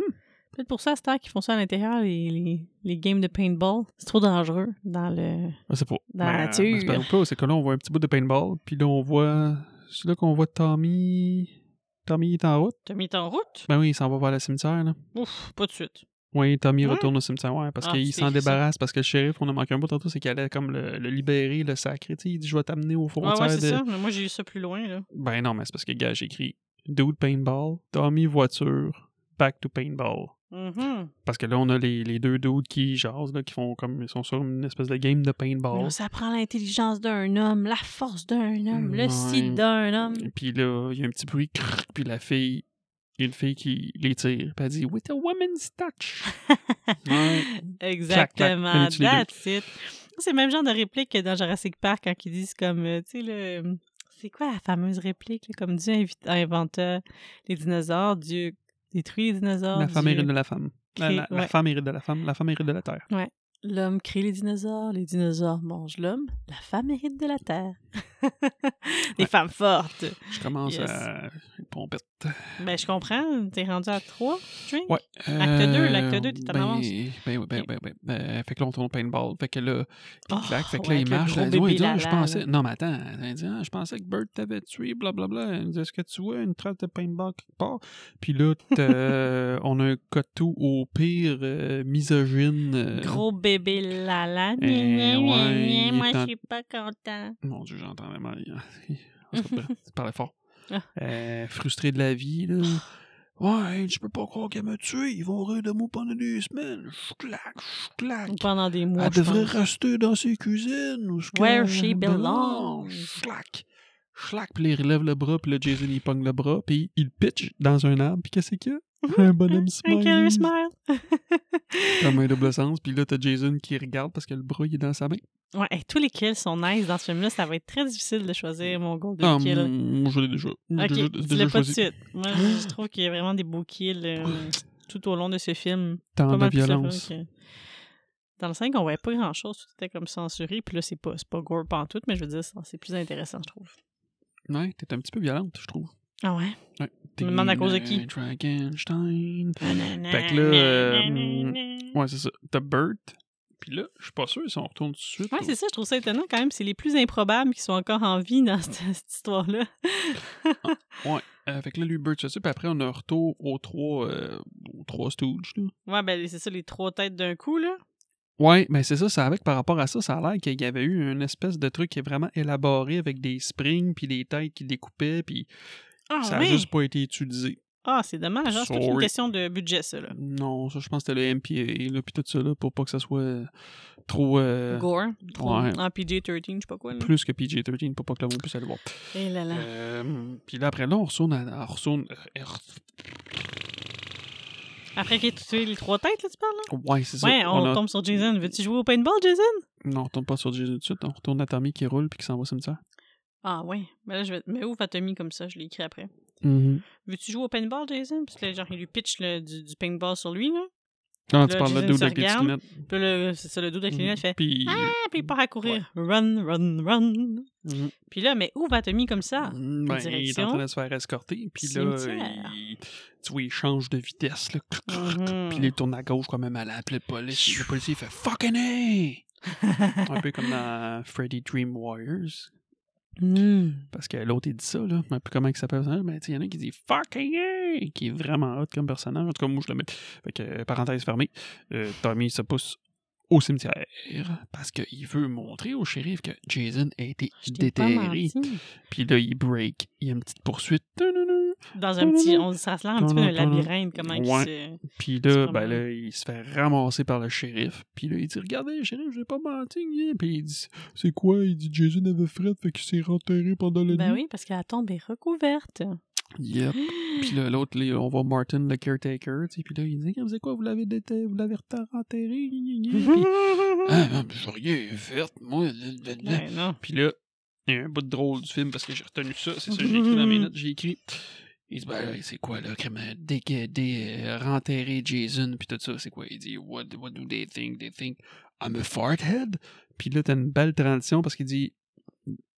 [SPEAKER 1] Peut-être pour ça, à cette heure qu'ils font ça à l'intérieur, les, les, les games de paintball. C'est trop dangereux dans le...
[SPEAKER 2] Ben, c'est pas.
[SPEAKER 1] Dans la
[SPEAKER 2] ben,
[SPEAKER 1] nature.
[SPEAKER 2] ben, c'est pas ou pas, c'est que là, on voit un petit bout de paintball, puis là, on voit. C'est là qu'on voit Tommy. Tommy est en route.
[SPEAKER 1] T'as mis ton route?
[SPEAKER 2] Ben oui, il s'en va vers le cimetière, là.
[SPEAKER 1] Ouf, pas de suite.
[SPEAKER 2] Oui, Tommy
[SPEAKER 1] Ouais.
[SPEAKER 2] retourne au cimetière, ouais, parce
[SPEAKER 1] Ah,
[SPEAKER 2] qu'il
[SPEAKER 1] c'est
[SPEAKER 2] s'en
[SPEAKER 1] ça.
[SPEAKER 2] débarrasse, parce que le shérif, on a manqué un bout tantôt, c'est qu'il allait comme le, le libérer, le sacrer. Tu sais, il dit Je vais t'amener aux
[SPEAKER 1] Ouais,
[SPEAKER 2] frontières
[SPEAKER 1] ouais, c'est
[SPEAKER 2] de-
[SPEAKER 1] ça. Mais moi, j'ai eu ça plus loin, là.
[SPEAKER 2] Ben non, mais c'est parce que, gars, j'écris Dude paintball, Tommy voiture, back to paintball.
[SPEAKER 1] Mhm.
[SPEAKER 2] Parce que là, on a les, les deux dudes qui jasent, là, qui font comme. Ils sont sur une espèce de game de
[SPEAKER 1] Mais
[SPEAKER 2] paintball.
[SPEAKER 1] on s'apprend l'intelligence d'un homme, la force d'un homme, le
[SPEAKER 2] Ouais.
[SPEAKER 1] site d'un homme.
[SPEAKER 2] Puis là, il y a un petit bruit, crrr, puis la fille, il y a une fille qui les tire, puis elle dit With a woman's touch. Ouais.
[SPEAKER 1] Exactement.
[SPEAKER 2] Clac, clac. Connais-tu les deux?
[SPEAKER 1] That's it. C'est le même genre de réplique que dans Jurassic Park quand ils disent comme, euh, tu sais, le... C'est quoi la fameuse réplique? là, comme Dieu invi- inventa les dinosaures, Dieu détruit les dinosaures.
[SPEAKER 2] La femme
[SPEAKER 1] Oh Dieu-
[SPEAKER 2] hérite de la femme. La, la- la
[SPEAKER 1] Ouais.
[SPEAKER 2] femme hérite de la femme. La femme hérite de la terre.
[SPEAKER 1] L'homme crée les dinosaures, les dinosaures mangent l'homme, la femme hérite de la terre. les
[SPEAKER 2] Ouais.
[SPEAKER 1] femmes fortes.
[SPEAKER 2] Je commence
[SPEAKER 1] Yes.
[SPEAKER 2] à. Pompette.
[SPEAKER 1] Ben, je comprends, t'es rendu à trois drink.
[SPEAKER 2] Ouais.
[SPEAKER 1] Acte deux, l'acte deux, t'es en
[SPEAKER 2] ben,
[SPEAKER 1] avance.
[SPEAKER 2] Ben, oui, ben, ben, ben, Euh, fait que là, on tourne paintball. Fait que là,
[SPEAKER 1] Oh,
[SPEAKER 2] tic clac. fait
[SPEAKER 1] ouais,
[SPEAKER 2] que là,
[SPEAKER 1] avec
[SPEAKER 2] il
[SPEAKER 1] le
[SPEAKER 2] marche.
[SPEAKER 1] gros
[SPEAKER 2] Elle dit, Ouais,
[SPEAKER 1] bébé
[SPEAKER 2] il dit, ah, je
[SPEAKER 1] Lala,
[SPEAKER 2] pensais. Non, mais attends. Elle dit, ah, je pensais que Bird t'avait tué, blablabla. Elle dit, est-ce que tu vois une trace de paintball quelque part? Puis là, t'as- on a un cotou au pire euh, misogyne. euh,
[SPEAKER 1] Gros bébé Lala.
[SPEAKER 2] Eh,
[SPEAKER 1] Gna, gna, gna,
[SPEAKER 2] ouais,
[SPEAKER 1] gna,
[SPEAKER 2] il est
[SPEAKER 1] moi, je
[SPEAKER 2] en-
[SPEAKER 1] suis pas content.
[SPEAKER 2] Mon Dieu, j'entends vraiment. rien. En tout cas, bref, Tu parlais fort.
[SPEAKER 1] Ah.
[SPEAKER 2] Euh, frustré de la vie, là. Ouais, je peux pas croire qu'elle m'a tué. Ils vont rire de moi pendant des semaines. Ch'clac, ch'clac.
[SPEAKER 1] Pendant des mois.
[SPEAKER 2] Elle
[SPEAKER 1] je
[SPEAKER 2] devrait
[SPEAKER 1] pense.
[SPEAKER 2] rester dans ses cuisines. Où ce
[SPEAKER 1] Where
[SPEAKER 2] qu'elle
[SPEAKER 1] she belongs.
[SPEAKER 2] Schlac. Schlac. Puis il relève le bras. Puis le Jason, il pogne le bras. Puis il pitch dans un arbre. Puis qu'est-ce qu'il y a? Un bonhomme
[SPEAKER 1] hein, Un killer
[SPEAKER 2] smiley.
[SPEAKER 1] smile.
[SPEAKER 2] Comme un double sens. Puis là, t'as Jason qui regarde parce que le bras, il est dans sa main.
[SPEAKER 1] ouais, hey, tous les kills sont nice dans ce film-là. Ça va être très difficile de choisir mon golden
[SPEAKER 2] Ah,
[SPEAKER 1] kill.
[SPEAKER 2] mon- je l'ai déjà.
[SPEAKER 1] Ok,
[SPEAKER 2] déjà-
[SPEAKER 1] tu
[SPEAKER 2] déjà
[SPEAKER 1] l'as pas tout de
[SPEAKER 2] choisi.
[SPEAKER 1] suite. Moi, je je trouve qu'il y a vraiment des beaux kills euh, tout au long de ce film.
[SPEAKER 2] Tant
[SPEAKER 1] Pas
[SPEAKER 2] de
[SPEAKER 1] mal plus le fun
[SPEAKER 2] violence.
[SPEAKER 1] que- Dans le 5, on voyait pas grand-chose. Tout était comme censuré. Puis là, c'est pas, c'est pas gore pantoute, mais je veux dire, ça- c'est plus intéressant, je trouve.
[SPEAKER 2] Ouais, t'es un petit peu violente, je trouve.
[SPEAKER 1] Ah ouais?
[SPEAKER 2] T'es
[SPEAKER 1] me demande à cause de qui.
[SPEAKER 2] un Frankenstein.
[SPEAKER 1] Fait
[SPEAKER 2] que là, euh, Ouais, c'est ça. T'as Bert. Puis là, je suis pas sûr si on retourne tout de suite.
[SPEAKER 1] Ouais,
[SPEAKER 2] ou-
[SPEAKER 1] c'est ça, je trouve ça étonnant quand même. C'est les plus improbables qui sont encore en vie dans cette, cette histoire-là.
[SPEAKER 2] Euh, fait que là, lui, Bert, c'est ça. Puis après, on a un retour aux trois, euh, aux trois Stooges. là.
[SPEAKER 1] Ouais, ben c'est ça, les trois têtes d'un coup, là.
[SPEAKER 2] Ouais, mais c'est ça, c'est avec par rapport à ça, ça a l'air qu'il y avait eu une espèce de truc qui est vraiment élaboré avec des springs, puis des têtes qui découpaient, puis
[SPEAKER 1] Ah
[SPEAKER 2] ça a
[SPEAKER 1] oui!
[SPEAKER 2] juste pas été utilisé.
[SPEAKER 1] Ah, c'est dommage. hein, C'est toute une
[SPEAKER 2] Sorry.
[SPEAKER 1] question de budget, ça. Là.
[SPEAKER 2] Non, ça, je pense que c'était le MPA, là, puis tout ça, là, pour pas que ça soit euh, trop. euh,
[SPEAKER 1] Gore. Trop-
[SPEAKER 2] ouais.
[SPEAKER 1] En PG-13, je sais pas quoi. Là.
[SPEAKER 2] plus que PG-13 pour pas que la monde puisse aller voir.
[SPEAKER 1] Eh là là.
[SPEAKER 2] Euh, puis là, après là, on retourne à. On retourne, euh,
[SPEAKER 1] Après qu'il ait tué les trois têtes, là, tu parles? Là?
[SPEAKER 2] euh, ouais, c'est ça.
[SPEAKER 1] Ouais, on,
[SPEAKER 2] a-
[SPEAKER 1] tombe sur Jason. Veux-tu jouer au paintball, Jason?
[SPEAKER 2] Non, on retourne pas sur Jésus tout de suite. On retourne à Tommy qui roule puis qui s'en va au cimetière.
[SPEAKER 1] Ah ouais. Mais là, je vais... Mais ouvre à Tommy comme ça, je l'ai écrit après. Veux-tu jouer au paintball, Jason? Puis là, genre, il lui pitch le- du, du paintball sur lui, là.
[SPEAKER 2] Ah, tu
[SPEAKER 1] Là,
[SPEAKER 2] parles de
[SPEAKER 1] Jason
[SPEAKER 2] dude
[SPEAKER 1] se
[SPEAKER 2] avec les petites
[SPEAKER 1] regarde.
[SPEAKER 2] lunettes.
[SPEAKER 1] Puis là, c'est ça, le dos de la
[SPEAKER 2] Mm.
[SPEAKER 1] clignote fait...
[SPEAKER 2] Puis.
[SPEAKER 1] Ah, puis il part à courir. Run, run, run.
[SPEAKER 2] Mhm.
[SPEAKER 1] Puis là, mais où va Tommy comme ça?
[SPEAKER 2] Ben, il est en
[SPEAKER 1] Ah, direction.
[SPEAKER 2] train de se faire escorter. Puis là,
[SPEAKER 1] Cimetière.
[SPEAKER 2] il, tu vois, il change de vitesse. Là.
[SPEAKER 1] Mhm.
[SPEAKER 2] Puis là, il tourne à gauche quand même à la le police. Le policier il fait Fucking A! un peu comme dans Freddy Dream Warriors.
[SPEAKER 1] Hmm.
[SPEAKER 2] Parce que l'autre, il dit ça, là. Un peu comment il s'appelle ça. Ben, tu sais, il y en a qui dit Fucking A! Qui est vraiment hot comme personnage. En tout cas, moi, je le mets. Fait que, euh, parenthèse fermée, euh, Tommy se pousse au cimetière parce qu'il veut montrer au shérif que Jason a été
[SPEAKER 1] Je t'ai pas
[SPEAKER 2] déterré.
[SPEAKER 1] menti.
[SPEAKER 2] Puis là, il break. Il y a une petite poursuite. Tadadam.
[SPEAKER 1] Dans un petit... On, ça se lance un petit peu dans un labyrinthe, comment il
[SPEAKER 2] Ouais.
[SPEAKER 1] se...
[SPEAKER 2] Puis
[SPEAKER 1] C'est
[SPEAKER 2] là,
[SPEAKER 1] pas
[SPEAKER 2] ben
[SPEAKER 1] mal.
[SPEAKER 2] là, il se fait ramasser par le shérif. Puis là, il dit Regardez, shérif, j'ai pas menti. hein. Puis il dit C'est quoi Il dit Jason avait fret, fait qu'il s'est renterré pendant la
[SPEAKER 1] Ben
[SPEAKER 2] nuit.
[SPEAKER 1] oui, parce que la tombe est recouverte.
[SPEAKER 2] Yep. Puis là, l'autre, là, on voit Martin, le caretaker. tu sais, Puis là, il dit Vous savez quoi Vous l'avez déter- vous l'avez renterré gna, gna,
[SPEAKER 1] Mhm.
[SPEAKER 2] gna. Puis, Ah, non, mais j'ai rien fait, moi. là, là, là.
[SPEAKER 1] Ouais, non.
[SPEAKER 2] Puis là, il y a un bout de drôle du film parce que j'ai retenu ça. C'est ça que j'ai écrit dans mes notes. J'ai écrit. Il dit, ben là, c'est quoi, là, crème, euh, dé, dé- dé- euh, renterrer Jason, puis tout ça, c'est quoi? Il dit, what, what do they think? They think I'm a farthead? Puis là, t'as une belle transition parce qu'il dit,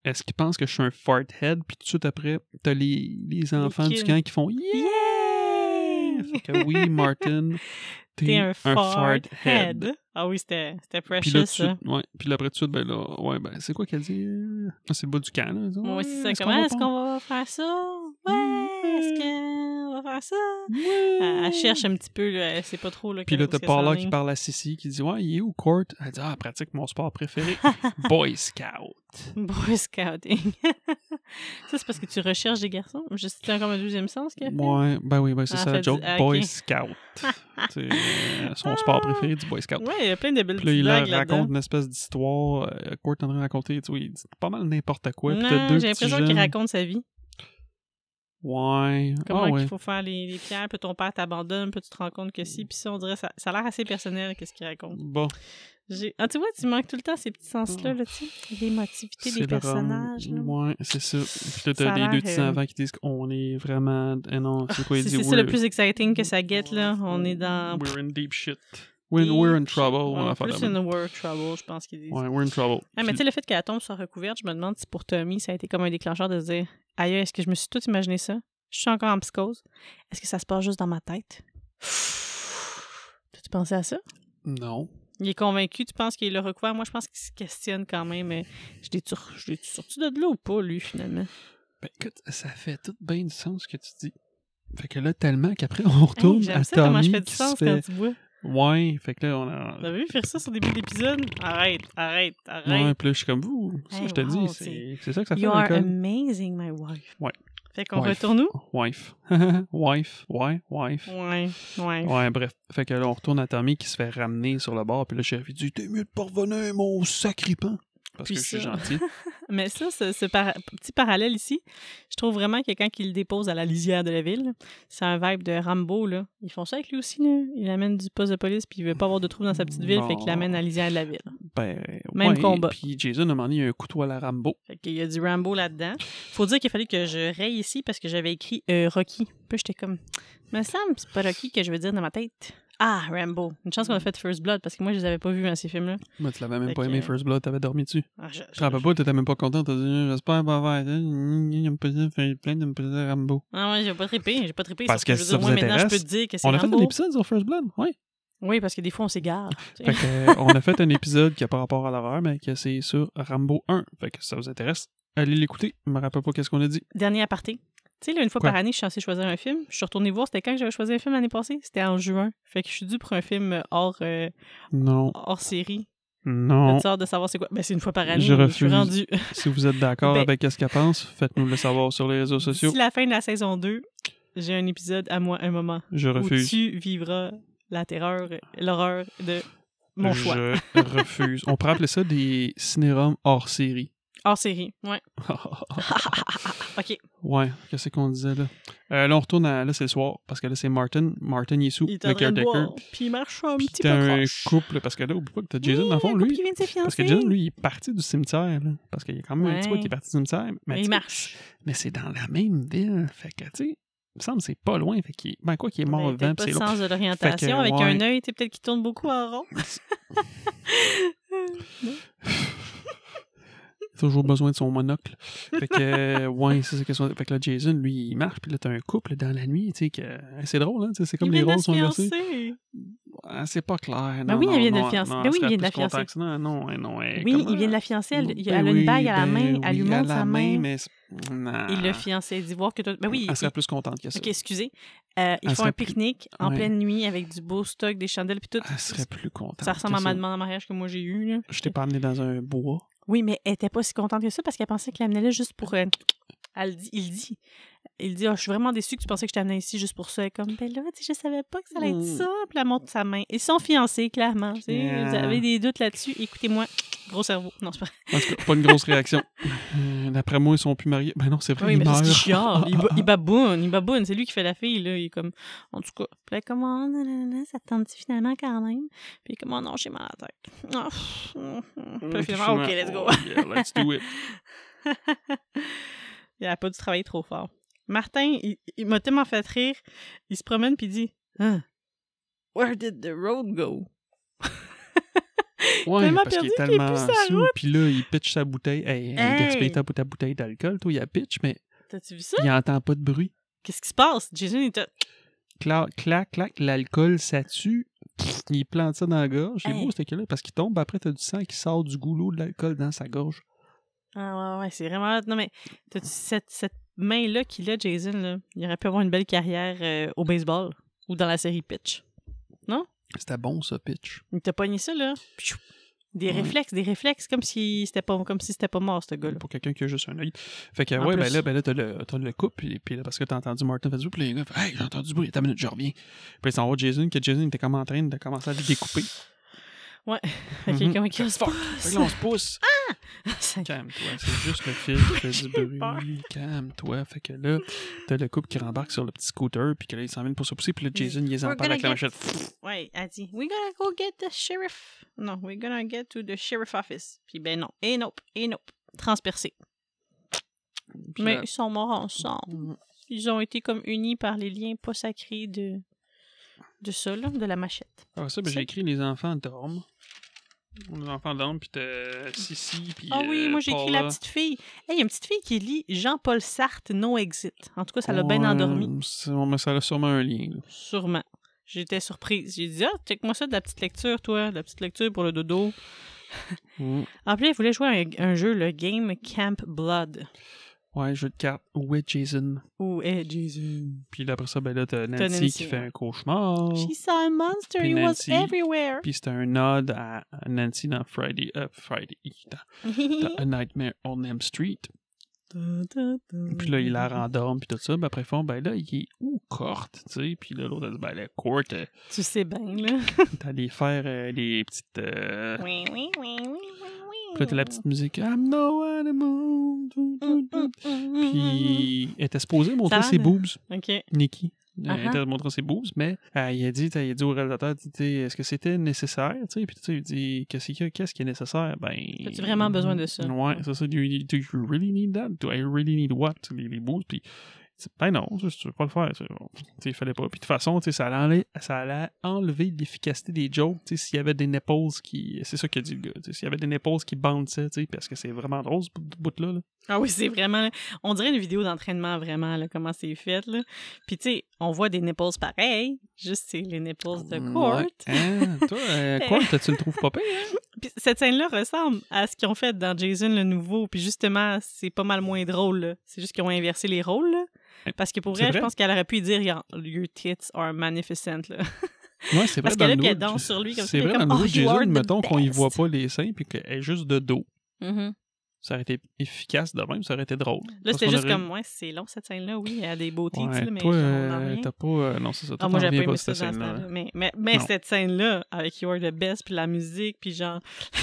[SPEAKER 2] est-ce qu'ils pensent que je suis un farthead? Puis tout de suite après, t'as les, les enfants du
[SPEAKER 1] kids.
[SPEAKER 2] camp qui font, yeah! Fait que oui, Martin,
[SPEAKER 1] T'es un, fart head. Ah oui, c'était c'était
[SPEAKER 2] puis
[SPEAKER 1] precious,
[SPEAKER 2] là, tout de
[SPEAKER 1] ça.
[SPEAKER 2] suite, ouais. Puis là, après tout de suite, ben là, ouais, ben, c'est quoi qu'elle dit? euh? Ah, c'est le bout du camp, là. Ah,
[SPEAKER 1] Moi aussi, c'est ça.
[SPEAKER 2] qu'on
[SPEAKER 1] Comment
[SPEAKER 2] va
[SPEAKER 1] Mmh, est-ce
[SPEAKER 2] pas?
[SPEAKER 1] qu'on va Mmh. faire ça? Ouais, est-ce qu'on va faire ça? Elle, elle cherche un petit peu, là, elle sait pas trop. Là,
[SPEAKER 2] Puis
[SPEAKER 1] que-
[SPEAKER 2] là,
[SPEAKER 1] où
[SPEAKER 2] t'as
[SPEAKER 1] est-ce que ça en
[SPEAKER 2] Paula
[SPEAKER 1] est.
[SPEAKER 2] qui parle à Sissi, qui dit, ouais, il est où, Court? Elle dit, ah, pratique mon sport préféré, Boy Scout.
[SPEAKER 1] Boy Scouting. ça, c'est parce que tu recherches des garçons. Je cite encore un deuxième sens. qu'elle fait.
[SPEAKER 2] Ouais, ben oui, ben c'est
[SPEAKER 1] Ah,
[SPEAKER 2] ça
[SPEAKER 1] fait
[SPEAKER 2] la
[SPEAKER 1] du-
[SPEAKER 2] joke,
[SPEAKER 1] ah, ok.
[SPEAKER 2] Boy Scout. C'est euh, son sport préféré du Boy Scout.
[SPEAKER 1] Ouais, il y a plein de belles
[SPEAKER 2] Puis là, il
[SPEAKER 1] petites
[SPEAKER 2] leur
[SPEAKER 1] blagues là-dedans.
[SPEAKER 2] raconte une espèce d'histoire. euh, Court est en train de raconter, tu vois, il dit pas mal n'importe quoi. Puis t'as
[SPEAKER 1] non,
[SPEAKER 2] deux
[SPEAKER 1] j'ai
[SPEAKER 2] petits
[SPEAKER 1] l'impression
[SPEAKER 2] jeunes.
[SPEAKER 1] qu'il raconte sa vie.
[SPEAKER 2] Ouais.
[SPEAKER 1] Comment
[SPEAKER 2] ah,
[SPEAKER 1] qu'il
[SPEAKER 2] ouais.
[SPEAKER 1] faut faire les, les pierres, puis ton père t'abandonne, puis tu te rends compte que si, puis ça, on dirait, ça, ça a l'air assez personnel, qu'est-ce qu'il raconte.
[SPEAKER 2] Bon,
[SPEAKER 1] J'ai- Ah, tu vois, tu manques tout le temps ces petits sens-là, là, tu sais. L'émotivité des
[SPEAKER 2] le rom-
[SPEAKER 1] personnages, là.
[SPEAKER 2] Ouais, c'est ça. Puis
[SPEAKER 1] Ça
[SPEAKER 2] là, t'as
[SPEAKER 1] a
[SPEAKER 2] les
[SPEAKER 1] l'air,
[SPEAKER 2] deux petits
[SPEAKER 1] euh,
[SPEAKER 2] enfants qui disent qu'on est vraiment. Eh non, c'est quoi,
[SPEAKER 1] C'est
[SPEAKER 2] ils disent
[SPEAKER 1] c'est ça le
[SPEAKER 2] we're-
[SPEAKER 1] plus exciting que ça guette, là. On est dans.
[SPEAKER 2] We're in deep shit. We're, in- we're in trouble. on
[SPEAKER 1] Ouais,
[SPEAKER 2] va faire
[SPEAKER 1] plus
[SPEAKER 2] la
[SPEAKER 1] in
[SPEAKER 2] même.
[SPEAKER 1] the world trouble, je pense qu'ils disent.
[SPEAKER 2] Ouais, we're in trouble.
[SPEAKER 1] Ah, mais
[SPEAKER 2] Puis-
[SPEAKER 1] tu sais, le fait que la tombe soit recouverte, je me demande si pour Tommy, ça a été comme un déclencheur de se dire Aïe, est-ce que je me suis tout imaginé ça Je suis encore en psychose. Est-ce que ça se passe juste dans ma tête T'as-tu pensé à ça
[SPEAKER 2] non.
[SPEAKER 1] Il est convaincu, tu penses qu'il l'a recouvert. Moi, je pense qu'il se questionne quand même. euh, Je l'ai-tu re- je l'ai-tu sorti de là ou pas, lui, finalement?
[SPEAKER 2] Ben écoute, ça fait tout bien du sens ce que tu dis. Fait que là, tellement qu'après, on retourne
[SPEAKER 1] Hey, J'aime
[SPEAKER 2] à
[SPEAKER 1] ça,
[SPEAKER 2] Tommy
[SPEAKER 1] comment je fais du
[SPEAKER 2] qui
[SPEAKER 1] sens
[SPEAKER 2] se
[SPEAKER 1] quand
[SPEAKER 2] fait...
[SPEAKER 1] tu bois.
[SPEAKER 2] Ouais, fait que là, on a...
[SPEAKER 1] T'as vu faire ça sur début d'épisode? Arrête, arrête, arrête.
[SPEAKER 2] Ouais, puis là, je suis comme vous. Ça,
[SPEAKER 1] Hey,
[SPEAKER 2] je te
[SPEAKER 1] wow,
[SPEAKER 2] dis, c'est c'est ça que ça fait
[SPEAKER 1] you
[SPEAKER 2] à
[SPEAKER 1] are
[SPEAKER 2] l'école.
[SPEAKER 1] amazing, my wife.
[SPEAKER 2] Ouais.
[SPEAKER 1] Fait qu'on
[SPEAKER 2] Wife.
[SPEAKER 1] retourne où?
[SPEAKER 2] Wife. wife. Ouais, wife.
[SPEAKER 1] Ouais, ouais.
[SPEAKER 2] Ouais, bref. Fait que là, on retourne à Tommy qui se fait ramener sur le bord. Puis le shérif, il dit T'es mieux de pas revenir, mon sacripant. Parce
[SPEAKER 1] Puis
[SPEAKER 2] que je suis
[SPEAKER 1] ça.
[SPEAKER 2] gentil.
[SPEAKER 1] Mais ça, ce, ce para- petit parallèle ici, je trouve vraiment que quand il le dépose à la lisière de la ville, c'est un vibe de Rambo, là. Ils font ça avec lui aussi, là. Il amène du poste de police, puis il veut pas avoir de troubles dans sa petite ville, fait qu'il l'amène à la lisière de la ville.
[SPEAKER 2] Ben,
[SPEAKER 1] Même
[SPEAKER 2] ouais.
[SPEAKER 1] combat.
[SPEAKER 2] Puis Jason a demandé un couteau à la Rambo.
[SPEAKER 1] Fait qu'il y a du Rambo là-dedans. Faut dire qu'il fallait que je raye ici parce que j'avais écrit euh, Rocky. Puis j'étais comme, me semble, c'est pas Rocky que je veux dire dans ma tête. Ah, Rambo. Une chance qu'on a fait First Blood parce que moi, je les avais pas vus, hein, ces films-là.
[SPEAKER 2] Mais tu l'avais même
[SPEAKER 1] Fait
[SPEAKER 2] pas
[SPEAKER 1] que-
[SPEAKER 2] aimé, First Blood, t'avais dormi dessus.
[SPEAKER 1] Ah, je-
[SPEAKER 2] Je te rappelle pas, t'étais même pas content. T'as dit J'espère pas avoir été. Il me plaisait, il fait plein de me plaisait Rambo.
[SPEAKER 1] Ah ouais, j'ai pas trippé. J'ai pas trippé.
[SPEAKER 2] Parce
[SPEAKER 1] sauf
[SPEAKER 2] que
[SPEAKER 1] je veux
[SPEAKER 2] si
[SPEAKER 1] dire,
[SPEAKER 2] ça
[SPEAKER 1] moi,
[SPEAKER 2] vous
[SPEAKER 1] maintenant, je peux
[SPEAKER 2] intéresse,
[SPEAKER 1] te dire que c'est
[SPEAKER 2] On a fait un
[SPEAKER 1] Rambo.
[SPEAKER 2] épisode sur First Blood, ouais.
[SPEAKER 1] Oui, parce que des fois, on s'égare. tu sais.
[SPEAKER 2] Fait que, euh, on a fait un épisode qui a pas rapport à l'horreur, mais que c'est sur Rambo 1. Fait que si ça vous intéresse, allez l'écouter. Je me rappelle pas qu'est-ce qu'on a dit.
[SPEAKER 1] Dernier aparté. Tu sais, là, une fois
[SPEAKER 2] Quoi?
[SPEAKER 1] par année, je suis censée choisir un film. Je suis retournée voir, c'était quand que j'avais choisi un film l'année passée? C'était en juin. Fait que je suis due pour un film hors, euh,
[SPEAKER 2] Non.
[SPEAKER 1] hors série.
[SPEAKER 2] Non.
[SPEAKER 1] Tu de savoir c'est quoi. Ben, c'est une fois par année.
[SPEAKER 2] Je
[SPEAKER 1] mais suis
[SPEAKER 2] refuse.
[SPEAKER 1] rendue.
[SPEAKER 2] Si vous êtes d'accord
[SPEAKER 1] Ben-
[SPEAKER 2] avec ce qu'elle pense, faites-nous le savoir sur les réseaux sociaux.
[SPEAKER 1] D'ici la fin de la saison 2, j'ai un épisode à moi, un moment,
[SPEAKER 2] Je refuse.
[SPEAKER 1] où tu vivras la terreur, l'horreur de mon choix.
[SPEAKER 2] Je refuse. On pourrait appeler ça des cinérums hors série.
[SPEAKER 1] Hors série, ouais. OK,
[SPEAKER 2] ouais, qu'est-ce qu'on disait là? Euh, là, on retourne à. Là, c'est le soir, parce que là, c'est Martin. Martin, il est sous,
[SPEAKER 1] il est
[SPEAKER 2] le
[SPEAKER 1] en train de
[SPEAKER 2] caretaker.
[SPEAKER 1] boire, puis il marche un
[SPEAKER 2] Puis
[SPEAKER 1] petit peu
[SPEAKER 2] t'as un
[SPEAKER 1] croche.
[SPEAKER 2] couple, parce que là, oublie pas que t'as Jason,
[SPEAKER 1] Oui,
[SPEAKER 2] dans le fond,
[SPEAKER 1] un couple
[SPEAKER 2] lui.
[SPEAKER 1] qui vient de se
[SPEAKER 2] Parce que
[SPEAKER 1] fiancer.
[SPEAKER 2] Jason, lui, il est parti du cimetière, là, Parce qu'il y a quand même un petit
[SPEAKER 1] Ouais.
[SPEAKER 2] bout qui est parti du cimetière. Mais,
[SPEAKER 1] Mais
[SPEAKER 2] tu sais,
[SPEAKER 1] il marche.
[SPEAKER 2] Mais c'est dans la même ville. Fait que, tu sais, il me semble que c'est pas loin. Fait qu'il. Ben, quoi qu'il est mort
[SPEAKER 1] Ben,
[SPEAKER 2] devant,
[SPEAKER 1] peut-être pas
[SPEAKER 2] puis c'est
[SPEAKER 1] de
[SPEAKER 2] long.
[SPEAKER 1] sens de l'orientation, avec
[SPEAKER 2] ouais.
[SPEAKER 1] un œil, tu sais, peut-être qu'il tourne beaucoup en rond.
[SPEAKER 2] Toujours besoin de son monocle. Fait que, euh, ouais, c'est ça qu'elle soit- Fait que là, Jason, lui, il marche, puis là, t'as un couple dans la nuit, tu sais, que. euh, C'est drôle, hein, tu sais, c'est comme
[SPEAKER 1] il
[SPEAKER 2] les
[SPEAKER 1] vient de
[SPEAKER 2] rôles
[SPEAKER 1] se
[SPEAKER 2] sont inversés.
[SPEAKER 1] fiancer.
[SPEAKER 2] Ah, c'est pas clair.
[SPEAKER 1] Ben
[SPEAKER 2] non,
[SPEAKER 1] oui,
[SPEAKER 2] non,
[SPEAKER 1] elle vient de
[SPEAKER 2] non,
[SPEAKER 1] la fiancer.
[SPEAKER 2] non,
[SPEAKER 1] Ben oui, il
[SPEAKER 2] elle
[SPEAKER 1] vient de
[SPEAKER 2] serait
[SPEAKER 1] la
[SPEAKER 2] plus content
[SPEAKER 1] fiancer.
[SPEAKER 2] que ça. Non, non, elle- non. elle-
[SPEAKER 1] Oui,
[SPEAKER 2] Eh, comment-
[SPEAKER 1] il vient de la fiancer, elle, il-
[SPEAKER 2] Ben
[SPEAKER 1] elle a une
[SPEAKER 2] oui,
[SPEAKER 1] bague à la
[SPEAKER 2] ben
[SPEAKER 1] main, elle lui
[SPEAKER 2] oui,
[SPEAKER 1] montre
[SPEAKER 2] à
[SPEAKER 1] sa
[SPEAKER 2] la
[SPEAKER 1] main.
[SPEAKER 2] mais c'est- non.
[SPEAKER 1] Il le fiancé, il dit voir que toi... Ben oui,
[SPEAKER 2] Elle
[SPEAKER 1] il-
[SPEAKER 2] serait plus contente que ça.
[SPEAKER 1] OK, excusez. Euh, ils
[SPEAKER 2] Elle
[SPEAKER 1] font
[SPEAKER 2] serait
[SPEAKER 1] un pique-nique en
[SPEAKER 2] Ouais.
[SPEAKER 1] pleine nuit avec du beau stock, des chandelles, puis tout.
[SPEAKER 2] Elle serait plus contente.
[SPEAKER 1] Ça ressemble
[SPEAKER 2] que
[SPEAKER 1] à ma demande en mariage que moi j'ai eue. là.
[SPEAKER 2] Je t'ai pas amené dans un bois.
[SPEAKER 1] Oui, mais elle était pas si contente que ça parce qu'elle pensait qu'il l'amenait là juste pour. euh, elle dit, il dit. Il dit, Ah, je suis vraiment déçue que tu pensais que je t'amenais ici juste pour ça. Elle est comme, ben là, tu sais, je savais pas que ça allait être
[SPEAKER 2] Mm.
[SPEAKER 1] ça. Puis elle montre sa main. Ils sont fiancés, clairement. Tu sais,
[SPEAKER 2] Yeah.
[SPEAKER 1] Vous avez des doutes là-dessus, écoutez-moi. Gros cerveau. Non, c'est pas.
[SPEAKER 2] En tout cas, pas une grosse réaction. Euh, D'après moi, ils sont plus mariés. Ben non, c'est vrai,
[SPEAKER 1] Oui,
[SPEAKER 2] ils
[SPEAKER 1] mais parce qu'il chiale.
[SPEAKER 2] meurent.
[SPEAKER 1] Il, ba- il baboune, il baboune. C'est lui qui fait la fille, là. Il est comme, en tout cas. Puis là, il est comme, oh, nan, nan, nan, ça te tente finalement quand même? Puis il est comme, oh non, j'ai mal à la tête. Ah, pff, hum, hum. Puis là, finalement, OK, let's go.
[SPEAKER 2] Oh, yeah, let's do it.
[SPEAKER 1] Il a pas dû travailler trop fort. Martin, il, il m'a tellement fait rire. Il se promène puis il dit Ah, Where did the road go?
[SPEAKER 2] Ouais,
[SPEAKER 1] Tellement
[SPEAKER 2] parce qu'il est
[SPEAKER 1] perdu qu'il est
[SPEAKER 2] tellement
[SPEAKER 1] plus sur la
[SPEAKER 2] sous.
[SPEAKER 1] route.
[SPEAKER 2] Puis là, il pitch sa bouteille. Hey, hey,
[SPEAKER 1] Hey.
[SPEAKER 2] gaspille ta ta bouteille d'alcool. Toi, il a pitch, mais
[SPEAKER 1] T'as-tu vu ça?
[SPEAKER 2] il entend pas de bruit.
[SPEAKER 1] Qu'est-ce qui se passe? Jason il était.
[SPEAKER 2] Cla- clac, clac, l'alcool, ça tue. Pff, Il plante ça dans la gorge. C'est
[SPEAKER 1] Hey.
[SPEAKER 2] beau, ce que là parce qu'il tombe. Après, t'as du sang qui sort du goulot de l'alcool dans sa gorge.
[SPEAKER 1] Ah ouais, ouais, c'est vraiment. hot. Non, mais t'as-tu cette, cette main-là qu'il a, Jason, là? Il aurait pu avoir une belle carrière euh, au baseball ou dans la série Pitch.
[SPEAKER 2] C'était bon, ça, pitch.
[SPEAKER 1] Il t'a pogné ça, là? Pichou! Des
[SPEAKER 2] Ouais.
[SPEAKER 1] réflexes, des réflexes, comme si c'était pas, comme si c'était pas mort, ce gars-là.
[SPEAKER 2] Pour quelqu'un qui a juste un œil. Fait que,
[SPEAKER 1] En
[SPEAKER 2] ouais, ben
[SPEAKER 1] plus.
[SPEAKER 2] là, ben là t'as le, t'as le couple. Puis, puis là, parce que t'as entendu Martin faire du bruit. Puis les gars, fait, hey, j'ai entendu du bruit. Attends une minute, je reviens. Puis ils s'en vont Jason, que Jason était comme en train de commencer à le découper. Mm-hmm.
[SPEAKER 1] Fait qu'il est comme, Qu'est-ce qui
[SPEAKER 2] Fuck! Fait que là, on se pousse.
[SPEAKER 1] se passe?
[SPEAKER 2] Calme-toi, c'est juste le fil qui fait du
[SPEAKER 1] peur.
[SPEAKER 2] bruit. Calme-toi. Fait que là, t'as le couple qui rembarque sur le petit scooter, puis que là, ils s'en viennent pour se pousser, puis là, Jason, il les
[SPEAKER 1] We're
[SPEAKER 2] en parle avec la
[SPEAKER 1] gonna
[SPEAKER 2] machette.
[SPEAKER 1] get- Ouais, elle dit, we're gonna go get the sheriff. Non, we're gonna get to the sheriff office. Puis ben non, et nope, et nope. Transpercé.
[SPEAKER 2] Puis
[SPEAKER 1] Mais
[SPEAKER 2] là,
[SPEAKER 1] ils sont morts ensemble. Ils ont été comme unis par les liens pas sacrés de, de ça, là, de la machette.
[SPEAKER 2] Après ça, ben, j'ai écrit Les enfants dorment. Les enfants dorment, puis t'as Sissi, puis.
[SPEAKER 1] Ah oui,
[SPEAKER 2] euh,
[SPEAKER 1] moi j'ai écrit
[SPEAKER 2] Paula.
[SPEAKER 1] la petite fille. Hey, il y a une petite fille qui lit Jean-Paul Sartre, No Exit. En tout cas, ça l'a bien
[SPEAKER 2] Ouais,
[SPEAKER 1] endormi.
[SPEAKER 2] c'est- ouais, mais ça a sûrement un lien. là.
[SPEAKER 1] Sûrement. J'étais surprise. J'ai dit, ah, check-moi ça de la petite lecture, toi, de la petite lecture pour le dodo.
[SPEAKER 2] Mm.
[SPEAKER 1] En plus, elle voulait jouer à un, un jeu, le Game Camp Blood.
[SPEAKER 2] Ouais, jeu de cartes. Où est Jason?
[SPEAKER 1] Ou hey, Jason.
[SPEAKER 2] Puis là, après ça, ben là, t'as Nancy,
[SPEAKER 1] Nancy,
[SPEAKER 2] qui fait
[SPEAKER 1] ouais.
[SPEAKER 2] un cauchemar.
[SPEAKER 1] She saw a monster,
[SPEAKER 2] Puis
[SPEAKER 1] he was
[SPEAKER 2] Nancy.
[SPEAKER 1] everywhere.
[SPEAKER 2] Puis c'était un ode à à Nancy dans Friday, euh, Friday, dans T'as A Nightmare on M Street. Puis là, il la
[SPEAKER 1] Mm-hmm.
[SPEAKER 2] rendorme, puis tout ça. Ben, après, ils font, ben là, il est où, courte, tu sais? Puis là, l'autre, elle dit, ben, la courte, euh,
[SPEAKER 1] Tu sais bien, là.
[SPEAKER 2] t'es allé faire euh, des petites. euh,
[SPEAKER 1] Oui, oui, oui, oui, oui, oui.
[SPEAKER 2] Puis là, t'as la petite musique, I'm no animal. dou, dou, dou.
[SPEAKER 1] Mm-hmm.
[SPEAKER 2] Puis, elle était supposée montrer
[SPEAKER 1] Ça va,
[SPEAKER 2] ses
[SPEAKER 1] mais-
[SPEAKER 2] boobs,
[SPEAKER 1] OK.
[SPEAKER 2] Nikki. Euh, Elle
[SPEAKER 1] Ah-ha.
[SPEAKER 2] était montrer ses boobs, mais euh, il, a dit, il a dit au réalisateur, tu sais, est-ce que c'était nécessaire? Tu sais, puis tu sais, il dit, qu'est-ce qu'il y a- qu'est-ce qui est nécessaire? Ben.
[SPEAKER 1] As-tu vraiment besoin de ça?
[SPEAKER 2] Ouais, c'est ça. Do you, do you really need that? Do I really need what? Les, les boobs, puis. il dit, Ben non, ça, tu veux pas le faire. ça. Tu sais, il fallait pas. Puis de toute façon, tu sais, ça allait, enle- ça allait enlever l'efficacité des jokes. tu sais, S'il y avait des nipples qui. C'est ça que dit le gars. tu sais, S'il y avait des nipples qui bounçaient, tu sais, parce que c'est vraiment drôle ce bout- bout-là. là.
[SPEAKER 1] Ah oui, c'est vraiment... On dirait une vidéo d'entraînement, vraiment, là, comment c'est fait, là. Puis, tu sais, on voit des nipples pareilles, juste c'est les nipples de court.
[SPEAKER 2] Mmh, Ouais. Hein, toi, euh, Court, tu le trouves pas pire?
[SPEAKER 1] Puis cette scène-là ressemble à ce qu'ils ont fait dans Jason le nouveau. Puis justement, c'est pas mal moins drôle. là. C'est juste qu'ils ont inversé les rôles. là. Parce que pour
[SPEAKER 2] C'est
[SPEAKER 1] vrai, je
[SPEAKER 2] vrai?
[SPEAKER 1] pense qu'elle aurait pu dire genre, Your tits are magnificent. Là.
[SPEAKER 2] Ouais, c'est vrai.
[SPEAKER 1] Parce
[SPEAKER 2] dans
[SPEAKER 1] que là,
[SPEAKER 2] le
[SPEAKER 1] puis elle
[SPEAKER 2] nouveau-
[SPEAKER 1] danse sur lui comme ça,
[SPEAKER 2] C'est
[SPEAKER 1] puis
[SPEAKER 2] vrai,
[SPEAKER 1] elle est
[SPEAKER 2] dans le
[SPEAKER 1] comme,
[SPEAKER 2] nouveau
[SPEAKER 1] Oh, you are
[SPEAKER 2] Jason,
[SPEAKER 1] the
[SPEAKER 2] mettons qu'on y
[SPEAKER 1] best.
[SPEAKER 2] voit pas les seins, puis qu'elle est juste de dos. Ça aurait été efficace de même, ça aurait été drôle.
[SPEAKER 1] Là,
[SPEAKER 2] Parce
[SPEAKER 1] c'était
[SPEAKER 2] qu'on
[SPEAKER 1] juste
[SPEAKER 2] aurait-
[SPEAKER 1] comme, ouais, c'est long cette scène-là, oui, il y a des beaux titres,
[SPEAKER 2] Ouais,
[SPEAKER 1] là, mais
[SPEAKER 2] toi,
[SPEAKER 1] genre,
[SPEAKER 2] euh,
[SPEAKER 1] on en revient.
[SPEAKER 2] t'as pas. euh, non, c'est ça.
[SPEAKER 1] Ah,
[SPEAKER 2] Toi,
[SPEAKER 1] moi,
[SPEAKER 2] t'en
[SPEAKER 1] j'avais
[SPEAKER 2] reviens
[SPEAKER 1] pas
[SPEAKER 2] pas
[SPEAKER 1] aimé
[SPEAKER 2] de
[SPEAKER 1] ça
[SPEAKER 2] cette
[SPEAKER 1] dans ce
[SPEAKER 2] scène-là.
[SPEAKER 1] temps-là. Mais, mais, mais
[SPEAKER 2] Non.
[SPEAKER 1] cette scène-là, avec You Are the Best, puis la musique, puis genre.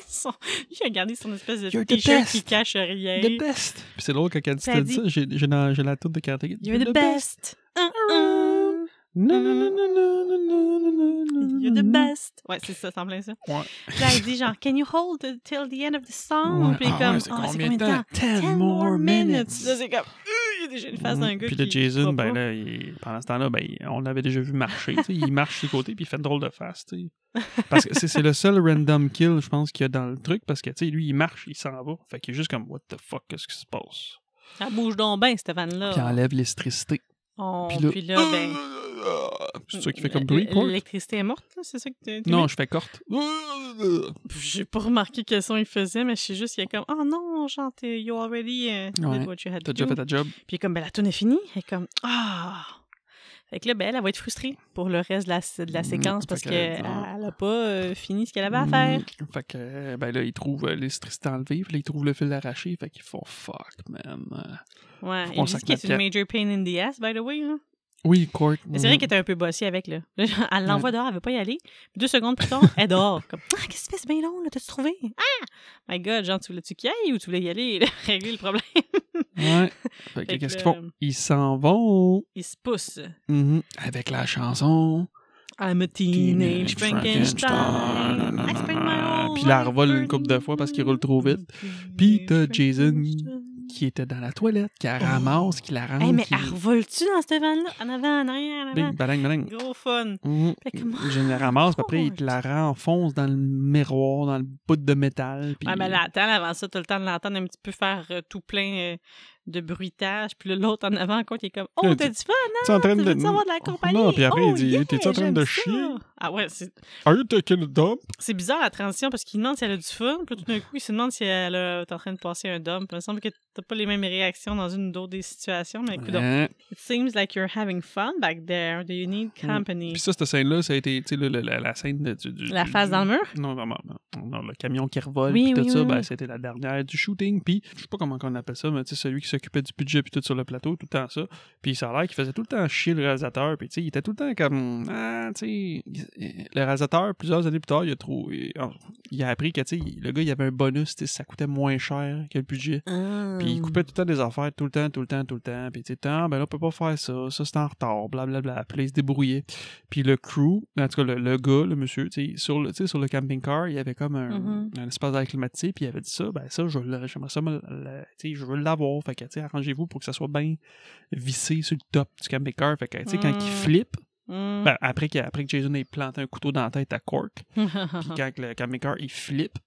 [SPEAKER 1] ils sont- Lui, il a gardé son espèce de
[SPEAKER 2] You're the
[SPEAKER 1] t-shirt
[SPEAKER 2] best.
[SPEAKER 1] qui cache rien.
[SPEAKER 2] The best! Puis c'est drôle quand elle dit
[SPEAKER 1] Ça
[SPEAKER 2] t'as
[SPEAKER 1] dit-
[SPEAKER 2] dit ça, j'ai j'ai dans- j'ai la toute de karaté. Kid.
[SPEAKER 1] You're the best. Hein, hein.
[SPEAKER 2] Non, non, non, non, non, non, non, non, non, non,
[SPEAKER 1] You're the
[SPEAKER 2] non.
[SPEAKER 1] best. Ouais, c'est ça, c'est en plein ça.
[SPEAKER 2] Ouais.
[SPEAKER 1] Puis là, il dit genre, Can you hold it till the end of the song?
[SPEAKER 2] Ouais.
[SPEAKER 1] Puis il est
[SPEAKER 2] Ah
[SPEAKER 1] comme,
[SPEAKER 2] ouais, c'est
[SPEAKER 1] Ah,
[SPEAKER 2] combien de temps? 10 more minutes!
[SPEAKER 1] Là, c'est comme, Euh, il y a déjà une face d'un gars
[SPEAKER 2] Puis
[SPEAKER 1] qui.
[SPEAKER 2] le Jason,
[SPEAKER 1] qui croit
[SPEAKER 2] ben
[SPEAKER 1] pas.
[SPEAKER 2] là, il- pendant ce temps-là, ben, il- on l'avait déjà vu marcher. tu sais, il marche sur le côté, puis il fait drôle de face. tu sais. Parce que c'est c'est le seul random kill, je pense, qu'il y a dans le truc, parce que tu sais, lui, il marche, il s'en va. Fait qu'il est juste comme, what the fuck, qu'est-ce qui se passe?
[SPEAKER 1] Ça bouge donc bien, cette
[SPEAKER 2] Puis il
[SPEAKER 1] van-là.
[SPEAKER 2] enlève l'électricité.
[SPEAKER 1] On-
[SPEAKER 2] Puis là-
[SPEAKER 1] Puis là, Ah. ben. mm, Euh,
[SPEAKER 2] C'est ça qui fait comme bruit, quoi?
[SPEAKER 1] L'électricité est morte, là, c'est ça que tu
[SPEAKER 2] Non, je fais corte.
[SPEAKER 1] J'ai pas remarqué quel son il faisait, mais je sais juste qu'il est comme Oh non, genre, t'es- you already euh, did
[SPEAKER 2] Ouais,
[SPEAKER 1] what you had to
[SPEAKER 2] T'as déjà fait
[SPEAKER 1] do.
[SPEAKER 2] ta job.
[SPEAKER 1] Puis comme ben, la tune est finie, elle est comme Ah Fait que là, ben, elle, elle va être frustrée pour le reste de la, de la
[SPEAKER 2] Mm,
[SPEAKER 1] séquence
[SPEAKER 2] fait
[SPEAKER 1] parce
[SPEAKER 2] que-
[SPEAKER 1] qu'elle
[SPEAKER 2] ouais.
[SPEAKER 1] elle a pas euh, fini ce qu'elle avait à faire.
[SPEAKER 2] Mm. Fait que, euh, ben là, ils trouvent euh, l'électricité enlevée, puis là, ils trouvent le fil arraché, fait qu'ils font fuck, man. Euh,
[SPEAKER 1] Ouais.
[SPEAKER 2] Faut qu'on
[SPEAKER 1] Il dit
[SPEAKER 2] sac
[SPEAKER 1] que
[SPEAKER 2] notre
[SPEAKER 1] c'est une major pain in the ass, by the way. hein.
[SPEAKER 2] Oui, Court.
[SPEAKER 1] Mais c'est vrai qu'elle était un peu bossée avec, là. Là, genre, Elle l'envoie dehors, elle veut pas y aller. Puis deux secondes plus tard, elle dort. Comme Ah, qu'est-ce que c'est bien long, là, t'as-tu trouvé Ah My god, genre, tu voulais-tu qu'il y aille ou tu voulais y aller et régler le problème
[SPEAKER 2] Ouais. Fait que,
[SPEAKER 1] Fait que
[SPEAKER 2] qu'est-ce
[SPEAKER 1] là,
[SPEAKER 2] qu'ils font? Ils s'en vont
[SPEAKER 1] Il se pousse.
[SPEAKER 2] Mhm. avec la chanson.
[SPEAKER 1] I'm a teenage Frankenstein.
[SPEAKER 2] Non, non, non,
[SPEAKER 1] I spend my
[SPEAKER 2] non, non.
[SPEAKER 1] whole
[SPEAKER 2] Puis là, elle
[SPEAKER 1] life
[SPEAKER 2] revole une couple de fois parce qu'il roule trop vite.
[SPEAKER 1] burning
[SPEAKER 2] Puis t'as
[SPEAKER 1] teenage
[SPEAKER 2] Jason
[SPEAKER 1] Frankenstein.
[SPEAKER 2] qui était dans la toilette, qui la ramasse, qui la rentre.
[SPEAKER 1] Oh. Hey, mais
[SPEAKER 2] qui...
[SPEAKER 1] elle revole-tu dans cette vanne-là? En avant, en arrière, en avant.
[SPEAKER 2] Bing, balang, balang.
[SPEAKER 1] Gros fun.
[SPEAKER 2] Mhm.
[SPEAKER 1] Fait que moi- oh,
[SPEAKER 2] Je la ramasse, puis après, il te la renfonce dans le miroir, dans le bout de métal. Puis...
[SPEAKER 1] Ouais, mais l'attends avant ça, t'as le temps de l'entendre un petit peu faire euh, tout plein euh, de bruitage. Puis là, l'autre en avant, encore, il est comme Oh,
[SPEAKER 2] Là,
[SPEAKER 1] t'as du fun, hein?
[SPEAKER 2] Tu es en train
[SPEAKER 1] Tu
[SPEAKER 2] de.
[SPEAKER 1] veux avoir de la compagnie?
[SPEAKER 2] Non, puis après,
[SPEAKER 1] Oh,
[SPEAKER 2] il dit
[SPEAKER 1] yeah,
[SPEAKER 2] T'es-tu en train de
[SPEAKER 1] j'aime
[SPEAKER 2] chier
[SPEAKER 1] ça. Ah ouais, c'est
[SPEAKER 2] Are you taking a dump
[SPEAKER 1] c'est bizarre la transition parce qu'il demande si elle a du fun. Puis là, tout d'un coup, il se demande si elle a- t'es en train de passer un dump. Il me semble que t'as pas les mêmes réactions dans une ou d'autres des situations. Mais écoute,
[SPEAKER 2] Hein?
[SPEAKER 1] It seems like you're having fun back there. Do you need company?
[SPEAKER 2] Mm. Puis ça, cette scène-là, ça a été tu sais, le- le- la, la scène de- du, du-
[SPEAKER 1] La
[SPEAKER 2] du-
[SPEAKER 1] face dans le mur?
[SPEAKER 2] Non, non, non, non, non, le camion qui revole,
[SPEAKER 1] Oui,
[SPEAKER 2] puis tout
[SPEAKER 1] oui,
[SPEAKER 2] ça,
[SPEAKER 1] oui,
[SPEAKER 2] ben,
[SPEAKER 1] oui.
[SPEAKER 2] c'était la dernière du shooting. Puis je sais pas comment on appelle ça, mais tu sais, celui qui s'occupait du budget, puis tout sur le plateau, tout le temps ça. Puis ça a l'air qu'il faisait tout le temps chier le réalisateur. Puis tu sais, il était tout le temps comme. Ah, tu sais. Le réalisateur, plusieurs années plus tard, il a, trop, il, il a appris que tu sais, le gars, il avait un bonus, tu sais, ça coûtait moins cher que le budget. Puis il coupait tout le temps des affaires, tout le temps, tout le temps, tout le temps. Puis tu sais, ah, ben là, on peut pas faire ça, ça c'est en retard, blablabla. Puis là, il se débrouillait. Puis le crew, en tout cas, le, le gars, le monsieur, tu sais, sur le, tu sais, sur le camping-car, il y avait comme un,
[SPEAKER 1] Mhm.
[SPEAKER 2] un espace d'air climatisé, puis il avait dit ça, ben ça, je veux le- j'aimerais ça, me le- le- tu sais, je veux l'avoir. Fait que, tu sais, arrangez-vous pour que ça soit bien vissé sur le top du camping-car. Fait que, tu sais, quand il
[SPEAKER 1] Mm.
[SPEAKER 2] flippe,
[SPEAKER 1] Mm.
[SPEAKER 2] ben, après, que- après que Jason ait planté un couteau dans la tête à Cork, puis
[SPEAKER 1] Uh-huh.
[SPEAKER 2] quand le camping-car, il flippe,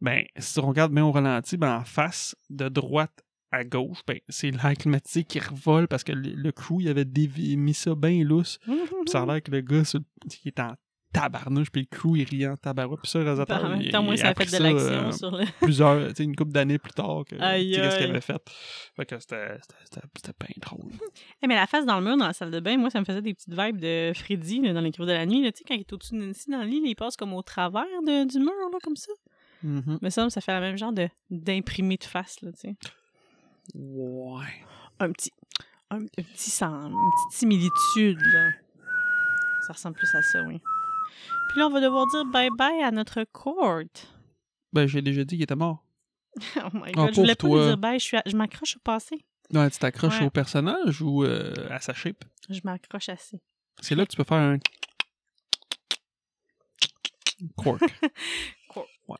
[SPEAKER 2] ben, si on regarde bien au ralenti, ben, en face, de droite à gauche, ben, c'est l'air climatisé qui revole parce que le, le crew, il avait dévi- mis ça bien lousse. Puis
[SPEAKER 1] Mm-hmm.
[SPEAKER 2] ça a l'air que le gars, sur le- qui est en tabarnouche, puis le crew, il rit en tabarouche. Puis ça, le réalisateur,
[SPEAKER 1] Ben, En même
[SPEAKER 2] il-
[SPEAKER 1] temps, moi,
[SPEAKER 2] il
[SPEAKER 1] ça a fait
[SPEAKER 2] appris
[SPEAKER 1] de l'action
[SPEAKER 2] euh,
[SPEAKER 1] sur le.
[SPEAKER 2] plusieurs, tu sais, une couple d'années plus tard, que, tu
[SPEAKER 1] Aïe,
[SPEAKER 2] sais, qu'est-ce qu'il
[SPEAKER 1] aïe.
[SPEAKER 2] avait fait. Fait que c'était, c'était- c'était, c'était bien drôle.
[SPEAKER 1] Eh, mais la face dans le mur dans la salle de bain, moi, ça me faisait des petites vibes de Freddy là, dans les creux de la nuit. là. Tu sais, quand il est au-dessus de Nancy dans le lit, là, il passe comme au travers de- du mur, là, comme ça.
[SPEAKER 2] Mhm.
[SPEAKER 1] Mais ça, ça fait la même genre de d'imprimé de face, là, tu sais.
[SPEAKER 2] Ouais.
[SPEAKER 1] Un petit. Un, un petit sens, une petite similitude, là. Ça ressemble plus à ça, oui. Puis là, on va devoir dire bye-bye à notre court.
[SPEAKER 2] Ben, j'ai déjà dit qu'il était mort.
[SPEAKER 1] Oh my god, je voulais pas
[SPEAKER 2] pauvre Ah, toi.
[SPEAKER 1] lui dire bye, je, suis à- je m'accroche au passé.
[SPEAKER 2] Ouais, tu t'accroches
[SPEAKER 1] Ouais.
[SPEAKER 2] au personnage ou euh, à sa shape?
[SPEAKER 1] Je m'accroche assez.
[SPEAKER 2] C'est là que tu peux faire un. Cork.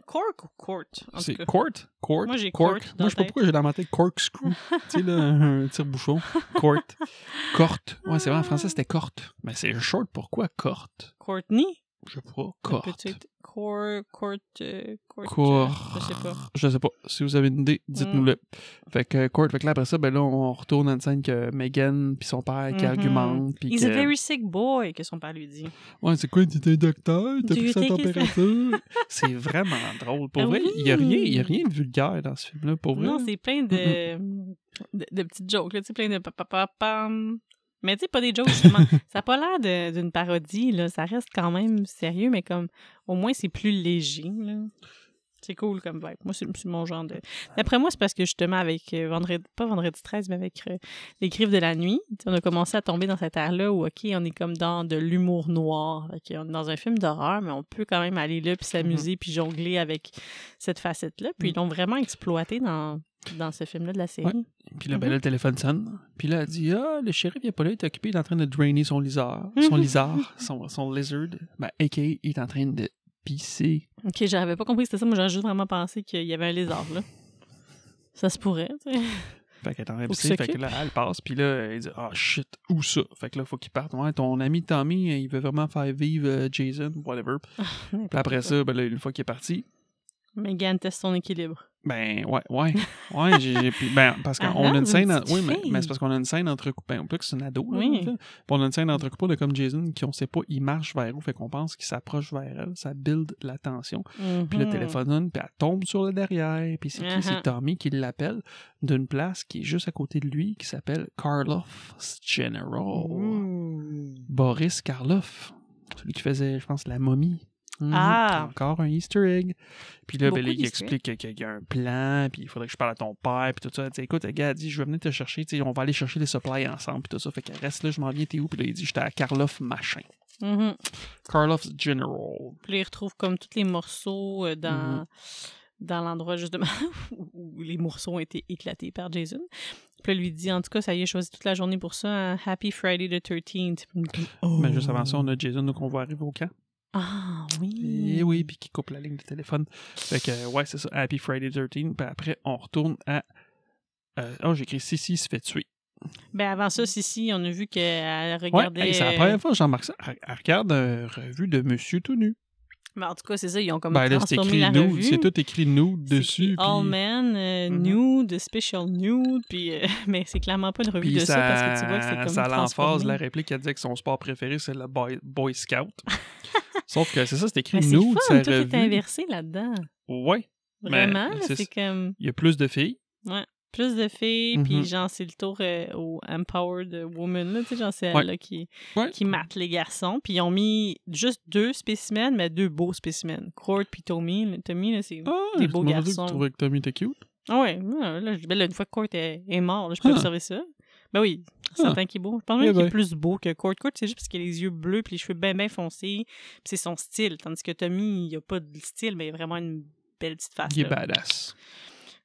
[SPEAKER 1] Cork ou court, en tout
[SPEAKER 2] C'est
[SPEAKER 1] cas.
[SPEAKER 2] court? Court?
[SPEAKER 1] Moi, j'ai
[SPEAKER 2] cork.
[SPEAKER 1] cork dans
[SPEAKER 2] Moi, je sais
[SPEAKER 1] la
[SPEAKER 2] pas pourquoi j'ai dans ma tête corkscrew. tu sais, là, un tire-bouchon. Court. Corte. Ouais, c'est vrai,
[SPEAKER 1] Ah.
[SPEAKER 2] en français, c'était corte. Mais c'est short, pourquoi corte?
[SPEAKER 1] Courtney?
[SPEAKER 2] Je sais pas.
[SPEAKER 1] Court.
[SPEAKER 2] Corte.
[SPEAKER 1] Court, court, euh, court.
[SPEAKER 2] Court.
[SPEAKER 1] Je sais pas. Hmm.
[SPEAKER 2] Je sais pas. Si vous avez une idée, dites-nous-le. Fait que court. Fait que là, après ça, ben là, on retourne dans une scène que Megan puis son père qui
[SPEAKER 1] Mhm.
[SPEAKER 2] argumentent. puis
[SPEAKER 1] He's
[SPEAKER 2] que-
[SPEAKER 1] a very sick boy, que son père lui dit.
[SPEAKER 2] Ouais, c'est quoi, t'es un docteur,
[SPEAKER 1] Do
[SPEAKER 2] t'as pris
[SPEAKER 1] you
[SPEAKER 2] sa
[SPEAKER 1] think it's-
[SPEAKER 2] température. c'est vraiment drôle. Pour
[SPEAKER 1] Ah
[SPEAKER 2] vrai, il n'y a,
[SPEAKER 1] oui.
[SPEAKER 2] rien- il y a rien de vulgaire dans ce film-là, pour vrai.
[SPEAKER 1] Non, c'est plein de, de, de petites jokes, là, tu sais, plein de pa- pa- pa- pam. Mais tu sais, pas des jokes, justement. ça n'a pas l'air de- d'une parodie, là. Ça reste quand même sérieux, mais comme, au moins, c'est plus léger, là. C'est cool comme vibe. Moi, c'est c'est mon genre de. D'après moi, c'est parce que justement, avec euh, vendredi, pas vendredi 13, mais avec euh, les griffes de la nuit, tu sais, on a commencé à tomber dans cette ère-là où, OK, on est comme dans de l'humour noir. Fait qu'on est dans un film d'horreur, mais on peut quand même aller là, puis s'amuser, puis jongler avec cette facette-là. Puis
[SPEAKER 2] Mhm.
[SPEAKER 1] ils l'ont vraiment exploité dans, dans ce film-là de la série.
[SPEAKER 2] Puis là, ben
[SPEAKER 1] Mhm.
[SPEAKER 2] là, le téléphone sonne. Puis là, elle dit Ah, le shérif, il est pas là, il est occupé, il est en train de drainer son lizard. Son
[SPEAKER 1] Mhm.
[SPEAKER 2] lizard, son, son lizard. Ben, a.k.a. il est en train de pisser.
[SPEAKER 1] OK, j'avais pas compris que c'était ça. Moi, j'avais juste vraiment pensé qu'il y avait un lézard, là. Ça se pourrait, tu sais.
[SPEAKER 2] Fait qu'elle est en train de
[SPEAKER 1] Faut qu'il
[SPEAKER 2] pisser. Fait que
[SPEAKER 1] s'occupe.
[SPEAKER 2] là, elle passe. Puis là, elle dit Ah, shit, où ça Fait que là, faut qu'il parte. Ouais, ton ami Tommy, euh, il veut vraiment faire vivre euh, Jason, whatever. Puis après ça, ben là, une fois qu'il est parti,
[SPEAKER 1] Megan teste son équilibre.
[SPEAKER 2] Ben, ouais, ouais. Ouais, j'ai. j'ai- puis, Ben, parce
[SPEAKER 1] Ah
[SPEAKER 2] qu'on a
[SPEAKER 1] non,
[SPEAKER 2] une scène.
[SPEAKER 1] une
[SPEAKER 2] en-
[SPEAKER 1] petite
[SPEAKER 2] Oui, mais,
[SPEAKER 1] fille.
[SPEAKER 2] mais c'est parce qu'on a une scène entrecoupée. On peut que c'est une ado. là,
[SPEAKER 1] Oui.
[SPEAKER 2] en fait. Puis on a une scène entrecoupée de comme Jason qui, on sait pas, il marche vers où. Fait qu'on pense qu'il s'approche vers elle. Ça build la tension. Puis le
[SPEAKER 1] Mhm.
[SPEAKER 2] téléphone sonne, puis elle tombe sur le derrière. Puis c'est qui? C'est
[SPEAKER 1] Mhm.
[SPEAKER 2] Tommy qui l'appelle d'une place qui est juste à côté de lui qui s'appelle Karloff's General.
[SPEAKER 1] Ouh.
[SPEAKER 2] Boris Karloff. Celui qui faisait, je pense, la momie. Mhm.
[SPEAKER 1] Ah!
[SPEAKER 2] Encore un Easter egg. Puis là, ben,
[SPEAKER 1] Beaucoup
[SPEAKER 2] là, il
[SPEAKER 1] d'Easter
[SPEAKER 2] explique qu'il y a un plan, puis il faudrait que je parle à ton père, puis tout ça. Elle dit, écoute, le gars, elle dit, je vais venir te chercher, tu sais, on va aller chercher les supplies ensemble, puis tout ça. Fait qu'elle reste là, je m'en viens, t'es où? Puis là, il dit, j'étais à Karloff machin.
[SPEAKER 1] Mhm.
[SPEAKER 2] Karloff's General.
[SPEAKER 1] Puis là, il retrouve comme tous les morceaux euh,
[SPEAKER 2] Mhm.
[SPEAKER 1] dans, dans l'endroit justement où- où les morceaux ont été éclatés par Jason. Puis là, lui dit, en tout cas, ça y est, choisi toute la journée pour ça, hein, Happy Friday the 13th. Puis il me dit, Oh.
[SPEAKER 2] Mais Ben, juste avant ça, on a Jason, donc on va arriver au camp.
[SPEAKER 1] Ah oui.
[SPEAKER 2] Et oui, puis qui coupe la ligne de téléphone. Fait que, euh, ouais, c'est ça, Happy Friday 13. Puis après, on retourne à. euh, oh, j'ai écrit Sissi se fait tuer.
[SPEAKER 1] Ben avant ça, Sissi, on a vu qu'elle
[SPEAKER 2] Ouais,
[SPEAKER 1] regardait.
[SPEAKER 2] hey, c'est la première fois que j'en marque ça. Elle elle regarde une revue de Monsieur tout nu.
[SPEAKER 1] Mais en tout cas, c'est ça, ils ont comme
[SPEAKER 2] Ben là, c'est
[SPEAKER 1] transformé
[SPEAKER 2] écrit
[SPEAKER 1] la
[SPEAKER 2] nude.
[SPEAKER 1] revue.
[SPEAKER 2] C'est tout écrit nude
[SPEAKER 1] C'est
[SPEAKER 2] dessus.
[SPEAKER 1] écrit All
[SPEAKER 2] puis-
[SPEAKER 1] Men, euh,
[SPEAKER 2] Mhm.
[SPEAKER 1] Nude, Special Nude, puis, euh, mais c'est clairement pas une revue
[SPEAKER 2] Puis
[SPEAKER 1] de
[SPEAKER 2] ça,
[SPEAKER 1] ça, parce que tu vois que c'est comme
[SPEAKER 2] ça l'emphase,
[SPEAKER 1] transformé.
[SPEAKER 2] la réplique, elle disait que son sport préféré, c'est le Boy, boy Scout. Sauf que c'est ça, c'est écrit
[SPEAKER 1] Mais c'est
[SPEAKER 2] nude,
[SPEAKER 1] fun,
[SPEAKER 2] ça
[SPEAKER 1] tout est
[SPEAKER 2] revue.
[SPEAKER 1] inversé là-dedans.
[SPEAKER 2] Ouais, Mais
[SPEAKER 1] Vraiment, là,
[SPEAKER 2] c'est-
[SPEAKER 1] c'est comme
[SPEAKER 2] il y a plus de filles.
[SPEAKER 1] plus de filles,
[SPEAKER 2] Mhm.
[SPEAKER 1] puis genre, c'est le tour euh, aux Empowered Women, là, tu sais, genre, c'est
[SPEAKER 2] Ouais.
[SPEAKER 1] elle là, qui,
[SPEAKER 2] Ouais.
[SPEAKER 1] qui mate les garçons. Puis ils ont mis juste deux spécimens, mais deux beaux spécimens. Court puis Tommy. là. Tommy, là, c'est...
[SPEAKER 2] Ah,
[SPEAKER 1] Des
[SPEAKER 2] je
[SPEAKER 1] beaux
[SPEAKER 2] m'en dis que
[SPEAKER 1] garçons.
[SPEAKER 2] Tu trouvais que Tommy était cute.
[SPEAKER 1] Ah ouais, ouais, là, je- ben là, une fois que Court est, est mort, là, je peux
[SPEAKER 2] Ah.
[SPEAKER 1] observer ça. Ben oui, certain qu'il est beau. Je pense même
[SPEAKER 2] Eh
[SPEAKER 1] qu'il
[SPEAKER 2] ben.
[SPEAKER 1] est plus beau que Court. Court, c'est juste parce qu'il a les yeux bleus puis les cheveux bien, bien foncés. Puis c'est son style. Tandis que Tommy, il a pas de style, mais il a vraiment une belle petite face.
[SPEAKER 2] Il est
[SPEAKER 1] là.
[SPEAKER 2] badass.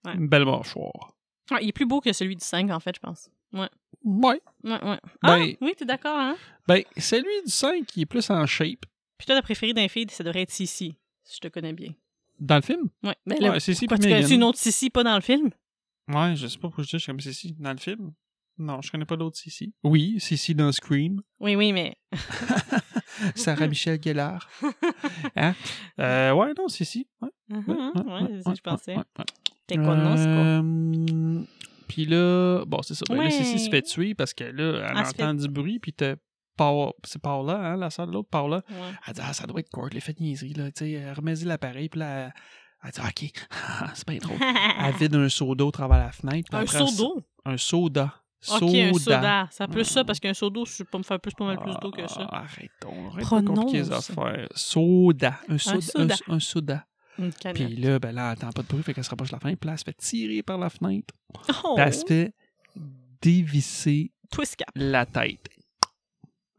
[SPEAKER 1] Ah, Ouais.
[SPEAKER 2] Une belle mâchoire.
[SPEAKER 1] Ah, il est plus beau que celui du 5, en fait, je pense. Ouais,
[SPEAKER 2] Ouais.
[SPEAKER 1] ouais, ouais. Ah,
[SPEAKER 2] Ben-
[SPEAKER 1] oui, t'es d'accord, hein?
[SPEAKER 2] Ben, celui du 5 qui est plus en shape
[SPEAKER 1] Puis toi, ta préférée d'un fille, ça devrait être Sissi, si je te connais bien.
[SPEAKER 2] dans le film.
[SPEAKER 1] Ouais, ben là,
[SPEAKER 2] Ouais, c'est ici.
[SPEAKER 1] pourquoi tu connais une autre Sissi pas dans le film?
[SPEAKER 2] Ouais, je sais pas pourquoi je dis, je suis comme Sissi dans le film. Non, je connais pas d'autres Sissi. Oui, Sissi dans Scream.
[SPEAKER 1] Oui, oui, mais
[SPEAKER 2] Sarah Michelle Gellar. Hein? Euh, ouais, non, Sissi. Ouais,
[SPEAKER 1] Mhm,
[SPEAKER 2] Mm-hmm, ouais,
[SPEAKER 1] ouais, c'est ça que je pensais.
[SPEAKER 2] ouais, ouais.
[SPEAKER 1] T'es quoi de nom, c'est quoi?
[SPEAKER 2] Euh, Puis là, bon, c'est ça. Ben là,
[SPEAKER 1] Ouais.
[SPEAKER 2] Sissi se fait tuer parce que là, elle
[SPEAKER 1] Elle se
[SPEAKER 2] entend du bruit, puis t'as Paula- c'est Paula, hein, la sœur de l'autre, Paula.
[SPEAKER 1] Ouais.
[SPEAKER 2] Elle dit, ah, ça doit être court, les fait niaiserie, là, tu sais, elle remaisit l'appareil, puis là, elle- elle dit, ah, ok, c'est bien drôle. Elle vide un seau d'eau à travers la fenêtre. puis
[SPEAKER 1] un
[SPEAKER 2] après,
[SPEAKER 1] seau
[SPEAKER 2] elle-
[SPEAKER 1] d'eau.
[SPEAKER 2] Un soda.
[SPEAKER 1] Ok, un soda. Ça plus ça parce qu'un seau d'eau, je peux me faire plus pas mal plus d'eau que ça.
[SPEAKER 2] Ah, Arrêtons, arrête de
[SPEAKER 1] Prononce.
[SPEAKER 2] compliquer les affaires. Soda. Un soda. Un
[SPEAKER 1] soda.
[SPEAKER 2] un soda.
[SPEAKER 1] Une canette.
[SPEAKER 2] Puis là, ben là, elle entend pas de bruit, fait qu'elle se rapproche de la fenêtre, puis là, elle se fait tirer par la fenêtre,
[SPEAKER 1] oh,
[SPEAKER 2] puis elle se fait dévisser
[SPEAKER 1] twist cap.
[SPEAKER 2] la tête.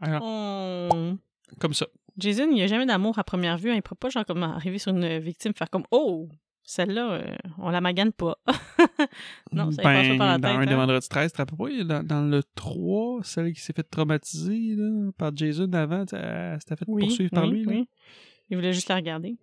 [SPEAKER 2] Alors,
[SPEAKER 1] Oh.
[SPEAKER 2] Comme ça.
[SPEAKER 1] Jason, il n'y a jamais d'amour à première vue. hein. Il ne peut pas genre comme arriver sur une victime faire comme oh celle-là, euh, on la magane pas. non, ça y passe pas
[SPEAKER 2] ben,
[SPEAKER 1] par la
[SPEAKER 2] dans un
[SPEAKER 1] tête.
[SPEAKER 2] des
[SPEAKER 1] hein.
[SPEAKER 2] vendredis 13, tu te rappelles pas, il y a dans, dans le 3, celle qui s'est fait traumatiser là, par Jason avant, tu sais, elle s'était fait poursuivre par lui. là.
[SPEAKER 1] oui. Il voulait juste la regarder,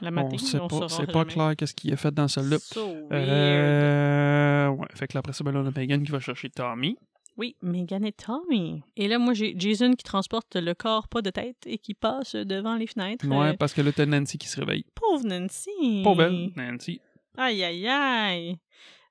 [SPEAKER 1] la mater.
[SPEAKER 2] On sait
[SPEAKER 1] on
[SPEAKER 2] pas,
[SPEAKER 1] saura
[SPEAKER 2] c'est pas
[SPEAKER 1] jamais.
[SPEAKER 2] clair qu'est-ce qu'il a fait dans celle-là.
[SPEAKER 1] So weird.
[SPEAKER 2] Euh, ouais, fait que là, après ça, ben là, on a Megan qui va chercher Tommy.
[SPEAKER 1] Oui, Megan et Tommy. Et là, moi, j'ai Jason qui transporte le corps pas de tête et qui passe devant les fenêtres.
[SPEAKER 2] Ouais,
[SPEAKER 1] Euh,
[SPEAKER 2] parce que là, t'as Nancy qui se réveille.
[SPEAKER 1] pauvre Nancy.
[SPEAKER 2] Pas belle, Nancy.
[SPEAKER 1] Aïe, aïe, aïe.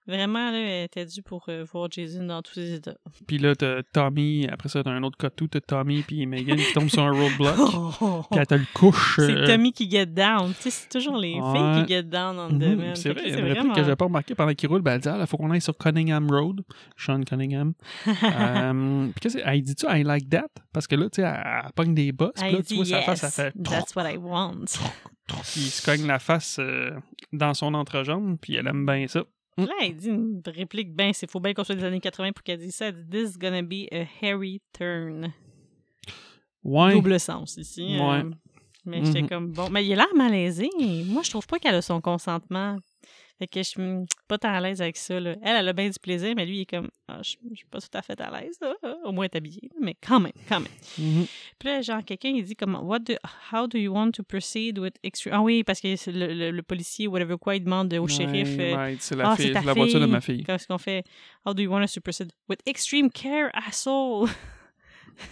[SPEAKER 1] Vraiment, là, elle était due pour euh, voir Jason dans tous ses états.
[SPEAKER 2] Puis là, t'as Tommy, après ça, t'as un autre cotou, t'as Tommy puis Megan qui tombe sur un roadblock. Puis elle te le couche.
[SPEAKER 1] C'est
[SPEAKER 2] euh,
[SPEAKER 1] Tommy qui get down. Tu sais, c'est toujours les
[SPEAKER 2] Ouais.
[SPEAKER 1] filles qui get down en
[SPEAKER 2] mhm,
[SPEAKER 1] deux mêmes.
[SPEAKER 2] c'est vrai, une réplique que j'avais pas remarqué pendant qu'il roule, ben elle dit ah, là, faut qu'on aille sur Cunningham Road, Sean Cunningham. euh, puis qu'est-ce que elle dit tu I like that parce que là tu sais elle, elle pogne des bosses, puis là tu vois sa face elle fait
[SPEAKER 1] That's what I want.
[SPEAKER 2] Puis il se cogne la face euh, dans son entrejambe, puis elle aime bien ça. Mm.
[SPEAKER 1] Là, elle dit une réplique ben, c'est faut bien qu'on soit des années 80 pour qu'elle dise ça. Elle dit This is gonna be a hairy turn.
[SPEAKER 2] Ouais.
[SPEAKER 1] Double sens ici. euh,
[SPEAKER 2] Ouais.
[SPEAKER 1] mais j'étais
[SPEAKER 2] Mhm.
[SPEAKER 1] comme bon. Mais il a l'air malaisé. Moi, je trouve pas qu'elle a son consentement. Fait que je suis hum, pas tant à l'aise avec ça. là. Elle, elle a bien du plaisir, mais lui, il est comme Ah, je je suis pas tout à fait à l'aise. là. Au moins, elle est habillée, mais quand même, quand même.
[SPEAKER 2] Mhm.
[SPEAKER 1] Puis là, genre, quelqu'un, il dit comment, what do, how do you want to proceed with extreme... Ah oui, parce que c'est le, le, le policier, whatever quoi, il demande au shérif,
[SPEAKER 2] Ouais,
[SPEAKER 1] euh,
[SPEAKER 2] ouais, c'est la,
[SPEAKER 1] Ah,
[SPEAKER 2] fille,
[SPEAKER 1] c'est ta
[SPEAKER 2] la voiture de
[SPEAKER 1] fille.
[SPEAKER 2] ma fille.
[SPEAKER 1] qu'est-ce qu'on fait? How do you want us to proceed with extreme care, asshole?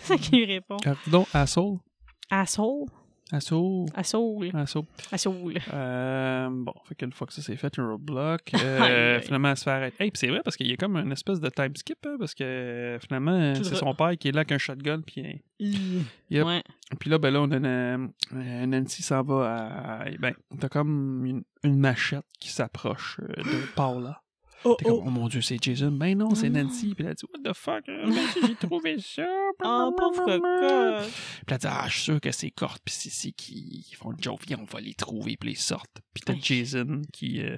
[SPEAKER 1] C'est ça qu'il lui répond.
[SPEAKER 2] Pardon, asshole?
[SPEAKER 1] Asshole?
[SPEAKER 2] Asshole?
[SPEAKER 1] Asshole?
[SPEAKER 2] Asshole.
[SPEAKER 1] Asshole.
[SPEAKER 2] Euh, bon, fait qu'une fois que ça s'est fait, le roadblock, euh,
[SPEAKER 1] Aïe, aïe.
[SPEAKER 2] finalement, elle se fait arrêter. Hey, puis c'est vrai, parce qu'il y a comme une espèce de time skip, hein, parce que euh, finalement, euh,
[SPEAKER 1] Tout
[SPEAKER 2] c'est
[SPEAKER 1] re-
[SPEAKER 2] son père qui est là avec un shotgun, puis euh, Yep.
[SPEAKER 1] Ouais.
[SPEAKER 2] Puis là, ben là, on a une- euh, Nancy s'en va à. eh Ben, t'as comme une, une machette qui s'approche euh, de Paula.
[SPEAKER 1] Oh,
[SPEAKER 2] T'es comme, oh mon dieu, c'est Jason. Ben non, c'est
[SPEAKER 1] Oh non.
[SPEAKER 2] Nancy. Puis là, elle dit, what the fuck, euh, Nancy, j'ai trouvé ça.
[SPEAKER 1] Oh, pauvre
[SPEAKER 2] Blablabla.
[SPEAKER 1] coco.
[SPEAKER 2] Puis là, elle dit, ah, je suis sûr que c'est Cort, puis c'est c'est qui ils font le job, viens, on va les trouver, puis ils sortent. Puis t'as
[SPEAKER 1] Aïe.
[SPEAKER 2] Jason qui, euh,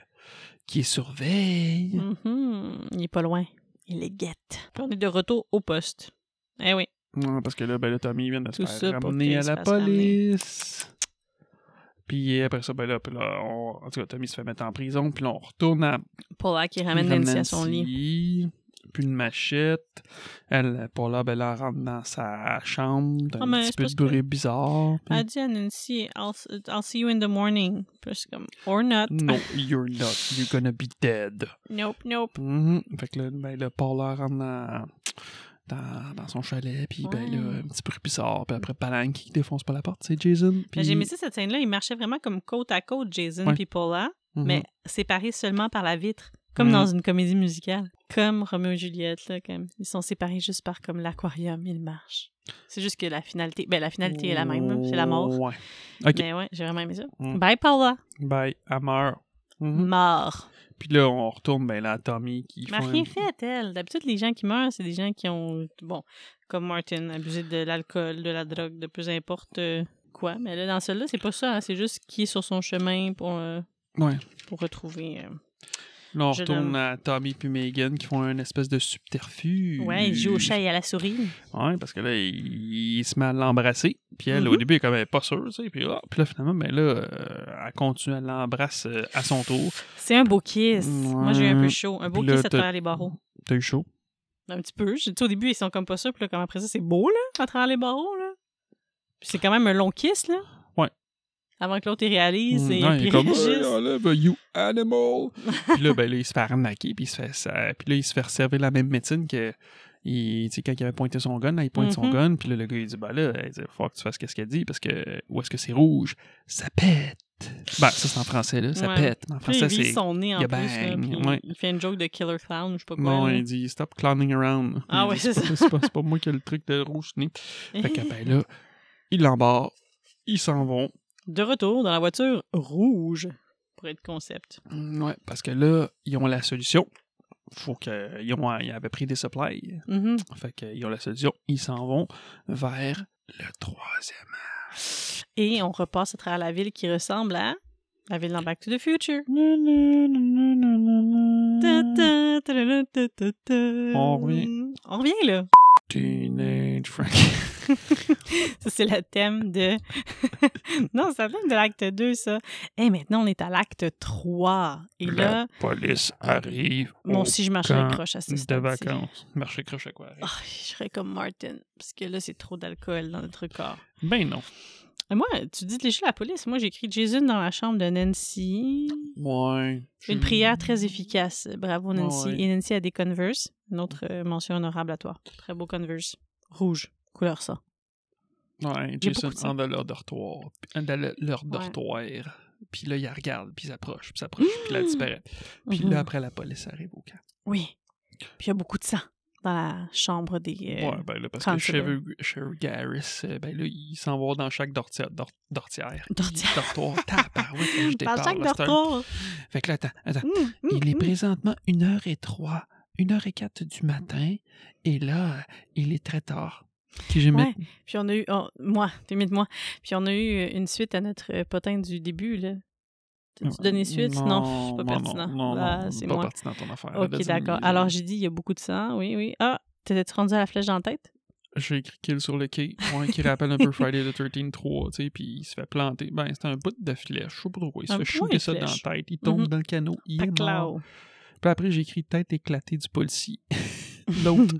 [SPEAKER 2] qui les surveille.
[SPEAKER 1] Mhm. Il est pas loin. Il les guette. Puis on est de retour au poste. Eh oui.
[SPEAKER 2] Ouais, parce que là, ben là, Tommy vient de se
[SPEAKER 1] Tout ça
[SPEAKER 2] faire
[SPEAKER 1] pour
[SPEAKER 2] ramener
[SPEAKER 1] qu'il
[SPEAKER 2] à
[SPEAKER 1] se
[SPEAKER 2] la
[SPEAKER 1] fasse ramener.
[SPEAKER 2] police. Puis après ça, ben là, puis là, on- en tout cas, Tommy se fait mettre en prison. Puis là, on retourne à
[SPEAKER 1] Paula qui ramène
[SPEAKER 2] Ramène
[SPEAKER 1] Nancy à son lit.
[SPEAKER 2] Nancy, Puis une machette. Elle, pour là, ben là, elle rentre dans sa chambre. T'as
[SPEAKER 1] Ah,
[SPEAKER 2] un
[SPEAKER 1] mais
[SPEAKER 2] petit
[SPEAKER 1] c'est
[SPEAKER 2] peu
[SPEAKER 1] parce
[SPEAKER 2] de bruit bizarre. puis-
[SPEAKER 1] Elle dit à Nancy, I'll, s- I'll see you in the morning. Puis c'est comme, or not.
[SPEAKER 2] No, you're not. You're gonna be dead.
[SPEAKER 1] Nope, nope.
[SPEAKER 2] Mhm. Fait que là, ben, le parleur rentre dans, dans, dans son chalet, puis ben
[SPEAKER 1] Ouais.
[SPEAKER 2] là, un petit bruit bizarre, puis après, Palanque qui défonce pas la porte, c'est Jason.
[SPEAKER 1] Mais
[SPEAKER 2] Puis...
[SPEAKER 1] Ben, J'ai aimé ça, cette scène-là. Ils marchaient vraiment comme côte à côte, Jason
[SPEAKER 2] Ouais.
[SPEAKER 1] puis Paula,
[SPEAKER 2] Mhm.
[SPEAKER 1] mais séparés seulement par la vitre, comme
[SPEAKER 2] Mhm.
[SPEAKER 1] dans une comédie musicale. Comme Roméo et Juliette, là, comme. Ils sont séparés juste par comme l'aquarium, ils marchent. C'est juste que la finalité, ben la finalité est la même, là, c'est la mort.
[SPEAKER 2] Ouais. Oh, Ok.
[SPEAKER 1] Mais ouais, j'ai vraiment aimé ça.
[SPEAKER 2] Mm.
[SPEAKER 1] Bye, Paula.
[SPEAKER 2] Bye, elle meurt.
[SPEAKER 1] Mm.
[SPEAKER 2] Mhm.
[SPEAKER 1] Mort.
[SPEAKER 2] Puis là, on retourne ben, là, à Tommy qui
[SPEAKER 1] Mais elle
[SPEAKER 2] font
[SPEAKER 1] a rien
[SPEAKER 2] un-
[SPEAKER 1] fait, elle. D'habitude, les gens qui meurent, c'est des gens qui ont, bon, comme Martin, abusé de l'alcool, de la drogue, de peu importe euh, quoi. Mais là, dans celle-là, c'est pas ça. hein. C'est juste qui est sur son chemin pour, euh,
[SPEAKER 2] Ouais.
[SPEAKER 1] pour retrouver. euh.
[SPEAKER 2] Là, on
[SPEAKER 1] Je
[SPEAKER 2] retourne
[SPEAKER 1] l'aime.
[SPEAKER 2] à Tommy puis Megan qui font un espèce de subterfuge.
[SPEAKER 1] Ouais, il joue au chat et à la souris.
[SPEAKER 2] Ouais, parce que là, il, il se met à l'embrasser. Puis elle, au
[SPEAKER 1] Mhm.
[SPEAKER 2] début, elle est comme elle est pas sûre, tu sais. Puis, ah, puis là, finalement, ben là, euh, elle continue, elle l'embrasse euh, à son tour.
[SPEAKER 1] C'est un beau kiss. Moi, j'ai eu un peu chaud. Un beau
[SPEAKER 2] Puis là,
[SPEAKER 1] kiss à
[SPEAKER 2] t'as-
[SPEAKER 1] travers les barreaux.
[SPEAKER 2] T'as eu chaud?
[SPEAKER 1] Un petit peu. Je- tu sais, au début, ils sont comme pas ça. Puis là, comme après ça, c'est beau, là, à travers les barreaux, là. Puis c'est quand même un long kiss, là.
[SPEAKER 2] Ouais. Mm.
[SPEAKER 1] Avant que l'autre y réalise et
[SPEAKER 2] Non,
[SPEAKER 1] puis Hmm.
[SPEAKER 2] il est
[SPEAKER 1] il
[SPEAKER 2] comme
[SPEAKER 1] réagisse.
[SPEAKER 2] Hey,
[SPEAKER 1] ben,
[SPEAKER 2] enlève, you animal. puis là, ben là, il se fait arnaquer, puis il se fait ça- puis là, il se fait servir la même médecine que il, tu sais, quand il avait pointé son gun, là, il pointe son
[SPEAKER 1] Mhm.
[SPEAKER 2] gun, puis là, le gars, il dit, ben là, il dit, faut que tu fasses qu'est-ce qu'elle dit, parce que, où est-ce que c'est rouge? Ça pète. Ben, ça, c'est en français, là, ça
[SPEAKER 1] Ouais.
[SPEAKER 2] pète. Mais En
[SPEAKER 1] Puis
[SPEAKER 2] français,
[SPEAKER 1] il vise
[SPEAKER 2] c'est.
[SPEAKER 1] son nez en
[SPEAKER 2] il a
[SPEAKER 1] plus. là,
[SPEAKER 2] bang,
[SPEAKER 1] puis
[SPEAKER 2] ouais.
[SPEAKER 1] Il fait une joke de Killer Clown, je sais pas quoi.
[SPEAKER 2] Non,
[SPEAKER 1] là.
[SPEAKER 2] il dit, stop clowning around.
[SPEAKER 1] Ah
[SPEAKER 2] Il
[SPEAKER 1] ouais,
[SPEAKER 2] dit,
[SPEAKER 1] c'est
[SPEAKER 2] pas-
[SPEAKER 1] ça.
[SPEAKER 2] C'est pas, c'est pas moi qui ai le truc de rouge nez. Fait que, ben là, il l'embarque, ils s'en vont.
[SPEAKER 1] De retour dans la voiture rouge, pour être concept.
[SPEAKER 2] Mm, Ouais, parce que là, ils ont la solution. Faut que ils, ont, ils avaient pris des supplies.
[SPEAKER 1] Mhm.
[SPEAKER 2] Fait qu'ils ont la solution. Ils s'en vont vers le troisième.
[SPEAKER 1] Et on repasse à travers la ville qui ressemble à la ville dans Back to the Future. Ta, ta, ta, ta, ta, ta, ta.
[SPEAKER 2] Mm. On revient.
[SPEAKER 1] On revient, là.
[SPEAKER 2] Teenage Frank.
[SPEAKER 1] Ça, c'est le thème de. non, c'est le thème de l'acte 2, ça. Et maintenant, on est à l'acte 3. Et là,
[SPEAKER 2] La police arrive.
[SPEAKER 1] bon,
[SPEAKER 2] au
[SPEAKER 1] si je marche
[SPEAKER 2] camp
[SPEAKER 1] la croche à ce
[SPEAKER 2] de
[SPEAKER 1] stade
[SPEAKER 2] vacances. Marché croche à quoi? arrive?
[SPEAKER 1] Ah, je serais comme Martin, parce que là, c'est trop d'alcool dans notre corps.
[SPEAKER 2] Ben non.
[SPEAKER 1] Et moi, tu dis de lécher la police. Moi, j'écris Jason dans la chambre de Nancy.
[SPEAKER 2] Ouais.
[SPEAKER 1] Une prière très efficace. Bravo, Nancy.
[SPEAKER 2] Ouais, ouais.
[SPEAKER 1] Et Nancy a des Converse. Une autre euh, mention honorable à toi. Très beau Converse. Rouge. Couleur ça. y
[SPEAKER 2] Ouais,
[SPEAKER 1] a
[SPEAKER 2] Jason
[SPEAKER 1] beaucoup de ça.
[SPEAKER 2] entre dans leur dortoir. puis- dans le- leur dortoir. Puis là, il regarde, puis il s'approche, puis il s'approche, puis
[SPEAKER 1] Mmh.
[SPEAKER 2] là, il disparaît. Puis
[SPEAKER 1] Mhm.
[SPEAKER 2] là, après, la police arrive au camp.
[SPEAKER 1] Oui. Puis il y a beaucoup de sang dans la chambre des... euh,
[SPEAKER 2] Ouais, ben là, parce que
[SPEAKER 1] Constable.
[SPEAKER 2] Sheriff, Sheriff Garris, euh, ben là, il s'en va dans chaque dortière. Dort, dortière.
[SPEAKER 1] Dortière.
[SPEAKER 2] Il- Dortoir. Tabarouette, là, je
[SPEAKER 1] Dans
[SPEAKER 2] déparle.
[SPEAKER 1] chaque
[SPEAKER 2] là, c'est un-
[SPEAKER 1] dortoir.
[SPEAKER 2] Fait que là, attends, attends.
[SPEAKER 1] Hum, hum,
[SPEAKER 2] Il est
[SPEAKER 1] hum.
[SPEAKER 2] présentement 1h03, 1h04 du matin, et là, euh, il est très tard. qui j'aimais.
[SPEAKER 1] Ouais. Puis on a eu. on- moi, t'imites moi. Puis on a eu une suite à notre euh, potin du début, là. Tu tu donnes une suite? Non, c'est pas pertinent.
[SPEAKER 2] Non, non,
[SPEAKER 1] Ah,
[SPEAKER 2] non,
[SPEAKER 1] c'est
[SPEAKER 2] pas
[SPEAKER 1] moi.
[SPEAKER 2] pertinent ton affaire. Elle a
[SPEAKER 1] Ok,
[SPEAKER 2] dit-
[SPEAKER 1] d'accord. Alors, j'ai dit, il y a beaucoup de sang. Oui, oui. Ah, t'étais-tu rendu à la flèche dans la tête?
[SPEAKER 2] j'ai écrit Kill sur le quai, ouais, qui rappelle un peu Friday the 13 3, tu sais, puis il se fait planter. Ben, c'était un bout de flèche, je sais pas trop quoi. Il se
[SPEAKER 1] Un
[SPEAKER 2] fait
[SPEAKER 1] point
[SPEAKER 2] shooter ça dans
[SPEAKER 1] flèche.
[SPEAKER 2] la tête, il tombe
[SPEAKER 1] Mhm.
[SPEAKER 2] dans le canot, il est mort.
[SPEAKER 1] Paclao.
[SPEAKER 2] Puis après, j'ai écrit Tête éclatée du policier. l'autre,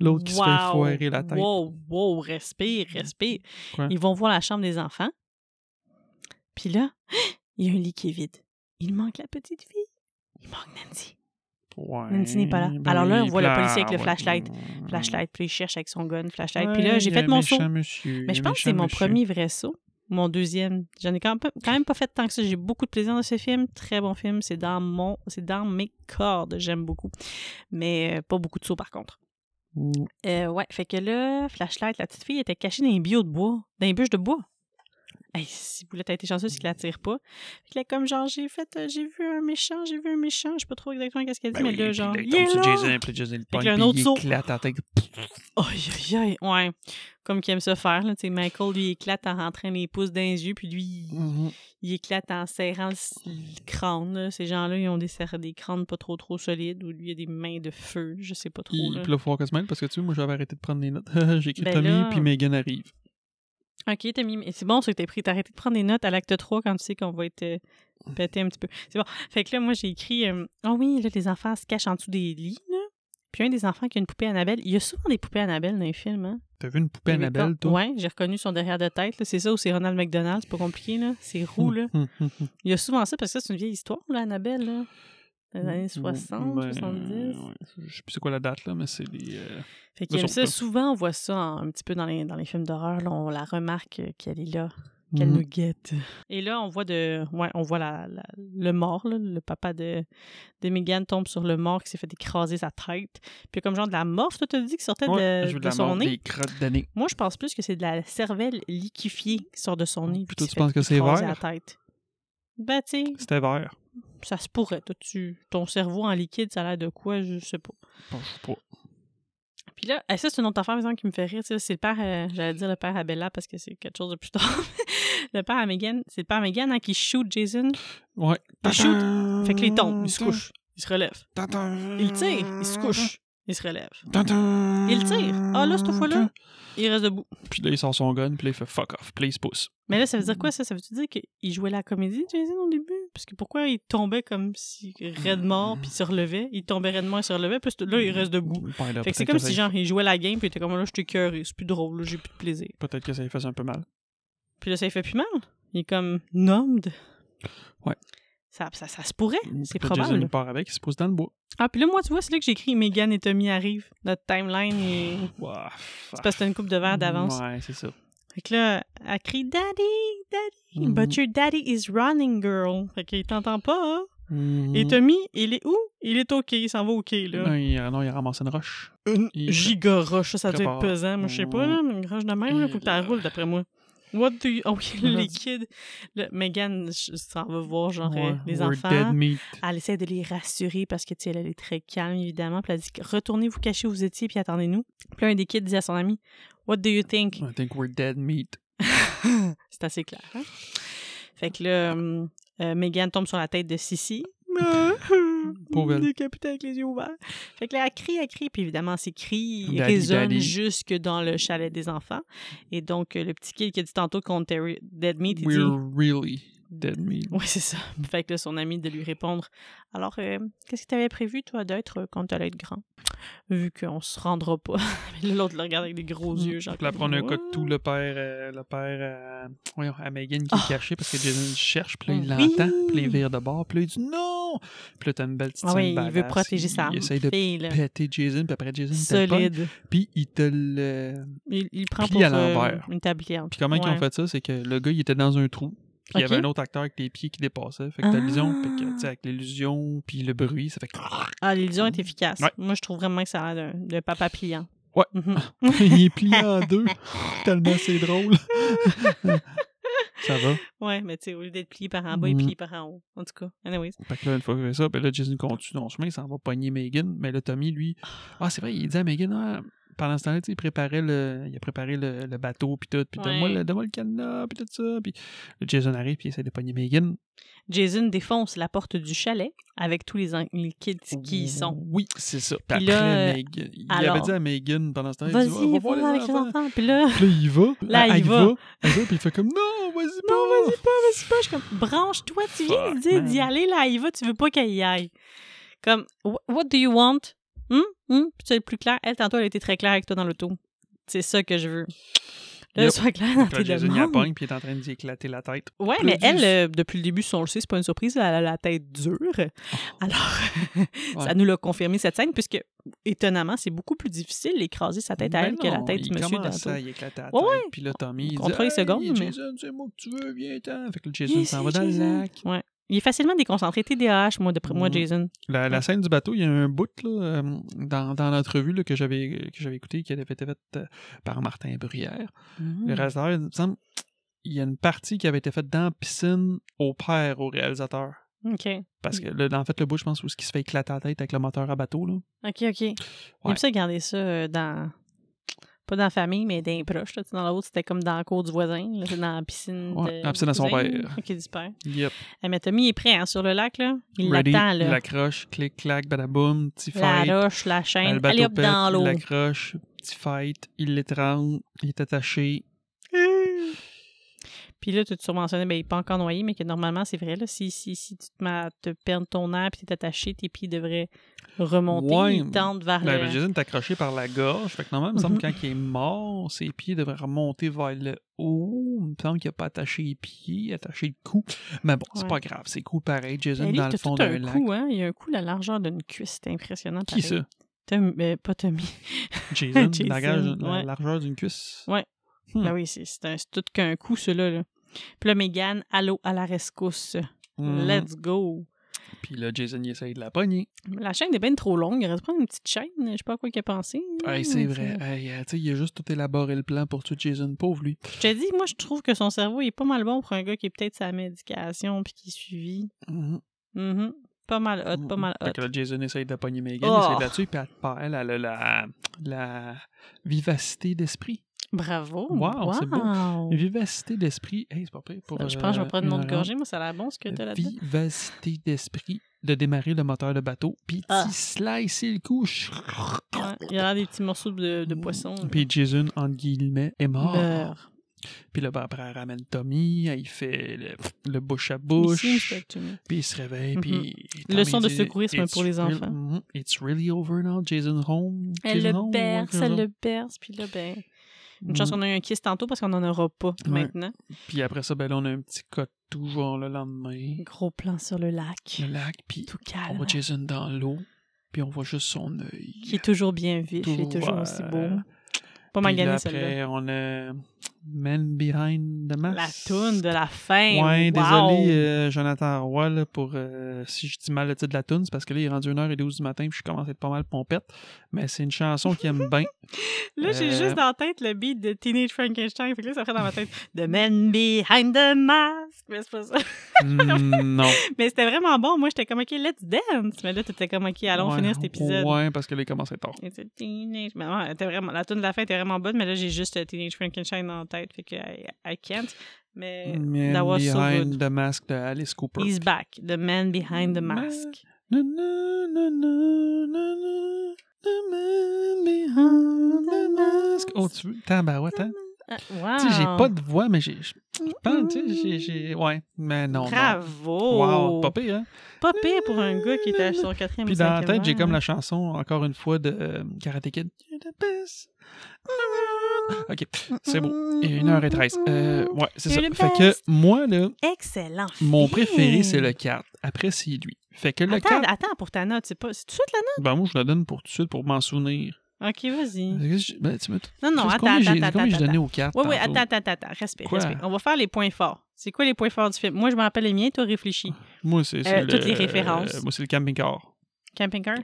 [SPEAKER 2] l'autre qui se fait
[SPEAKER 1] Wow.
[SPEAKER 2] foirer la tête.
[SPEAKER 1] Wow, wow, respire, respire.
[SPEAKER 2] Quoi?
[SPEAKER 1] Ils vont voir la chambre des enfants. Puis là, il y a un lit qui est vide. Il manque la petite fille. Il manque Nancy.
[SPEAKER 2] Ouais,
[SPEAKER 1] Nancy n'est pas là. hein. Alors là, on
[SPEAKER 2] il
[SPEAKER 1] voit le
[SPEAKER 2] pleure,
[SPEAKER 1] policier avec le
[SPEAKER 2] ouais.
[SPEAKER 1] flashlight.
[SPEAKER 2] Mmh.
[SPEAKER 1] Flashlight, puis il cherche avec son gun, flashlight.
[SPEAKER 2] Ouais,
[SPEAKER 1] puis là, j'ai
[SPEAKER 2] il y a
[SPEAKER 1] fait
[SPEAKER 2] un
[SPEAKER 1] mon saut.
[SPEAKER 2] méchant monsieur,
[SPEAKER 1] Mais
[SPEAKER 2] il y a
[SPEAKER 1] je
[SPEAKER 2] un
[SPEAKER 1] pense que c'est
[SPEAKER 2] méchant
[SPEAKER 1] mon
[SPEAKER 2] monsieur.
[SPEAKER 1] premier vrai saut. Mon deuxième. J'en ai quand même, quand même pas fait tant que ça. J'ai beaucoup de plaisir dans ce film. Très bon film. C'est dans mon, c'est dans mes cordes. J'aime beaucoup. Mais euh, pas beaucoup de sauts par contre.
[SPEAKER 2] Ouh.
[SPEAKER 1] Euh, ouais, fait que là, Flashlight, la petite fille était cachée dans les bio de bois, dans les bûches de bois. Hey, si vous t'as été chanceux, c'est qu'il la tire pas. Fait que là, comme genre, j'ai fait, euh, j'ai vu un méchant, j'ai vu un méchant, je sais pas trop exactement qu'est-ce qu'elle dit,
[SPEAKER 2] Ben
[SPEAKER 1] mais
[SPEAKER 2] oui,
[SPEAKER 1] là,
[SPEAKER 2] puis
[SPEAKER 1] genre,
[SPEAKER 2] il
[SPEAKER 1] il
[SPEAKER 2] tombe
[SPEAKER 1] est
[SPEAKER 2] sur
[SPEAKER 1] là!
[SPEAKER 2] Jason, puis Jason, il
[SPEAKER 1] Fait que
[SPEAKER 2] pogne,
[SPEAKER 1] là, un
[SPEAKER 2] puis
[SPEAKER 1] autre
[SPEAKER 2] il
[SPEAKER 1] saut.
[SPEAKER 2] éclate à la tête.
[SPEAKER 1] Aïe, aïe, aïe, ouais. Comme qu'il aime se faire, là, tu sais, Michael, lui, éclate en rentrant les pouces dans les yeux, puis lui,
[SPEAKER 2] Mhm.
[SPEAKER 1] il éclate en serrant le, le crâne, là. Ces gens-là, ils ont des, serres- des crânes pas trop, trop solides, ou lui, il a des mains de feu, je sais pas trop,
[SPEAKER 2] Il
[SPEAKER 1] là.
[SPEAKER 2] puis là, faut qu'on se mêle parce que tu vois, moi j'avais arrêté de prendre des notes. J'ai écrit
[SPEAKER 1] Ben
[SPEAKER 2] Tommy,
[SPEAKER 1] là.
[SPEAKER 2] puis Megan arrive.
[SPEAKER 1] Ok, t'as mis. mais C'est bon, ça que t'as pris. T'as arrêté de prendre des notes à l'acte 3 quand tu sais qu'on va être euh, pété un petit peu. C'est bon. Fait que là, moi, j'ai écrit. euh, Ah oui, là, les enfants se cachent en dessous des lits, là. Puis un des enfants qui a une poupée Annabelle. Il y a souvent des poupées Annabelle dans les films, hein.
[SPEAKER 2] T'as vu une poupée Annabelle, toi?
[SPEAKER 1] Ouais, j'ai reconnu son derrière de tête, là. C'est ça ou c'est Ronald McDonald, c'est pas compliqué, là. C'est roux, là.
[SPEAKER 2] Hum, hum, hum.
[SPEAKER 1] Il y a souvent ça parce que ça, c'est une vieille histoire, là, Annabelle, là. Dans les années
[SPEAKER 2] Mm,
[SPEAKER 1] 60,
[SPEAKER 2] ben,
[SPEAKER 1] 70.
[SPEAKER 2] ouais, je sais plus c'est quoi la date, là, mais c'est des. euh,
[SPEAKER 1] Fait qu'il aime
[SPEAKER 2] surtout.
[SPEAKER 1] ça. Souvent, on voit ça en- un petit peu dans les, dans les films d'horreur, là. On la remarque euh, qu'elle est là. qu'elle
[SPEAKER 2] mm,
[SPEAKER 1] nous guette. Et là, on voit de, ouais, on voit la, la- le mort, là. le papa de, de Megan tombe sur le mort qui s'est fait écraser sa tête. Puis comme genre de la morphe, toi, t'as dit qui sortait
[SPEAKER 2] ouais,
[SPEAKER 1] de,
[SPEAKER 2] je veux
[SPEAKER 1] de
[SPEAKER 2] la
[SPEAKER 1] son
[SPEAKER 2] mort,
[SPEAKER 1] nez.
[SPEAKER 2] des crottes de nez.
[SPEAKER 1] Moi, je pense plus que c'est de la cervelle liquéfiée qui sort de son nez. puis
[SPEAKER 2] Puis toi,
[SPEAKER 1] qui
[SPEAKER 2] tu
[SPEAKER 1] s'est
[SPEAKER 2] penses
[SPEAKER 1] fait
[SPEAKER 2] que c'est
[SPEAKER 1] écraser
[SPEAKER 2] vert?
[SPEAKER 1] la tête. Ben, tu sais,
[SPEAKER 2] C'était vert.
[SPEAKER 1] ça se pourrait. Toi, tu, ton cerveau en liquide, ça a l'air de quoi, je sais pas.
[SPEAKER 2] Bon, je sais pas.
[SPEAKER 1] Puis là, eh, ça, c'est une autre affaire, par exemple, qui me fait rire. tu sais, C'est le père, euh, j'allais dire le père à Bella parce que c'est quelque chose de plus tard. le père à Megan, c'est le père à Megan hein, qui shoot Jason.
[SPEAKER 2] Ouais.
[SPEAKER 1] Il shoot. Fait que les tombe, il se couche, il se relève. Il tire, il se couche, il se relève.
[SPEAKER 2] Il
[SPEAKER 1] Il tire. Ah là, cette fois-là, il reste debout.
[SPEAKER 2] Puis là, il sort son gun, puis là, il fait fuck off, puis là, il se pousse.
[SPEAKER 1] Mais là, ça veut dire quoi, ça? Ça veut-tu dire qu'il jouait la comédie, Jason, au début? Parce que pourquoi il tombait comme si raide mort, puis il se relevait? Il tombait raide mort, il se relevait, puis là, il reste debout.
[SPEAKER 2] Ben, là,
[SPEAKER 1] Fait que c'est
[SPEAKER 2] peut-être
[SPEAKER 1] comme
[SPEAKER 2] ça-
[SPEAKER 1] si, genre, il jouait la game, puis il était comme, oh, là, je t'ai cœuré, c'est plus drôle, là, j'ai plus de plaisir.
[SPEAKER 2] Peut-être que ça lui faisait un peu mal.
[SPEAKER 1] Puis là, ça lui fait plus mal. Il est comme numbed.
[SPEAKER 2] Ouais.
[SPEAKER 1] Ça, ça, ça se pourrait, c'est
[SPEAKER 2] Puis là, Jason,
[SPEAKER 1] probable.
[SPEAKER 2] il part avec, il se pousse dans le bois.
[SPEAKER 1] Ah, puis là, moi, tu vois, c'est là que j'écris Megan et Tommy arrivent. Notre timeline est...
[SPEAKER 2] Ouah,
[SPEAKER 1] C'est parce que t'as une coupe de verre d'avance.
[SPEAKER 2] Ah. Ouais, c'est ça.
[SPEAKER 1] Fait que là, elle crie Daddy, Daddy,
[SPEAKER 2] Mhm.
[SPEAKER 1] but your daddy is running, girl. Fait qu'il t'entend pas, hein? Et
[SPEAKER 2] Mhm.
[SPEAKER 1] Tommy, il est où? Il est OK, il s'en va OK, là.
[SPEAKER 2] Non, il, euh, non, il a ramassé une roche.
[SPEAKER 1] Une
[SPEAKER 2] Il-
[SPEAKER 1] giga roche, ça, ça doit
[SPEAKER 2] Prépare.
[SPEAKER 1] être pesant. Moi, je sais pas, là, mais une roche de même, là,
[SPEAKER 2] Et
[SPEAKER 1] faut que t'en
[SPEAKER 2] là.
[SPEAKER 1] roules, d'après moi. What do you... Oh,
[SPEAKER 2] Là,
[SPEAKER 1] les kids. Là, Megan, je- ça va voir, genre,
[SPEAKER 2] Ouais,
[SPEAKER 1] euh, les
[SPEAKER 2] we're
[SPEAKER 1] enfants.
[SPEAKER 2] dead meat.
[SPEAKER 1] Elle essaie de les rassurer parce que, tu sais, elle elle est très calme, évidemment. Puis elle dit, retournez vous cacher où vous étiez, puis attendez-nous. Puis là, un des kids dit à son ami, What do you think?
[SPEAKER 2] I think we're dead meat.
[SPEAKER 1] C'est assez clair. hein? Fait que là, hum, euh, Megan tombe sur la tête de Sissi.
[SPEAKER 2] Pauvre elle.
[SPEAKER 1] Décapitée avec les yeux ouverts. Fait que là, elle crie, elle crie, puis évidemment, ses cris
[SPEAKER 2] Daddy,
[SPEAKER 1] résonnent
[SPEAKER 2] daddy.
[SPEAKER 1] jusque dans le chalet des enfants. Et donc, euh, le petit kid qui a dit tantôt contre Terry- Dead Meat, il dit...
[SPEAKER 2] We're really dead meat.
[SPEAKER 1] Oui, c'est ça. Fait que là, son ami de lui répondre Alors, euh, qu'est-ce que t'avais prévu, toi, d'être euh, quand t'allais être grand Vu qu'on se rendra pas. Mais là, l'autre le regarde avec des gros yeux, genre.
[SPEAKER 2] Mm. Puis là, prendre un
[SPEAKER 1] What?
[SPEAKER 2] cas de tout, le père, euh, le père euh, voyons, à Megan qui est
[SPEAKER 1] Oh.
[SPEAKER 2] caché parce que Jason le cherche, puis là, il
[SPEAKER 1] Oui.
[SPEAKER 2] l'entend, puis là, il vire de bord, puis là, il dit non! Puis là, t'as une belle petite
[SPEAKER 1] Ah
[SPEAKER 2] scène
[SPEAKER 1] oui, il veut
[SPEAKER 2] badass,
[SPEAKER 1] protéger
[SPEAKER 2] il-
[SPEAKER 1] sa
[SPEAKER 2] Il essaye de
[SPEAKER 1] fille, là.
[SPEAKER 2] péter Jason, puis après, Jason, il te le pogne,
[SPEAKER 1] Solide.
[SPEAKER 2] puis il te le.
[SPEAKER 1] Il, il prend
[SPEAKER 2] Plie
[SPEAKER 1] pour
[SPEAKER 2] à
[SPEAKER 1] euh,
[SPEAKER 2] l'envers.
[SPEAKER 1] une tablière.
[SPEAKER 2] Puis comment ils ont
[SPEAKER 1] Ouais.
[SPEAKER 2] fait ça? C'est que le gars, il était dans un trou. Puis il y
[SPEAKER 1] Ok.
[SPEAKER 2] avait un autre acteur avec les pieds qui dépassaient. Fait que t'as
[SPEAKER 1] Ah.
[SPEAKER 2] l'illusion, fait que, tu sais, avec l'illusion, puis le bruit, ça fait.
[SPEAKER 1] Ah, l'illusion est efficace.
[SPEAKER 2] Ouais.
[SPEAKER 1] Moi, je trouve vraiment que ça a l'air d'un d'un papa pliant.
[SPEAKER 2] Ouais. Ah.
[SPEAKER 1] Mhm.
[SPEAKER 2] il est plié en deux. Tellement c'est drôle. ça va.
[SPEAKER 1] Ouais, mais tu sais, au lieu d'être plié par en bas, il
[SPEAKER 2] Mhm.
[SPEAKER 1] est plié par en haut. En tout cas, anyways.
[SPEAKER 2] Fait que là, une fois qu'il fait ça, ben là, Jason continue dans le chemin, il s'en va pogner Megan. Mais là, Tommy, lui, ah, c'est vrai, il dit à Megan, ah, pendant ce temps-là, tu sais, il préparait le, il a préparé le, le bateau, puis tout, puis
[SPEAKER 1] Ouais.
[SPEAKER 2] donne-moi le, donne le cadenas, puis tout ça. Puis le Jason arrive, puis il essaie de pogner Megan.
[SPEAKER 1] Jason défonce la porte du chalet avec tous les, en- les kids qui y sont.
[SPEAKER 2] Oui, c'est ça. Puis
[SPEAKER 1] Puis
[SPEAKER 2] après,
[SPEAKER 1] là, euh,
[SPEAKER 2] Megan- il
[SPEAKER 1] alors-
[SPEAKER 2] avait dit à Megan pendant ce temps-là, il
[SPEAKER 1] Vas-y,
[SPEAKER 2] dit, Ouais, va voir
[SPEAKER 1] va avec les
[SPEAKER 2] enfants.
[SPEAKER 1] enfants. Puis là,
[SPEAKER 2] Puis là, il va.
[SPEAKER 1] Là,
[SPEAKER 2] Elle-
[SPEAKER 1] il
[SPEAKER 2] elle y
[SPEAKER 1] va.
[SPEAKER 2] Elle y va, puis il fait comme, non, vas-y pas.
[SPEAKER 1] vas-y pas, vas-y pas. Je suis comme, branche-toi, tu viens de
[SPEAKER 2] Fuck,
[SPEAKER 1] dire
[SPEAKER 2] man.
[SPEAKER 1] d'y aller, là, il va, tu veux pas qu'elle y aille. Comme, wh- what do you want? Hum? Hum? Puis tu es le plus clair. Elle, tantôt, elle a été très claire avec toi dans l'auto. C'est ça que je veux. Là,
[SPEAKER 2] Yep.
[SPEAKER 1] sois clair dans
[SPEAKER 2] Puis là,
[SPEAKER 1] tes
[SPEAKER 2] Jason, il la
[SPEAKER 1] demandes.
[SPEAKER 2] pogne, puis il est en train d'y éclater la tête.
[SPEAKER 1] Ouais,
[SPEAKER 2] Plus
[SPEAKER 1] mais
[SPEAKER 2] du-
[SPEAKER 1] elle, euh, depuis le début, si on le sait, c'est pas une surprise, elle a la tête dure.
[SPEAKER 2] Oh.
[SPEAKER 1] Alors, ça nous l'a confirmé cette scène, puisque, étonnamment, c'est beaucoup plus difficile d'écraser sa tête à
[SPEAKER 2] Ben
[SPEAKER 1] elle que la
[SPEAKER 2] non,
[SPEAKER 1] tête du
[SPEAKER 2] il
[SPEAKER 1] monsieur
[SPEAKER 2] commence
[SPEAKER 1] d'Anto.
[SPEAKER 2] à y éclater la tête.
[SPEAKER 1] Ouais, ouais.
[SPEAKER 2] Puis là, Tommy, il dit,
[SPEAKER 1] Comprends les secondes,
[SPEAKER 2] Hey,
[SPEAKER 1] mais-
[SPEAKER 2] Jason, c'est moi que tu veux, viens-t'en. Fait que le Jason
[SPEAKER 1] Yes,
[SPEAKER 2] s'en va dans le
[SPEAKER 1] Jason.
[SPEAKER 2] lac.
[SPEAKER 1] Ouais. Il est facilement déconcentré. TDAH, moi, d'après moi,
[SPEAKER 2] Mm.
[SPEAKER 1] Jason.
[SPEAKER 2] La, la
[SPEAKER 1] Ouais.
[SPEAKER 2] scène du bateau, il y a un bout là, euh, dans, dans l'entrevue là, que j'avais que j'avais écouté qui avait été faite euh, par Martin Bruyère.
[SPEAKER 1] Mm.
[SPEAKER 2] Le réalisateur, il me semble, il y a une partie qui avait été faite dans la piscine au père au réalisateur.
[SPEAKER 1] OK.
[SPEAKER 2] Parce que, là, en fait, le bout, je pense, où ce qui se fait éclater la tête avec le moteur à bateau. Là.
[SPEAKER 1] OK, OK. Il me
[SPEAKER 2] Ouais.
[SPEAKER 1] ça garder ça euh, dans. Pas dans la famille, mais dans les proches. Là. Tu sais, Dans l'autre, c'était comme dans la cour du voisin. là. C'est dans la piscine.
[SPEAKER 2] Ouais,
[SPEAKER 1] de...
[SPEAKER 2] dans la piscine à son
[SPEAKER 1] cousin.
[SPEAKER 2] père.
[SPEAKER 1] OK, du père.
[SPEAKER 2] Yep.
[SPEAKER 1] Eh, mais Tommy est prêt hein, sur le lac. là. Il
[SPEAKER 2] Ready,
[SPEAKER 1] l'attend.
[SPEAKER 2] il
[SPEAKER 1] là.
[SPEAKER 2] l'accroche, clic, clac, badaboum, petit
[SPEAKER 1] La,
[SPEAKER 2] fight.
[SPEAKER 1] roche, la
[SPEAKER 2] Le
[SPEAKER 1] chaîne.
[SPEAKER 2] bateau
[SPEAKER 1] Allez hop
[SPEAKER 2] pète,
[SPEAKER 1] dans
[SPEAKER 2] il
[SPEAKER 1] l'eau.
[SPEAKER 2] l'accroche, petit fight, il l'étrangle, il est attaché.
[SPEAKER 1] Puis là, tu te surmentionnais, ben, il n'est pas encore noyé, mais que normalement, c'est vrai. Là, si, si, si tu te, mets à te perds ton air puis tu es attaché, tes pieds devraient remonter.
[SPEAKER 2] Ouais,
[SPEAKER 1] ils tendent vers
[SPEAKER 2] Ben,
[SPEAKER 1] Ah, le. hein.
[SPEAKER 2] ben, Jason est accroché par la gorge. Fait que normalement, il me semble
[SPEAKER 1] Mhm.
[SPEAKER 2] que quand il est mort, ses pieds devraient remonter vers le haut. Il me semble qu'il n'a pas attaché les pieds, attaché le cou. Mais bon, c'est
[SPEAKER 1] Ouais.
[SPEAKER 2] pas grave, c'est cool pareil. Jason
[SPEAKER 1] Ben, lui,
[SPEAKER 2] dans le
[SPEAKER 1] t'as
[SPEAKER 2] fond
[SPEAKER 1] tout un
[SPEAKER 2] d'un lac.
[SPEAKER 1] coup, hein? Il y a un coup la largeur d'une cuisse. C'est impressionnant. pareil.
[SPEAKER 2] Qui ça?
[SPEAKER 1] Tom- euh, pas Tommy.
[SPEAKER 2] Jason,
[SPEAKER 1] Jason,
[SPEAKER 2] la, gage- la
[SPEAKER 1] ouais.
[SPEAKER 2] largeur d'une cuisse.
[SPEAKER 1] Ouais.
[SPEAKER 2] Hmm.
[SPEAKER 1] Ben oui, c'est c'est un- c'est tout qu'un coup, cela. Là. Puis là, Megan, allô à la rescousse.
[SPEAKER 2] Mhm.
[SPEAKER 1] Let's go.
[SPEAKER 2] Puis là, Jason, il essaye de la pogner.
[SPEAKER 1] La chaîne est bien trop longue. Il reste prendre une petite chaîne. Je sais pas à quoi il a pensé.
[SPEAKER 2] Hey,
[SPEAKER 1] Mm-hmm.
[SPEAKER 2] c'est vrai. Hey, euh, tu sais, il a juste tout élaboré le plan pour tuer Jason, pauvre lui.
[SPEAKER 1] Je te dis, moi, je trouve que son cerveau il est pas mal bon pour un gars qui est peut-être sa médication puis qui est suivi.
[SPEAKER 2] Mhm.
[SPEAKER 1] Mhm. Pas mal hot, pas mal
[SPEAKER 2] Hmm, Fait que
[SPEAKER 1] hot.
[SPEAKER 2] là, Jason essaye de la pogner Megan,
[SPEAKER 1] Oh.
[SPEAKER 2] essaye de la tuer, puis elle, perd, elle a la, la- la vivacité d'esprit.
[SPEAKER 1] Bravo.
[SPEAKER 2] Wow, c'est beau.
[SPEAKER 1] Wow.
[SPEAKER 2] Vivacité d'esprit. Hey, c'est pas pire pour,
[SPEAKER 1] Je pense que je
[SPEAKER 2] euh,
[SPEAKER 1] vais prendre mon
[SPEAKER 2] une
[SPEAKER 1] autre
[SPEAKER 2] orange.
[SPEAKER 1] gorgée. Moi, ça a l'air bon ce que t'as là-dedans.
[SPEAKER 2] Vivacité d'esprit de démarrer le moteur de bateau, puis
[SPEAKER 1] Ah.
[SPEAKER 2] t'y slicer le cou.
[SPEAKER 1] Ouais, il y a l'air des petits morceaux de, de poisson.
[SPEAKER 2] Puis Jason, entre guillemets, est mort.
[SPEAKER 1] Meurt.
[SPEAKER 2] Puis là, ben, après, elle ramène Tommy, elle, il fait le, le bouche à
[SPEAKER 1] Ici,
[SPEAKER 2] oh, bouche,
[SPEAKER 1] Mr. Tumi.
[SPEAKER 2] puis il se réveille,
[SPEAKER 1] Mhm.
[SPEAKER 2] puis...
[SPEAKER 1] Leçon
[SPEAKER 2] Tommy
[SPEAKER 1] de
[SPEAKER 2] dit,
[SPEAKER 1] secourisme
[SPEAKER 2] It's
[SPEAKER 1] pour les
[SPEAKER 2] real-
[SPEAKER 1] enfants.
[SPEAKER 2] Mhm. It's really over now, Jason home.
[SPEAKER 1] Elle
[SPEAKER 2] Jason
[SPEAKER 1] le
[SPEAKER 2] home,
[SPEAKER 1] berce,
[SPEAKER 2] quelque
[SPEAKER 1] elle
[SPEAKER 2] chose.
[SPEAKER 1] le berce, puis là, ben. Une
[SPEAKER 2] Mhm.
[SPEAKER 1] chance qu'on a eu un kiss tantôt parce qu'on n'en aura pas maintenant.
[SPEAKER 2] Puis après ça, ben là, on a un petit cote tout genre le lendemain.
[SPEAKER 1] Gros plan sur le lac,
[SPEAKER 2] Le lac, puis
[SPEAKER 1] tout
[SPEAKER 2] on
[SPEAKER 1] calme,
[SPEAKER 2] voit Jason dans l'eau, puis on voit juste son œil.
[SPEAKER 1] qui est toujours bien vif, il est
[SPEAKER 2] Toujours,
[SPEAKER 1] toujours aussi beau.
[SPEAKER 2] euh,
[SPEAKER 1] Pas
[SPEAKER 2] Puis là,
[SPEAKER 1] magané celle-là.
[SPEAKER 2] après, on a Man Behind the Mask.
[SPEAKER 1] La toune de la fin.
[SPEAKER 2] Ouais,
[SPEAKER 1] wow.
[SPEAKER 2] désolé, euh, Jonathan Roy, là, pour euh, si je dis mal le titre de la toune, c'est parce que là, il est rendu 1h12 du matin, puis je commence à être pas mal pompette. Mais c'est une chanson qu'il aime bien.
[SPEAKER 1] Là, j'ai
[SPEAKER 2] euh,
[SPEAKER 1] juste dans la tête le beat de Teenage Frankenstein. Fait que là, ça ferait dans ma tête The Man Behind the Mask. Mais c'est pas ça.
[SPEAKER 2] Mm, non.
[SPEAKER 1] Mais c'était vraiment bon. Moi, j'étais comme, OK, let's dance. Mais là, t'étais comme, OK, allons
[SPEAKER 2] Ouais,
[SPEAKER 1] finir cet épisode.
[SPEAKER 2] Ouais, parce que là, il commence à être tard.
[SPEAKER 1] Et c'est Teenage. Mais ouais, elle était vraiment, la tune de la fin était vraiment bonne, mais là, j'ai juste euh, Teenage Frankenstein en tête. Fait que I, I can't. Mais
[SPEAKER 2] Man
[SPEAKER 1] that was so
[SPEAKER 2] Behind
[SPEAKER 1] good.
[SPEAKER 2] the Mask de Alice Cooper.
[SPEAKER 1] He's back. The man behind the mask.
[SPEAKER 2] Na, na, na, na, na, na, the man behind the mask. Oh, tu veux? Tabarouette, hein?
[SPEAKER 1] Ah, wow.
[SPEAKER 2] Tu sais, j'ai pas de voix, mais j'ai. Je je pense, tu sais, j'ai- j'ai. Ouais, mais non. non.
[SPEAKER 1] Bravo.
[SPEAKER 2] Wow, pas pire, hein?
[SPEAKER 1] Pas pire pour un gars qui était à son quatrième
[SPEAKER 2] Puis
[SPEAKER 1] ou
[SPEAKER 2] dans la
[SPEAKER 1] cinquième
[SPEAKER 2] tête, j'ai
[SPEAKER 1] rang,
[SPEAKER 2] comme
[SPEAKER 1] hein.
[SPEAKER 2] la chanson, encore une fois, de euh, Karate Kid. You're the best. Ok, c'est beau. Et 1h13. Euh, ouais, c'est ça.
[SPEAKER 1] You're the
[SPEAKER 2] Fait que
[SPEAKER 1] best.
[SPEAKER 2] moi, là,
[SPEAKER 1] Excellent.
[SPEAKER 2] mon
[SPEAKER 1] film.
[SPEAKER 2] préféré, c'est le 4. Après, c'est lui. Fait que le
[SPEAKER 1] Attends,
[SPEAKER 2] 4,
[SPEAKER 1] attends pour ta note. C'est pas... c'est tout de suite la
[SPEAKER 2] ben moi, je le donne pour tout de suite pour m'en souvenir.
[SPEAKER 1] note? OK, vas-y.
[SPEAKER 2] Ben, tu me
[SPEAKER 1] Non, non,
[SPEAKER 2] C'est
[SPEAKER 1] attends,
[SPEAKER 2] combien
[SPEAKER 1] attends,
[SPEAKER 2] j'ai-
[SPEAKER 1] attends.
[SPEAKER 2] combien j'ai
[SPEAKER 1] attends.
[SPEAKER 2] donné aux 4
[SPEAKER 1] Oui, oui, attends, attends, attends, attends. Respect,
[SPEAKER 2] Quoi?
[SPEAKER 1] respect. On va faire les points forts. C'est quoi les points forts du film? Moi, je me rappelle les miens, toi réfléchis.
[SPEAKER 2] Moi, c'est c'est
[SPEAKER 1] Euh,
[SPEAKER 2] le-
[SPEAKER 1] toutes les références.
[SPEAKER 2] euh, moi, c'est le camping-car.
[SPEAKER 1] Camping car?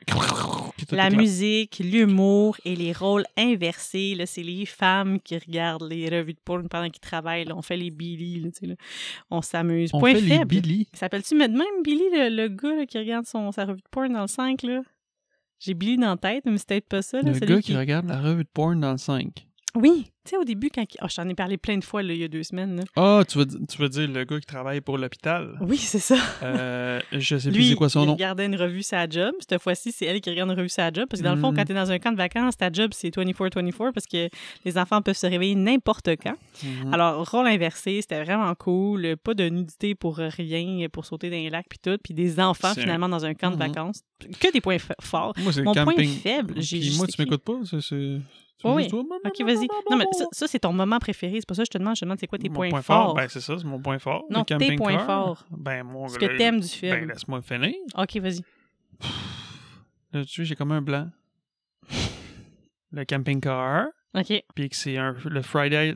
[SPEAKER 2] Puis tout
[SPEAKER 1] La
[SPEAKER 2] éclate.
[SPEAKER 1] musique, l'humour et les rôles inversés. Là, c'est les femmes qui regardent les revues de porn pendant qu'ils travaillent. là. On fait les Billy, là, tu sais, là. on s'amuse.
[SPEAKER 2] On
[SPEAKER 1] Point
[SPEAKER 2] fait les
[SPEAKER 1] faible.
[SPEAKER 2] Billy.
[SPEAKER 1] S'appelles-tu mais de même Billy, le, le gars là, qui regarde son, sa revue de porn dans le 5, là? J'ai Billy dans la tête, mais c'est peut-être pas ça. Là,
[SPEAKER 2] le
[SPEAKER 1] celui
[SPEAKER 2] gars qui regarde la revue de porn dans le 5.
[SPEAKER 1] Oui, tu sais, au début, quand. il- Ah, je t'en ai parlé plein de fois là, il y a deux semaines. là.
[SPEAKER 2] Ah, tu veux, di- tu veux dire le gars qui travaille pour l'hôpital?
[SPEAKER 1] Oui, c'est ça.
[SPEAKER 2] Euh, je sais plus
[SPEAKER 1] Lui,
[SPEAKER 2] c'est quoi son
[SPEAKER 1] il
[SPEAKER 2] nom.
[SPEAKER 1] regardait une revue sa job. Cette fois-ci, c'est elle qui regarde une revue sa job. Parce que dans le fond,
[SPEAKER 2] Mm.
[SPEAKER 1] quand t'es dans un camp de vacances, ta job, c'est 24-24 parce que les enfants peuvent se réveiller n'importe quand.
[SPEAKER 2] Mhm.
[SPEAKER 1] Alors, rôle inversé, c'était vraiment cool. Pas de nudité pour rien, pour sauter dans les lacs, puis tout. Puis des enfants,
[SPEAKER 2] C'est-
[SPEAKER 1] finalement, dans un camp de
[SPEAKER 2] Mhm.
[SPEAKER 1] vacances. Que des points fa- forts.
[SPEAKER 2] Moi, c'est
[SPEAKER 1] Mon point
[SPEAKER 2] camping.
[SPEAKER 1] faible, j'ai
[SPEAKER 2] Puis
[SPEAKER 1] juste
[SPEAKER 2] moi, tu
[SPEAKER 1] écrit-
[SPEAKER 2] m'écoutes pas? C'est, c'est... tu
[SPEAKER 1] Oui,
[SPEAKER 2] me
[SPEAKER 1] oui.
[SPEAKER 2] dis toi, Maman,
[SPEAKER 1] Ok, vas-y.
[SPEAKER 2] maman,
[SPEAKER 1] Non, mais
[SPEAKER 2] maman.
[SPEAKER 1] ça, ça, c'est ton moment préféré. C'est pas ça que je te demande. Je te demande, c'est quoi tes
[SPEAKER 2] Mon
[SPEAKER 1] points
[SPEAKER 2] point
[SPEAKER 1] forts?
[SPEAKER 2] Ben, c'est ça, c'est mon point fort.
[SPEAKER 1] Non,
[SPEAKER 2] le
[SPEAKER 1] tes
[SPEAKER 2] camping
[SPEAKER 1] points
[SPEAKER 2] car.
[SPEAKER 1] forts.
[SPEAKER 2] Ben, mon
[SPEAKER 1] Ce que
[SPEAKER 2] le-
[SPEAKER 1] t'aimes du film.
[SPEAKER 2] Ben, laisse-moi finir.
[SPEAKER 1] Ok, vas-y.
[SPEAKER 2] Là, tu sais, j'ai comme un blanc. Le camping-car,
[SPEAKER 1] Ok.
[SPEAKER 2] puis que c'est un, le Friday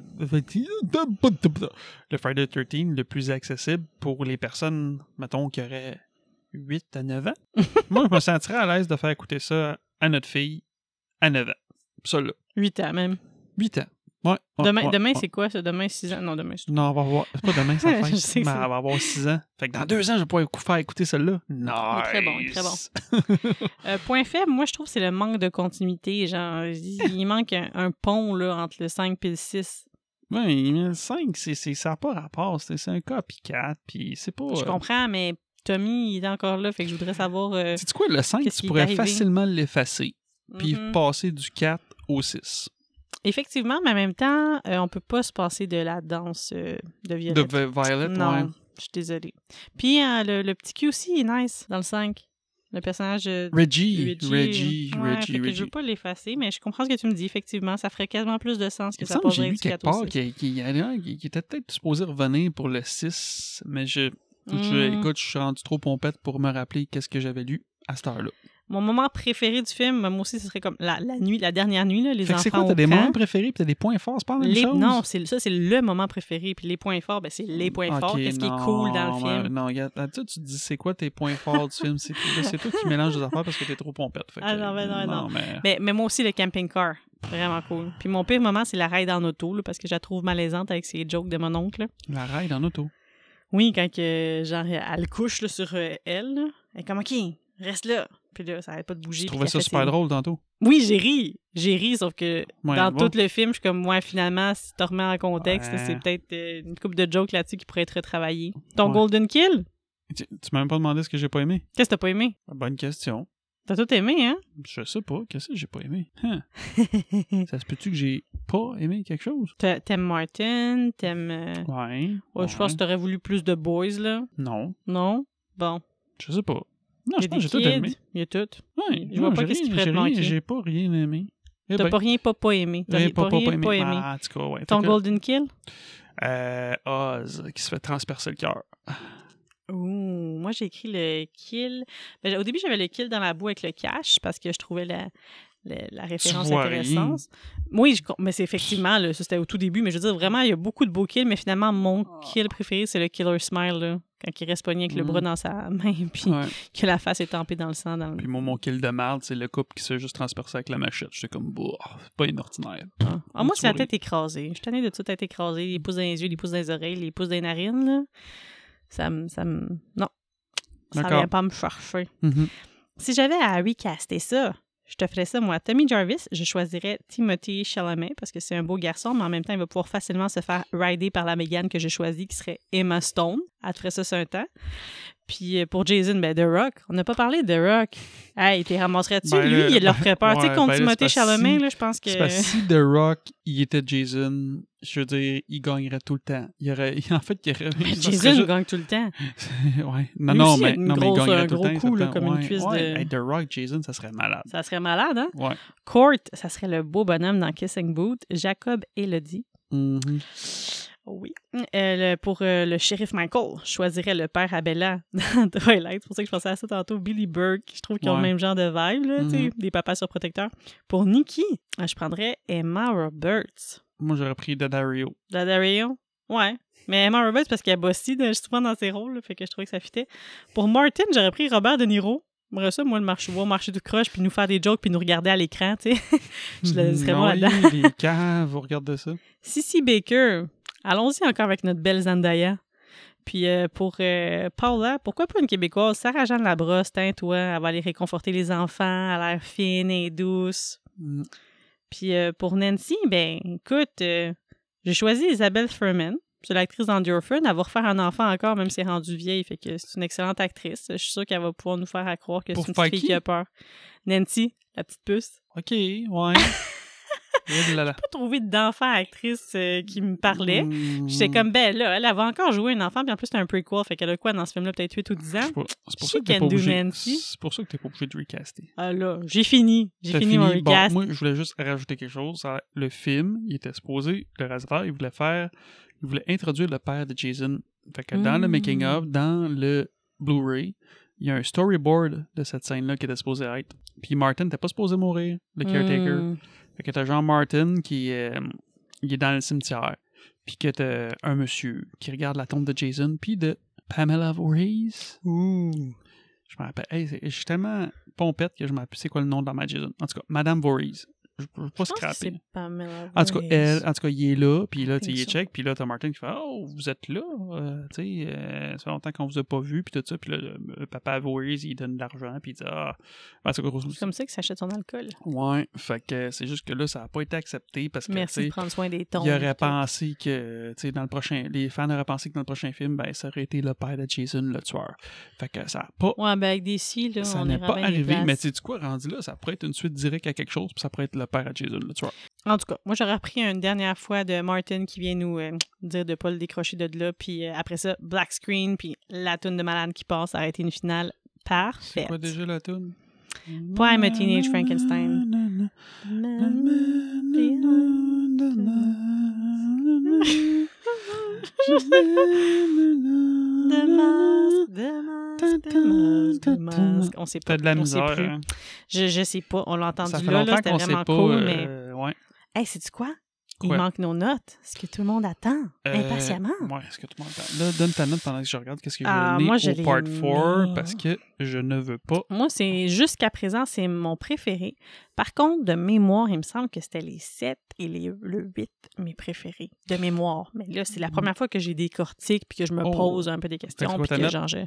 [SPEAKER 2] le Friday 13 le plus accessible pour les personnes, mettons, qui auraient 8 à 9 ans. Moi, je me sentirais à l'aise de faire écouter ça à notre fille à 9 ans. Ça, là.
[SPEAKER 1] 8 ans même.
[SPEAKER 2] 8 ans. Ouais, ouais,
[SPEAKER 1] Demain,
[SPEAKER 2] Ah, ouais,
[SPEAKER 1] demain
[SPEAKER 2] ouais.
[SPEAKER 1] c'est quoi ça? Demain, 6 ans? Non, demain, c'est.
[SPEAKER 2] Non, on va voir. C'est pas demain, ça
[SPEAKER 1] Je sais
[SPEAKER 2] fait.
[SPEAKER 1] que
[SPEAKER 2] Mais
[SPEAKER 1] c'est-
[SPEAKER 2] elle va avoir 6 ans. Fait que dans 2 ans, je vais pouvoir écou- faire écouter celle-là. Non.
[SPEAKER 1] est très bon, il est très bon. Euh, point faible, moi, je trouve que c'est le manque de continuité. Genre, il, il manque un, un pont là, entre le 5 et le 6.
[SPEAKER 2] Oui, mais le 5, c'est, c'est, ça n'a pas rapport. C'est, c'est un copycat, puis c'est pas...
[SPEAKER 1] Je
[SPEAKER 2] euh,
[SPEAKER 1] comprends, mais Tommy, il est encore là. Fait que je voudrais savoir. euh,
[SPEAKER 2] Sais-tu quoi, le 5,
[SPEAKER 1] Qu'est-ce qui
[SPEAKER 2] tu
[SPEAKER 1] est
[SPEAKER 2] pourrais
[SPEAKER 1] arrivé?
[SPEAKER 2] facilement l'effacer, puis
[SPEAKER 1] mhm.
[SPEAKER 2] passer du 4 au 6.
[SPEAKER 1] Effectivement, mais en même temps, euh, on peut pas se passer de la danse euh, de
[SPEAKER 2] De
[SPEAKER 1] violette.
[SPEAKER 2] Vi- Violet,
[SPEAKER 1] non,
[SPEAKER 2] ouais.
[SPEAKER 1] je suis désolée. Puis euh, le, le petit Q aussi est nice dans le 5. Le personnage euh,
[SPEAKER 2] Reggie,
[SPEAKER 1] Reggie.
[SPEAKER 2] Reggie, Reggie,
[SPEAKER 1] Ouais, fait
[SPEAKER 2] Reggie.
[SPEAKER 1] que Je veux pas l'effacer, mais je comprends ce que tu me dis, effectivement. Ça ferait quasiment plus de sens
[SPEAKER 2] Il
[SPEAKER 1] que
[SPEAKER 2] me
[SPEAKER 1] ça
[SPEAKER 2] semble que j'ai
[SPEAKER 1] passerait
[SPEAKER 2] lu
[SPEAKER 1] du
[SPEAKER 2] quelque
[SPEAKER 1] 4 au
[SPEAKER 2] part
[SPEAKER 1] 6.
[SPEAKER 2] qu'il, qu'il y en a un qui qui était peut-être supposé revenir pour le 6, mais je, je-
[SPEAKER 1] Mm.
[SPEAKER 2] écoute, je suis rendu trop pompette pour me rappeler qu'est-ce que j'avais lu à cette heure-là.
[SPEAKER 1] Mon moment préféré du film, moi aussi, ce serait comme la, la nuit, la dernière nuit, là, les
[SPEAKER 2] fait que
[SPEAKER 1] enfants
[SPEAKER 2] c'est quoi,
[SPEAKER 1] au
[SPEAKER 2] t'as des
[SPEAKER 1] camp.
[SPEAKER 2] moments préférés, puis t'as des points forts, c'est pas la même
[SPEAKER 1] Les-
[SPEAKER 2] chose?
[SPEAKER 1] Non, c'est, ça, c'est le moment préféré. Puis les points forts, ben, c'est les points forts.
[SPEAKER 2] Ok,
[SPEAKER 1] Qu'est-ce qui est
[SPEAKER 2] non,
[SPEAKER 1] cool dans le
[SPEAKER 2] ouais,
[SPEAKER 1] film?
[SPEAKER 2] non, regarde, là, tu, tu dis c'est quoi tes points forts du film? C'est là, c'est toi qui mélanges des affaires parce que t'es trop pompette. Fait que,
[SPEAKER 1] Ah non, ben non, non.
[SPEAKER 2] mais-
[SPEAKER 1] Mais, mais moi aussi, le camping-car, vraiment cool. Puis mon pire moment, c'est la ride en auto, là, parce que je la trouve malaisante avec ses jokes de mon oncle. là.
[SPEAKER 2] La ride en auto.
[SPEAKER 1] Oui, quand que, genre, elle couche là, sur euh, elle, là, elle est comme « OK, reste là ». Puis là, ça arrête pas de bouger.
[SPEAKER 2] Je
[SPEAKER 1] puis
[SPEAKER 2] trouvais
[SPEAKER 1] qu'elle
[SPEAKER 2] ça
[SPEAKER 1] fait
[SPEAKER 2] super
[SPEAKER 1] ses-
[SPEAKER 2] drôle tantôt.
[SPEAKER 1] Oui, j'ai ri. J'ai ri, sauf que
[SPEAKER 2] Ouais,
[SPEAKER 1] dans
[SPEAKER 2] bon.
[SPEAKER 1] tout le film, je suis comme, moi, finalement, si tu remets en contexte,
[SPEAKER 2] Ouais.
[SPEAKER 1] c'est peut-être euh, une coupe de jokes là-dessus qui pourrait être retravaillée. Ton
[SPEAKER 2] Ouais.
[SPEAKER 1] Golden Kill,
[SPEAKER 2] Tu, tu m'as même pas demandé ce que j'ai pas aimé.
[SPEAKER 1] qu'est-ce que t'as pas aimé?
[SPEAKER 2] Bonne question.
[SPEAKER 1] T'as tout aimé, hein?
[SPEAKER 2] Je sais pas. Qu'est-ce que j'ai pas aimé? Hein? Ça se peut-tu que j'ai pas aimé quelque chose?
[SPEAKER 1] T'a- T'aimes Martin, t'aimes... euh,
[SPEAKER 2] Ouais.
[SPEAKER 1] ouais, Je pense que
[SPEAKER 2] ouais.
[SPEAKER 1] t'aurais voulu plus de boys, là.
[SPEAKER 2] Non.
[SPEAKER 1] Non? Bon.
[SPEAKER 2] Je sais pas.
[SPEAKER 1] Il
[SPEAKER 2] Non,
[SPEAKER 1] y
[SPEAKER 2] je
[SPEAKER 1] a
[SPEAKER 2] pense que j'ai
[SPEAKER 1] des
[SPEAKER 2] tout
[SPEAKER 1] kids,
[SPEAKER 2] aimé.
[SPEAKER 1] Il y a tout.
[SPEAKER 2] Ouais,
[SPEAKER 1] Je vois
[SPEAKER 2] non,
[SPEAKER 1] pas
[SPEAKER 2] j'ai
[SPEAKER 1] qu'est-ce qui
[SPEAKER 2] rien-
[SPEAKER 1] pourrait
[SPEAKER 2] j'ai
[SPEAKER 1] te
[SPEAKER 2] rien-
[SPEAKER 1] manquer.
[SPEAKER 2] J'ai pas rien aimé. Eh
[SPEAKER 1] T'as
[SPEAKER 2] ben,
[SPEAKER 1] pas rien pas pas aimé. T'as
[SPEAKER 2] rien
[SPEAKER 1] Eh, pas, rien pas aimé.
[SPEAKER 2] Ah, en tout cas, ouais. Fait
[SPEAKER 1] Ton
[SPEAKER 2] que-
[SPEAKER 1] Golden Kill?
[SPEAKER 2] Euh, Oz, qui se fait transpercer le cœur.
[SPEAKER 1] Ouh, moi j'ai écrit le kill. Ben, j- au début j'avais le kill dans la boue avec le cash parce que je trouvais la, la, la référence
[SPEAKER 2] vois rien.
[SPEAKER 1] intéressante. Oui, je com- mais c'est effectivement, là, ça c'était au tout début, mais je veux dire vraiment, il y a beaucoup de beaux kills, mais finalement mon kill préféré c'est le killer smile, là, quand il reste pogné avec le
[SPEAKER 2] Mm.
[SPEAKER 1] bras dans sa main puis
[SPEAKER 2] Ouais.
[SPEAKER 1] que la face est tempée dans le sang. Dans le...
[SPEAKER 2] Puis moi, mon kill de marde, c'est le couple qui se fait juste transpercer avec la machette. J'étais comme, bah, c'est pas inordinaire.
[SPEAKER 1] Ah. Ah, moi
[SPEAKER 2] Tu
[SPEAKER 1] c'est la
[SPEAKER 2] vois
[SPEAKER 1] tête écrasée. Je suis tannée de toute tête écrasée, les pouces dans les yeux, les pouces dans les oreilles, les pouces dans les narines. Là. Ça me. Ça me... Non. Ça
[SPEAKER 2] D'accord.
[SPEAKER 1] vient pas me chercher.
[SPEAKER 2] Mm-hmm.
[SPEAKER 1] Si j'avais à recaster ça, je te ferais ça, moi. Tommy Jarvis, je choisirais Timothy Chalamet parce que c'est un beau garçon, mais en même temps, il va pouvoir facilement se faire rider par la Mégane que j'ai choisie, qui serait Emma Stone. Elle te ferait ça sur un temps. Puis euh, pour Jason, ben, The Rock. On n'a pas parlé de The Rock. Hey, t'es ramasserais-tu?
[SPEAKER 2] Ben
[SPEAKER 1] Lui,
[SPEAKER 2] là,
[SPEAKER 1] il leur ferait peur.
[SPEAKER 2] ouais,
[SPEAKER 1] tu sais, contre
[SPEAKER 2] ben là,
[SPEAKER 1] Timothée
[SPEAKER 2] c'est parce
[SPEAKER 1] Chalamet,
[SPEAKER 2] si-
[SPEAKER 1] là, je pense que...
[SPEAKER 2] C'est parce que si The Rock, il était Jason, je veux dire, il gagnerait tout le temps. Il aurait, en fait, il aurait. ça serait
[SPEAKER 1] Jason
[SPEAKER 2] juste-
[SPEAKER 1] gagne tout le temps.
[SPEAKER 2] ouais. Non,
[SPEAKER 1] Lui
[SPEAKER 2] non,
[SPEAKER 1] aussi, il a
[SPEAKER 2] mais,
[SPEAKER 1] une
[SPEAKER 2] non, mais il
[SPEAKER 1] grosse-
[SPEAKER 2] gagnerait
[SPEAKER 1] un
[SPEAKER 2] tout
[SPEAKER 1] gros
[SPEAKER 2] le temps.
[SPEAKER 1] coup,
[SPEAKER 2] tout le
[SPEAKER 1] là,
[SPEAKER 2] temps.
[SPEAKER 1] comme une
[SPEAKER 2] Ouais,
[SPEAKER 1] cuisse
[SPEAKER 2] ouais.
[SPEAKER 1] de-
[SPEAKER 2] Hey, The Rock, Jason, ça serait malade.
[SPEAKER 1] Ça serait malade, hein?
[SPEAKER 2] Ouais.
[SPEAKER 1] Court, ça serait le beau bonhomme dans Kissing Boot. Jacob Elodie.
[SPEAKER 2] Mhm.
[SPEAKER 1] Mm-hmm. Oui. Euh, le- pour euh, le shérif Michael, je choisirais le père Abella dans Twilight. C'est pour ça que je pensais à ça tantôt. Billy Burke, je trouve qu'ils ont
[SPEAKER 2] Ouais.
[SPEAKER 1] le même genre de vibe, là, tu sais, des papas sur protecteur. Pour Nikki, euh, je prendrais Emma Roberts.
[SPEAKER 2] Moi, j'aurais pris The Dario.
[SPEAKER 1] De la Dario? Ouais. Mais Emma Roberts, parce qu'elle bossy de, souvent dans ses rôles, là, fait que je trouvais que ça fitait. Pour Martin, j'aurais pris Robert De Niro. J'aimerais ça, moi, le marché, voir marcher tout croche, puis nous faire des jokes, puis nous regarder à l'écran, tu sais. Je le laisserais
[SPEAKER 2] Hmm, Mm-hmm. Non,
[SPEAKER 1] moi là-dedans.
[SPEAKER 2] Les caves, vous regardez ça.
[SPEAKER 1] Sissi Baker, allons-y encore avec notre belle Zendaya. Puis euh, pour euh, Paula, pourquoi pas une Québécoise? Sarah-Jeanne Labrosse, hein, toi, elle va aller réconforter les enfants, elle a l'air fine et douce.
[SPEAKER 2] Mm.
[SPEAKER 1] Puis euh, pour Nancy, ben écoute, euh, j'ai choisi Isabelle Furman. C'est l'actrice d'Andrew Fern. Elle va refaire un enfant encore, même si elle est rendue vieille. Fait que c'est une excellente actrice. Je suis sûre qu'elle va pouvoir nous faire à croire que c'est
[SPEAKER 2] Pour
[SPEAKER 1] une
[SPEAKER 2] faire
[SPEAKER 1] petite fille
[SPEAKER 2] qui?
[SPEAKER 1] qui a peur. Nancy, la petite puce.
[SPEAKER 2] OK, ouais. Eh là là.
[SPEAKER 1] Pas trouvé d'enfant actrice euh, qui me parlait.
[SPEAKER 2] Mm.
[SPEAKER 1] J'étais comme, ben là, elle avait encore joué un enfant, puis en plus, c'est un prequel. Fait qu'elle a quoi dans ce film-là, peut-être 8 ou 10
[SPEAKER 2] Je
[SPEAKER 1] ans?
[SPEAKER 2] sais pas. C'est pour
[SPEAKER 1] She
[SPEAKER 2] ça que t'es pas
[SPEAKER 1] can do
[SPEAKER 2] obligé.
[SPEAKER 1] Hein? Nancy.
[SPEAKER 2] C'est pour ça que t'es pas obligé de recaster.
[SPEAKER 1] Ah là, j'ai fini. J'ai
[SPEAKER 2] T'as
[SPEAKER 1] fini, mon
[SPEAKER 2] Bon,
[SPEAKER 1] recast.
[SPEAKER 2] moi, je voulais juste rajouter quelque chose. Ça- Le film, il était supposé, le réalisateur, il voulait faire, il voulait introduire le père de Jason. Fait que dans le
[SPEAKER 1] Mm.
[SPEAKER 2] making-of, dans le Blu-ray, il y a un storyboard de cette scène-là qui était supposé être. Puis Martin n'était pas supposé mourir, le caretaker.
[SPEAKER 1] Mm.
[SPEAKER 2] Fait que t'as Jean Martin qui est, il est dans le cimetière. Puis que t'as un monsieur qui regarde la tombe de Jason, puis de Pamela Voorhees. Je me rappelle. Hey, c'est- je suis tellement pompette que je me rappelle c'est quoi le nom de la mère de Jason. En tout cas, Madame Voorhees. Je je veux pas
[SPEAKER 1] Je pense que
[SPEAKER 2] scraper.
[SPEAKER 1] c'est Pamela
[SPEAKER 2] En tout cas,
[SPEAKER 1] Voorhees.
[SPEAKER 2] elle, en tout cas, il est là, puis là, tu sais, il
[SPEAKER 1] Think
[SPEAKER 2] est
[SPEAKER 1] so.
[SPEAKER 2] check, puis là, t'as Martin qui fait Oh, vous êtes là, euh, tu sais, euh, ça fait longtemps qu'on vous a pas vu, puis tout ça, puis là, le, le papa Voorhees, il donne de l'argent, puis il dit Ah, en tout cas, gros-
[SPEAKER 1] C'est comme ça qu'il s'achète son alcool.
[SPEAKER 2] Ouais, fait que c'est juste que là, ça n'a pas été accepté parce que, tu
[SPEAKER 1] Merci
[SPEAKER 2] sais,
[SPEAKER 1] de prendre soin des tombes.
[SPEAKER 2] il aurait
[SPEAKER 1] Puis-
[SPEAKER 2] pensé que, tu sais, dans le prochain, les fans auraient pensé que dans le prochain film, ben, ça aurait été le père de Jason, le tueur. Fait que ça n'a pas
[SPEAKER 1] Ouais, ben avec des si, là,
[SPEAKER 2] ça
[SPEAKER 1] on
[SPEAKER 2] n'est
[SPEAKER 1] est
[SPEAKER 2] pas arrivé, mais tu sais quoi, rendu là, ça pourrait être une suite directe à quelque chose, puis ça pourrait être le père à Jason, le tueur.
[SPEAKER 1] En tout cas, moi, j'aurais repris une dernière fois de Martin qui vient nous euh, dire de pas le décrocher de là. Puis euh, après ça, Black Screen, puis la toune de malade qui passe, ça aurait été une finale
[SPEAKER 2] C'est
[SPEAKER 1] parfaite.
[SPEAKER 2] quoi déjà la tune?
[SPEAKER 1] Pas I'm a Teenage Frankenstein. De masque, de masque, de masque, de masque. On sait pas.
[SPEAKER 2] T'as de la
[SPEAKER 1] on sait
[SPEAKER 2] misère.
[SPEAKER 1] plus.
[SPEAKER 2] hein.
[SPEAKER 1] Je, je sais pas. On l'a entendu
[SPEAKER 2] Ça fait
[SPEAKER 1] là, là
[SPEAKER 2] longtemps
[SPEAKER 1] c'était
[SPEAKER 2] qu'on
[SPEAKER 1] vraiment
[SPEAKER 2] sait pas.
[SPEAKER 1] cool, mais...
[SPEAKER 2] euh, ouais.
[SPEAKER 1] Hey, c'est-tu quoi?
[SPEAKER 2] Quoi?
[SPEAKER 1] Il manque nos notes, ce que tout le monde attend,
[SPEAKER 2] Euh,
[SPEAKER 1] impatiemment.
[SPEAKER 2] Ouais, est-ce que tout le monde attend? Là, donne ta note pendant que je regarde qu'est-ce que j'ai
[SPEAKER 1] Ah,
[SPEAKER 2] donné
[SPEAKER 1] moi, je
[SPEAKER 2] au
[SPEAKER 1] l'ai
[SPEAKER 2] part
[SPEAKER 1] mis.
[SPEAKER 2] 4 parce que je ne veux pas.
[SPEAKER 1] Moi, c'est jusqu'à présent, c'est mon préféré. Par contre, de mémoire, il me semble que c'était les 7 et les, le 8, mes préférés. De mémoire. Mais là, c'est la première fois que j'ai des cortiques puis que je me
[SPEAKER 2] Mm. Oh.
[SPEAKER 1] pose un peu des questions.
[SPEAKER 2] quoi
[SPEAKER 1] Puis
[SPEAKER 2] ta
[SPEAKER 1] que
[SPEAKER 2] note?
[SPEAKER 1] genre, j'ai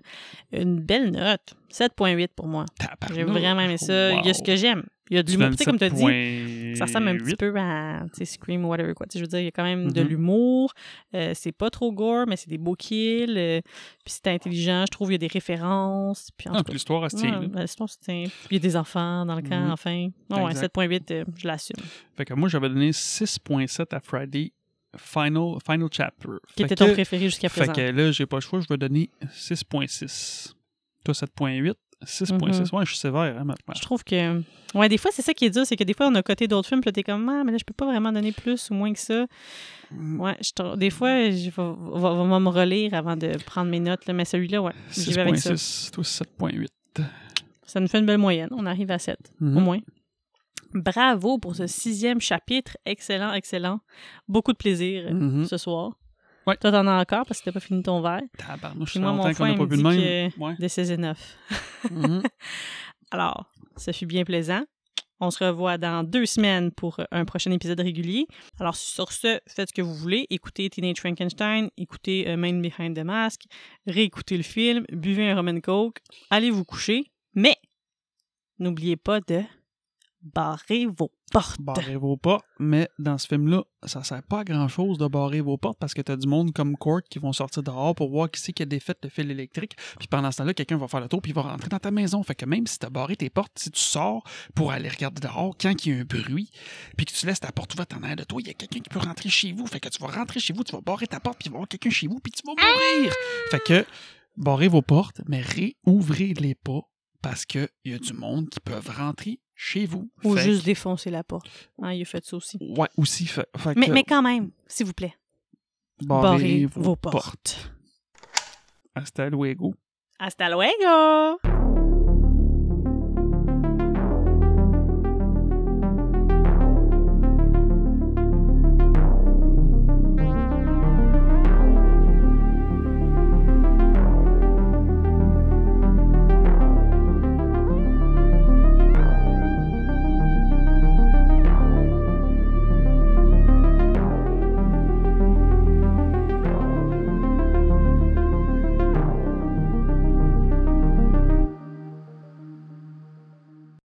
[SPEAKER 1] une belle note. 7.8 pour moi. J'ai vraiment aimé ça. Il y a ce que j'aime. Il y a de l'humour. Tu sais, comme tu as dit, ça ressemble un petit peu à tu sais, Scream ou whatever. Quoi. Tu sais, Je veux dire, il y a quand même de
[SPEAKER 2] Mhm.
[SPEAKER 1] l'humour. Euh, c'est pas trop gore, mais c'est des beaux kills. euh, puis c'est intelligent. Je trouve il y a des références. Puis en
[SPEAKER 2] Ah,
[SPEAKER 1] tout
[SPEAKER 2] puis
[SPEAKER 1] cas,
[SPEAKER 2] l'histoire, elle se tient,
[SPEAKER 1] ouais,
[SPEAKER 2] là.
[SPEAKER 1] ben, sinon, c'est- tiens, puis il y a des enfants dans le camp,
[SPEAKER 2] Mhm.
[SPEAKER 1] enfin. Ouais, ouais,
[SPEAKER 2] Exact.
[SPEAKER 1] 7.8, euh, je l'assume.
[SPEAKER 2] Fait que moi, j'avais donné 6.7 à Friday Final, Final Chapter.
[SPEAKER 1] Qui
[SPEAKER 2] Fait
[SPEAKER 1] était ton
[SPEAKER 2] que-
[SPEAKER 1] préféré jusqu'à
[SPEAKER 2] Fait
[SPEAKER 1] présent.
[SPEAKER 2] que là, j'ai pas le choix, je vais donner 6.6. Toi, 7.8. 6.6.
[SPEAKER 1] Mm-hmm.
[SPEAKER 2] Ouais, je suis sévère, hein, maintenant.
[SPEAKER 1] Je trouve que. Ouais, des fois, c'est ça qui est dur, c'est que des fois, on a coté d'autres films, puis là, t'es comme, ah, mais là, je peux pas vraiment donner plus ou moins que ça.
[SPEAKER 2] Mm.
[SPEAKER 1] Ouais, je trou- des fois, je vais va, va me relire avant de prendre mes notes, là, mais celui-là, ouais, j'y vais avec ça.
[SPEAKER 2] 6.6. Toi, 7.8.
[SPEAKER 1] Ça nous fait une belle moyenne. On arrive à 7,
[SPEAKER 2] Mhm.
[SPEAKER 1] au moins. Bravo pour ce sixième chapitre. Excellent, excellent. Beaucoup de plaisir euh,
[SPEAKER 2] Mhm.
[SPEAKER 1] ce soir.
[SPEAKER 2] Ouais.
[SPEAKER 1] Toi, t'en as encore parce que t'as pas fini ton verre.
[SPEAKER 2] Tabarnouche,
[SPEAKER 1] Puis
[SPEAKER 2] ça fait
[SPEAKER 1] moi, mon
[SPEAKER 2] longtemps qu'on
[SPEAKER 1] foin,
[SPEAKER 2] n'a
[SPEAKER 1] il
[SPEAKER 2] pas
[SPEAKER 1] me
[SPEAKER 2] vu le
[SPEAKER 1] dit
[SPEAKER 2] même. Ouais.
[SPEAKER 1] De 16 et 9.
[SPEAKER 2] Mhm.
[SPEAKER 1] Alors, ça fut bien plaisant. On se revoit dans deux semaines pour un prochain épisode régulier. Alors, sur ce, faites ce que vous voulez. Écoutez Teenage Frankenstein, écoutez euh, Man Behind the Mask, réécoutez le film, buvez un Roman Coke, allez vous coucher. Mais n'oubliez pas de barrer vos portes.
[SPEAKER 2] Barrez vos portes, mais dans ce film-là, ça sert pas à grand-chose de barrer vos portes parce que t'as du monde comme Court qui vont sortir dehors pour voir qui c'est qui a défait le fil électrique. Puis pendant ce temps-là, quelqu'un va faire le tour puis il va rentrer dans ta maison. Fait que même si t'as barré tes portes, si tu sors pour aller regarder dehors quand il y a un bruit, puis que tu laisses ta porte ouverte en arrière de toi, il y a quelqu'un qui peut rentrer chez vous. Fait que tu vas rentrer chez vous, tu vas barrer ta porte puis il va y avoir quelqu'un chez vous puis tu vas mourir. Fait que barrez vos portes, mais réouvrez-les pas parce que il y a du monde qui peuvent rentrer chez vous.
[SPEAKER 1] Ou
[SPEAKER 2] Fait
[SPEAKER 1] juste défoncer la porte. Hein, il a fait ça aussi.
[SPEAKER 2] Ouais, aussi. Fait, fait
[SPEAKER 1] Mais,
[SPEAKER 2] que
[SPEAKER 1] mais quand même, s'il vous plaît,
[SPEAKER 2] barrez
[SPEAKER 1] barrez vos portes.
[SPEAKER 2] Hasta luego.
[SPEAKER 1] Hasta luego!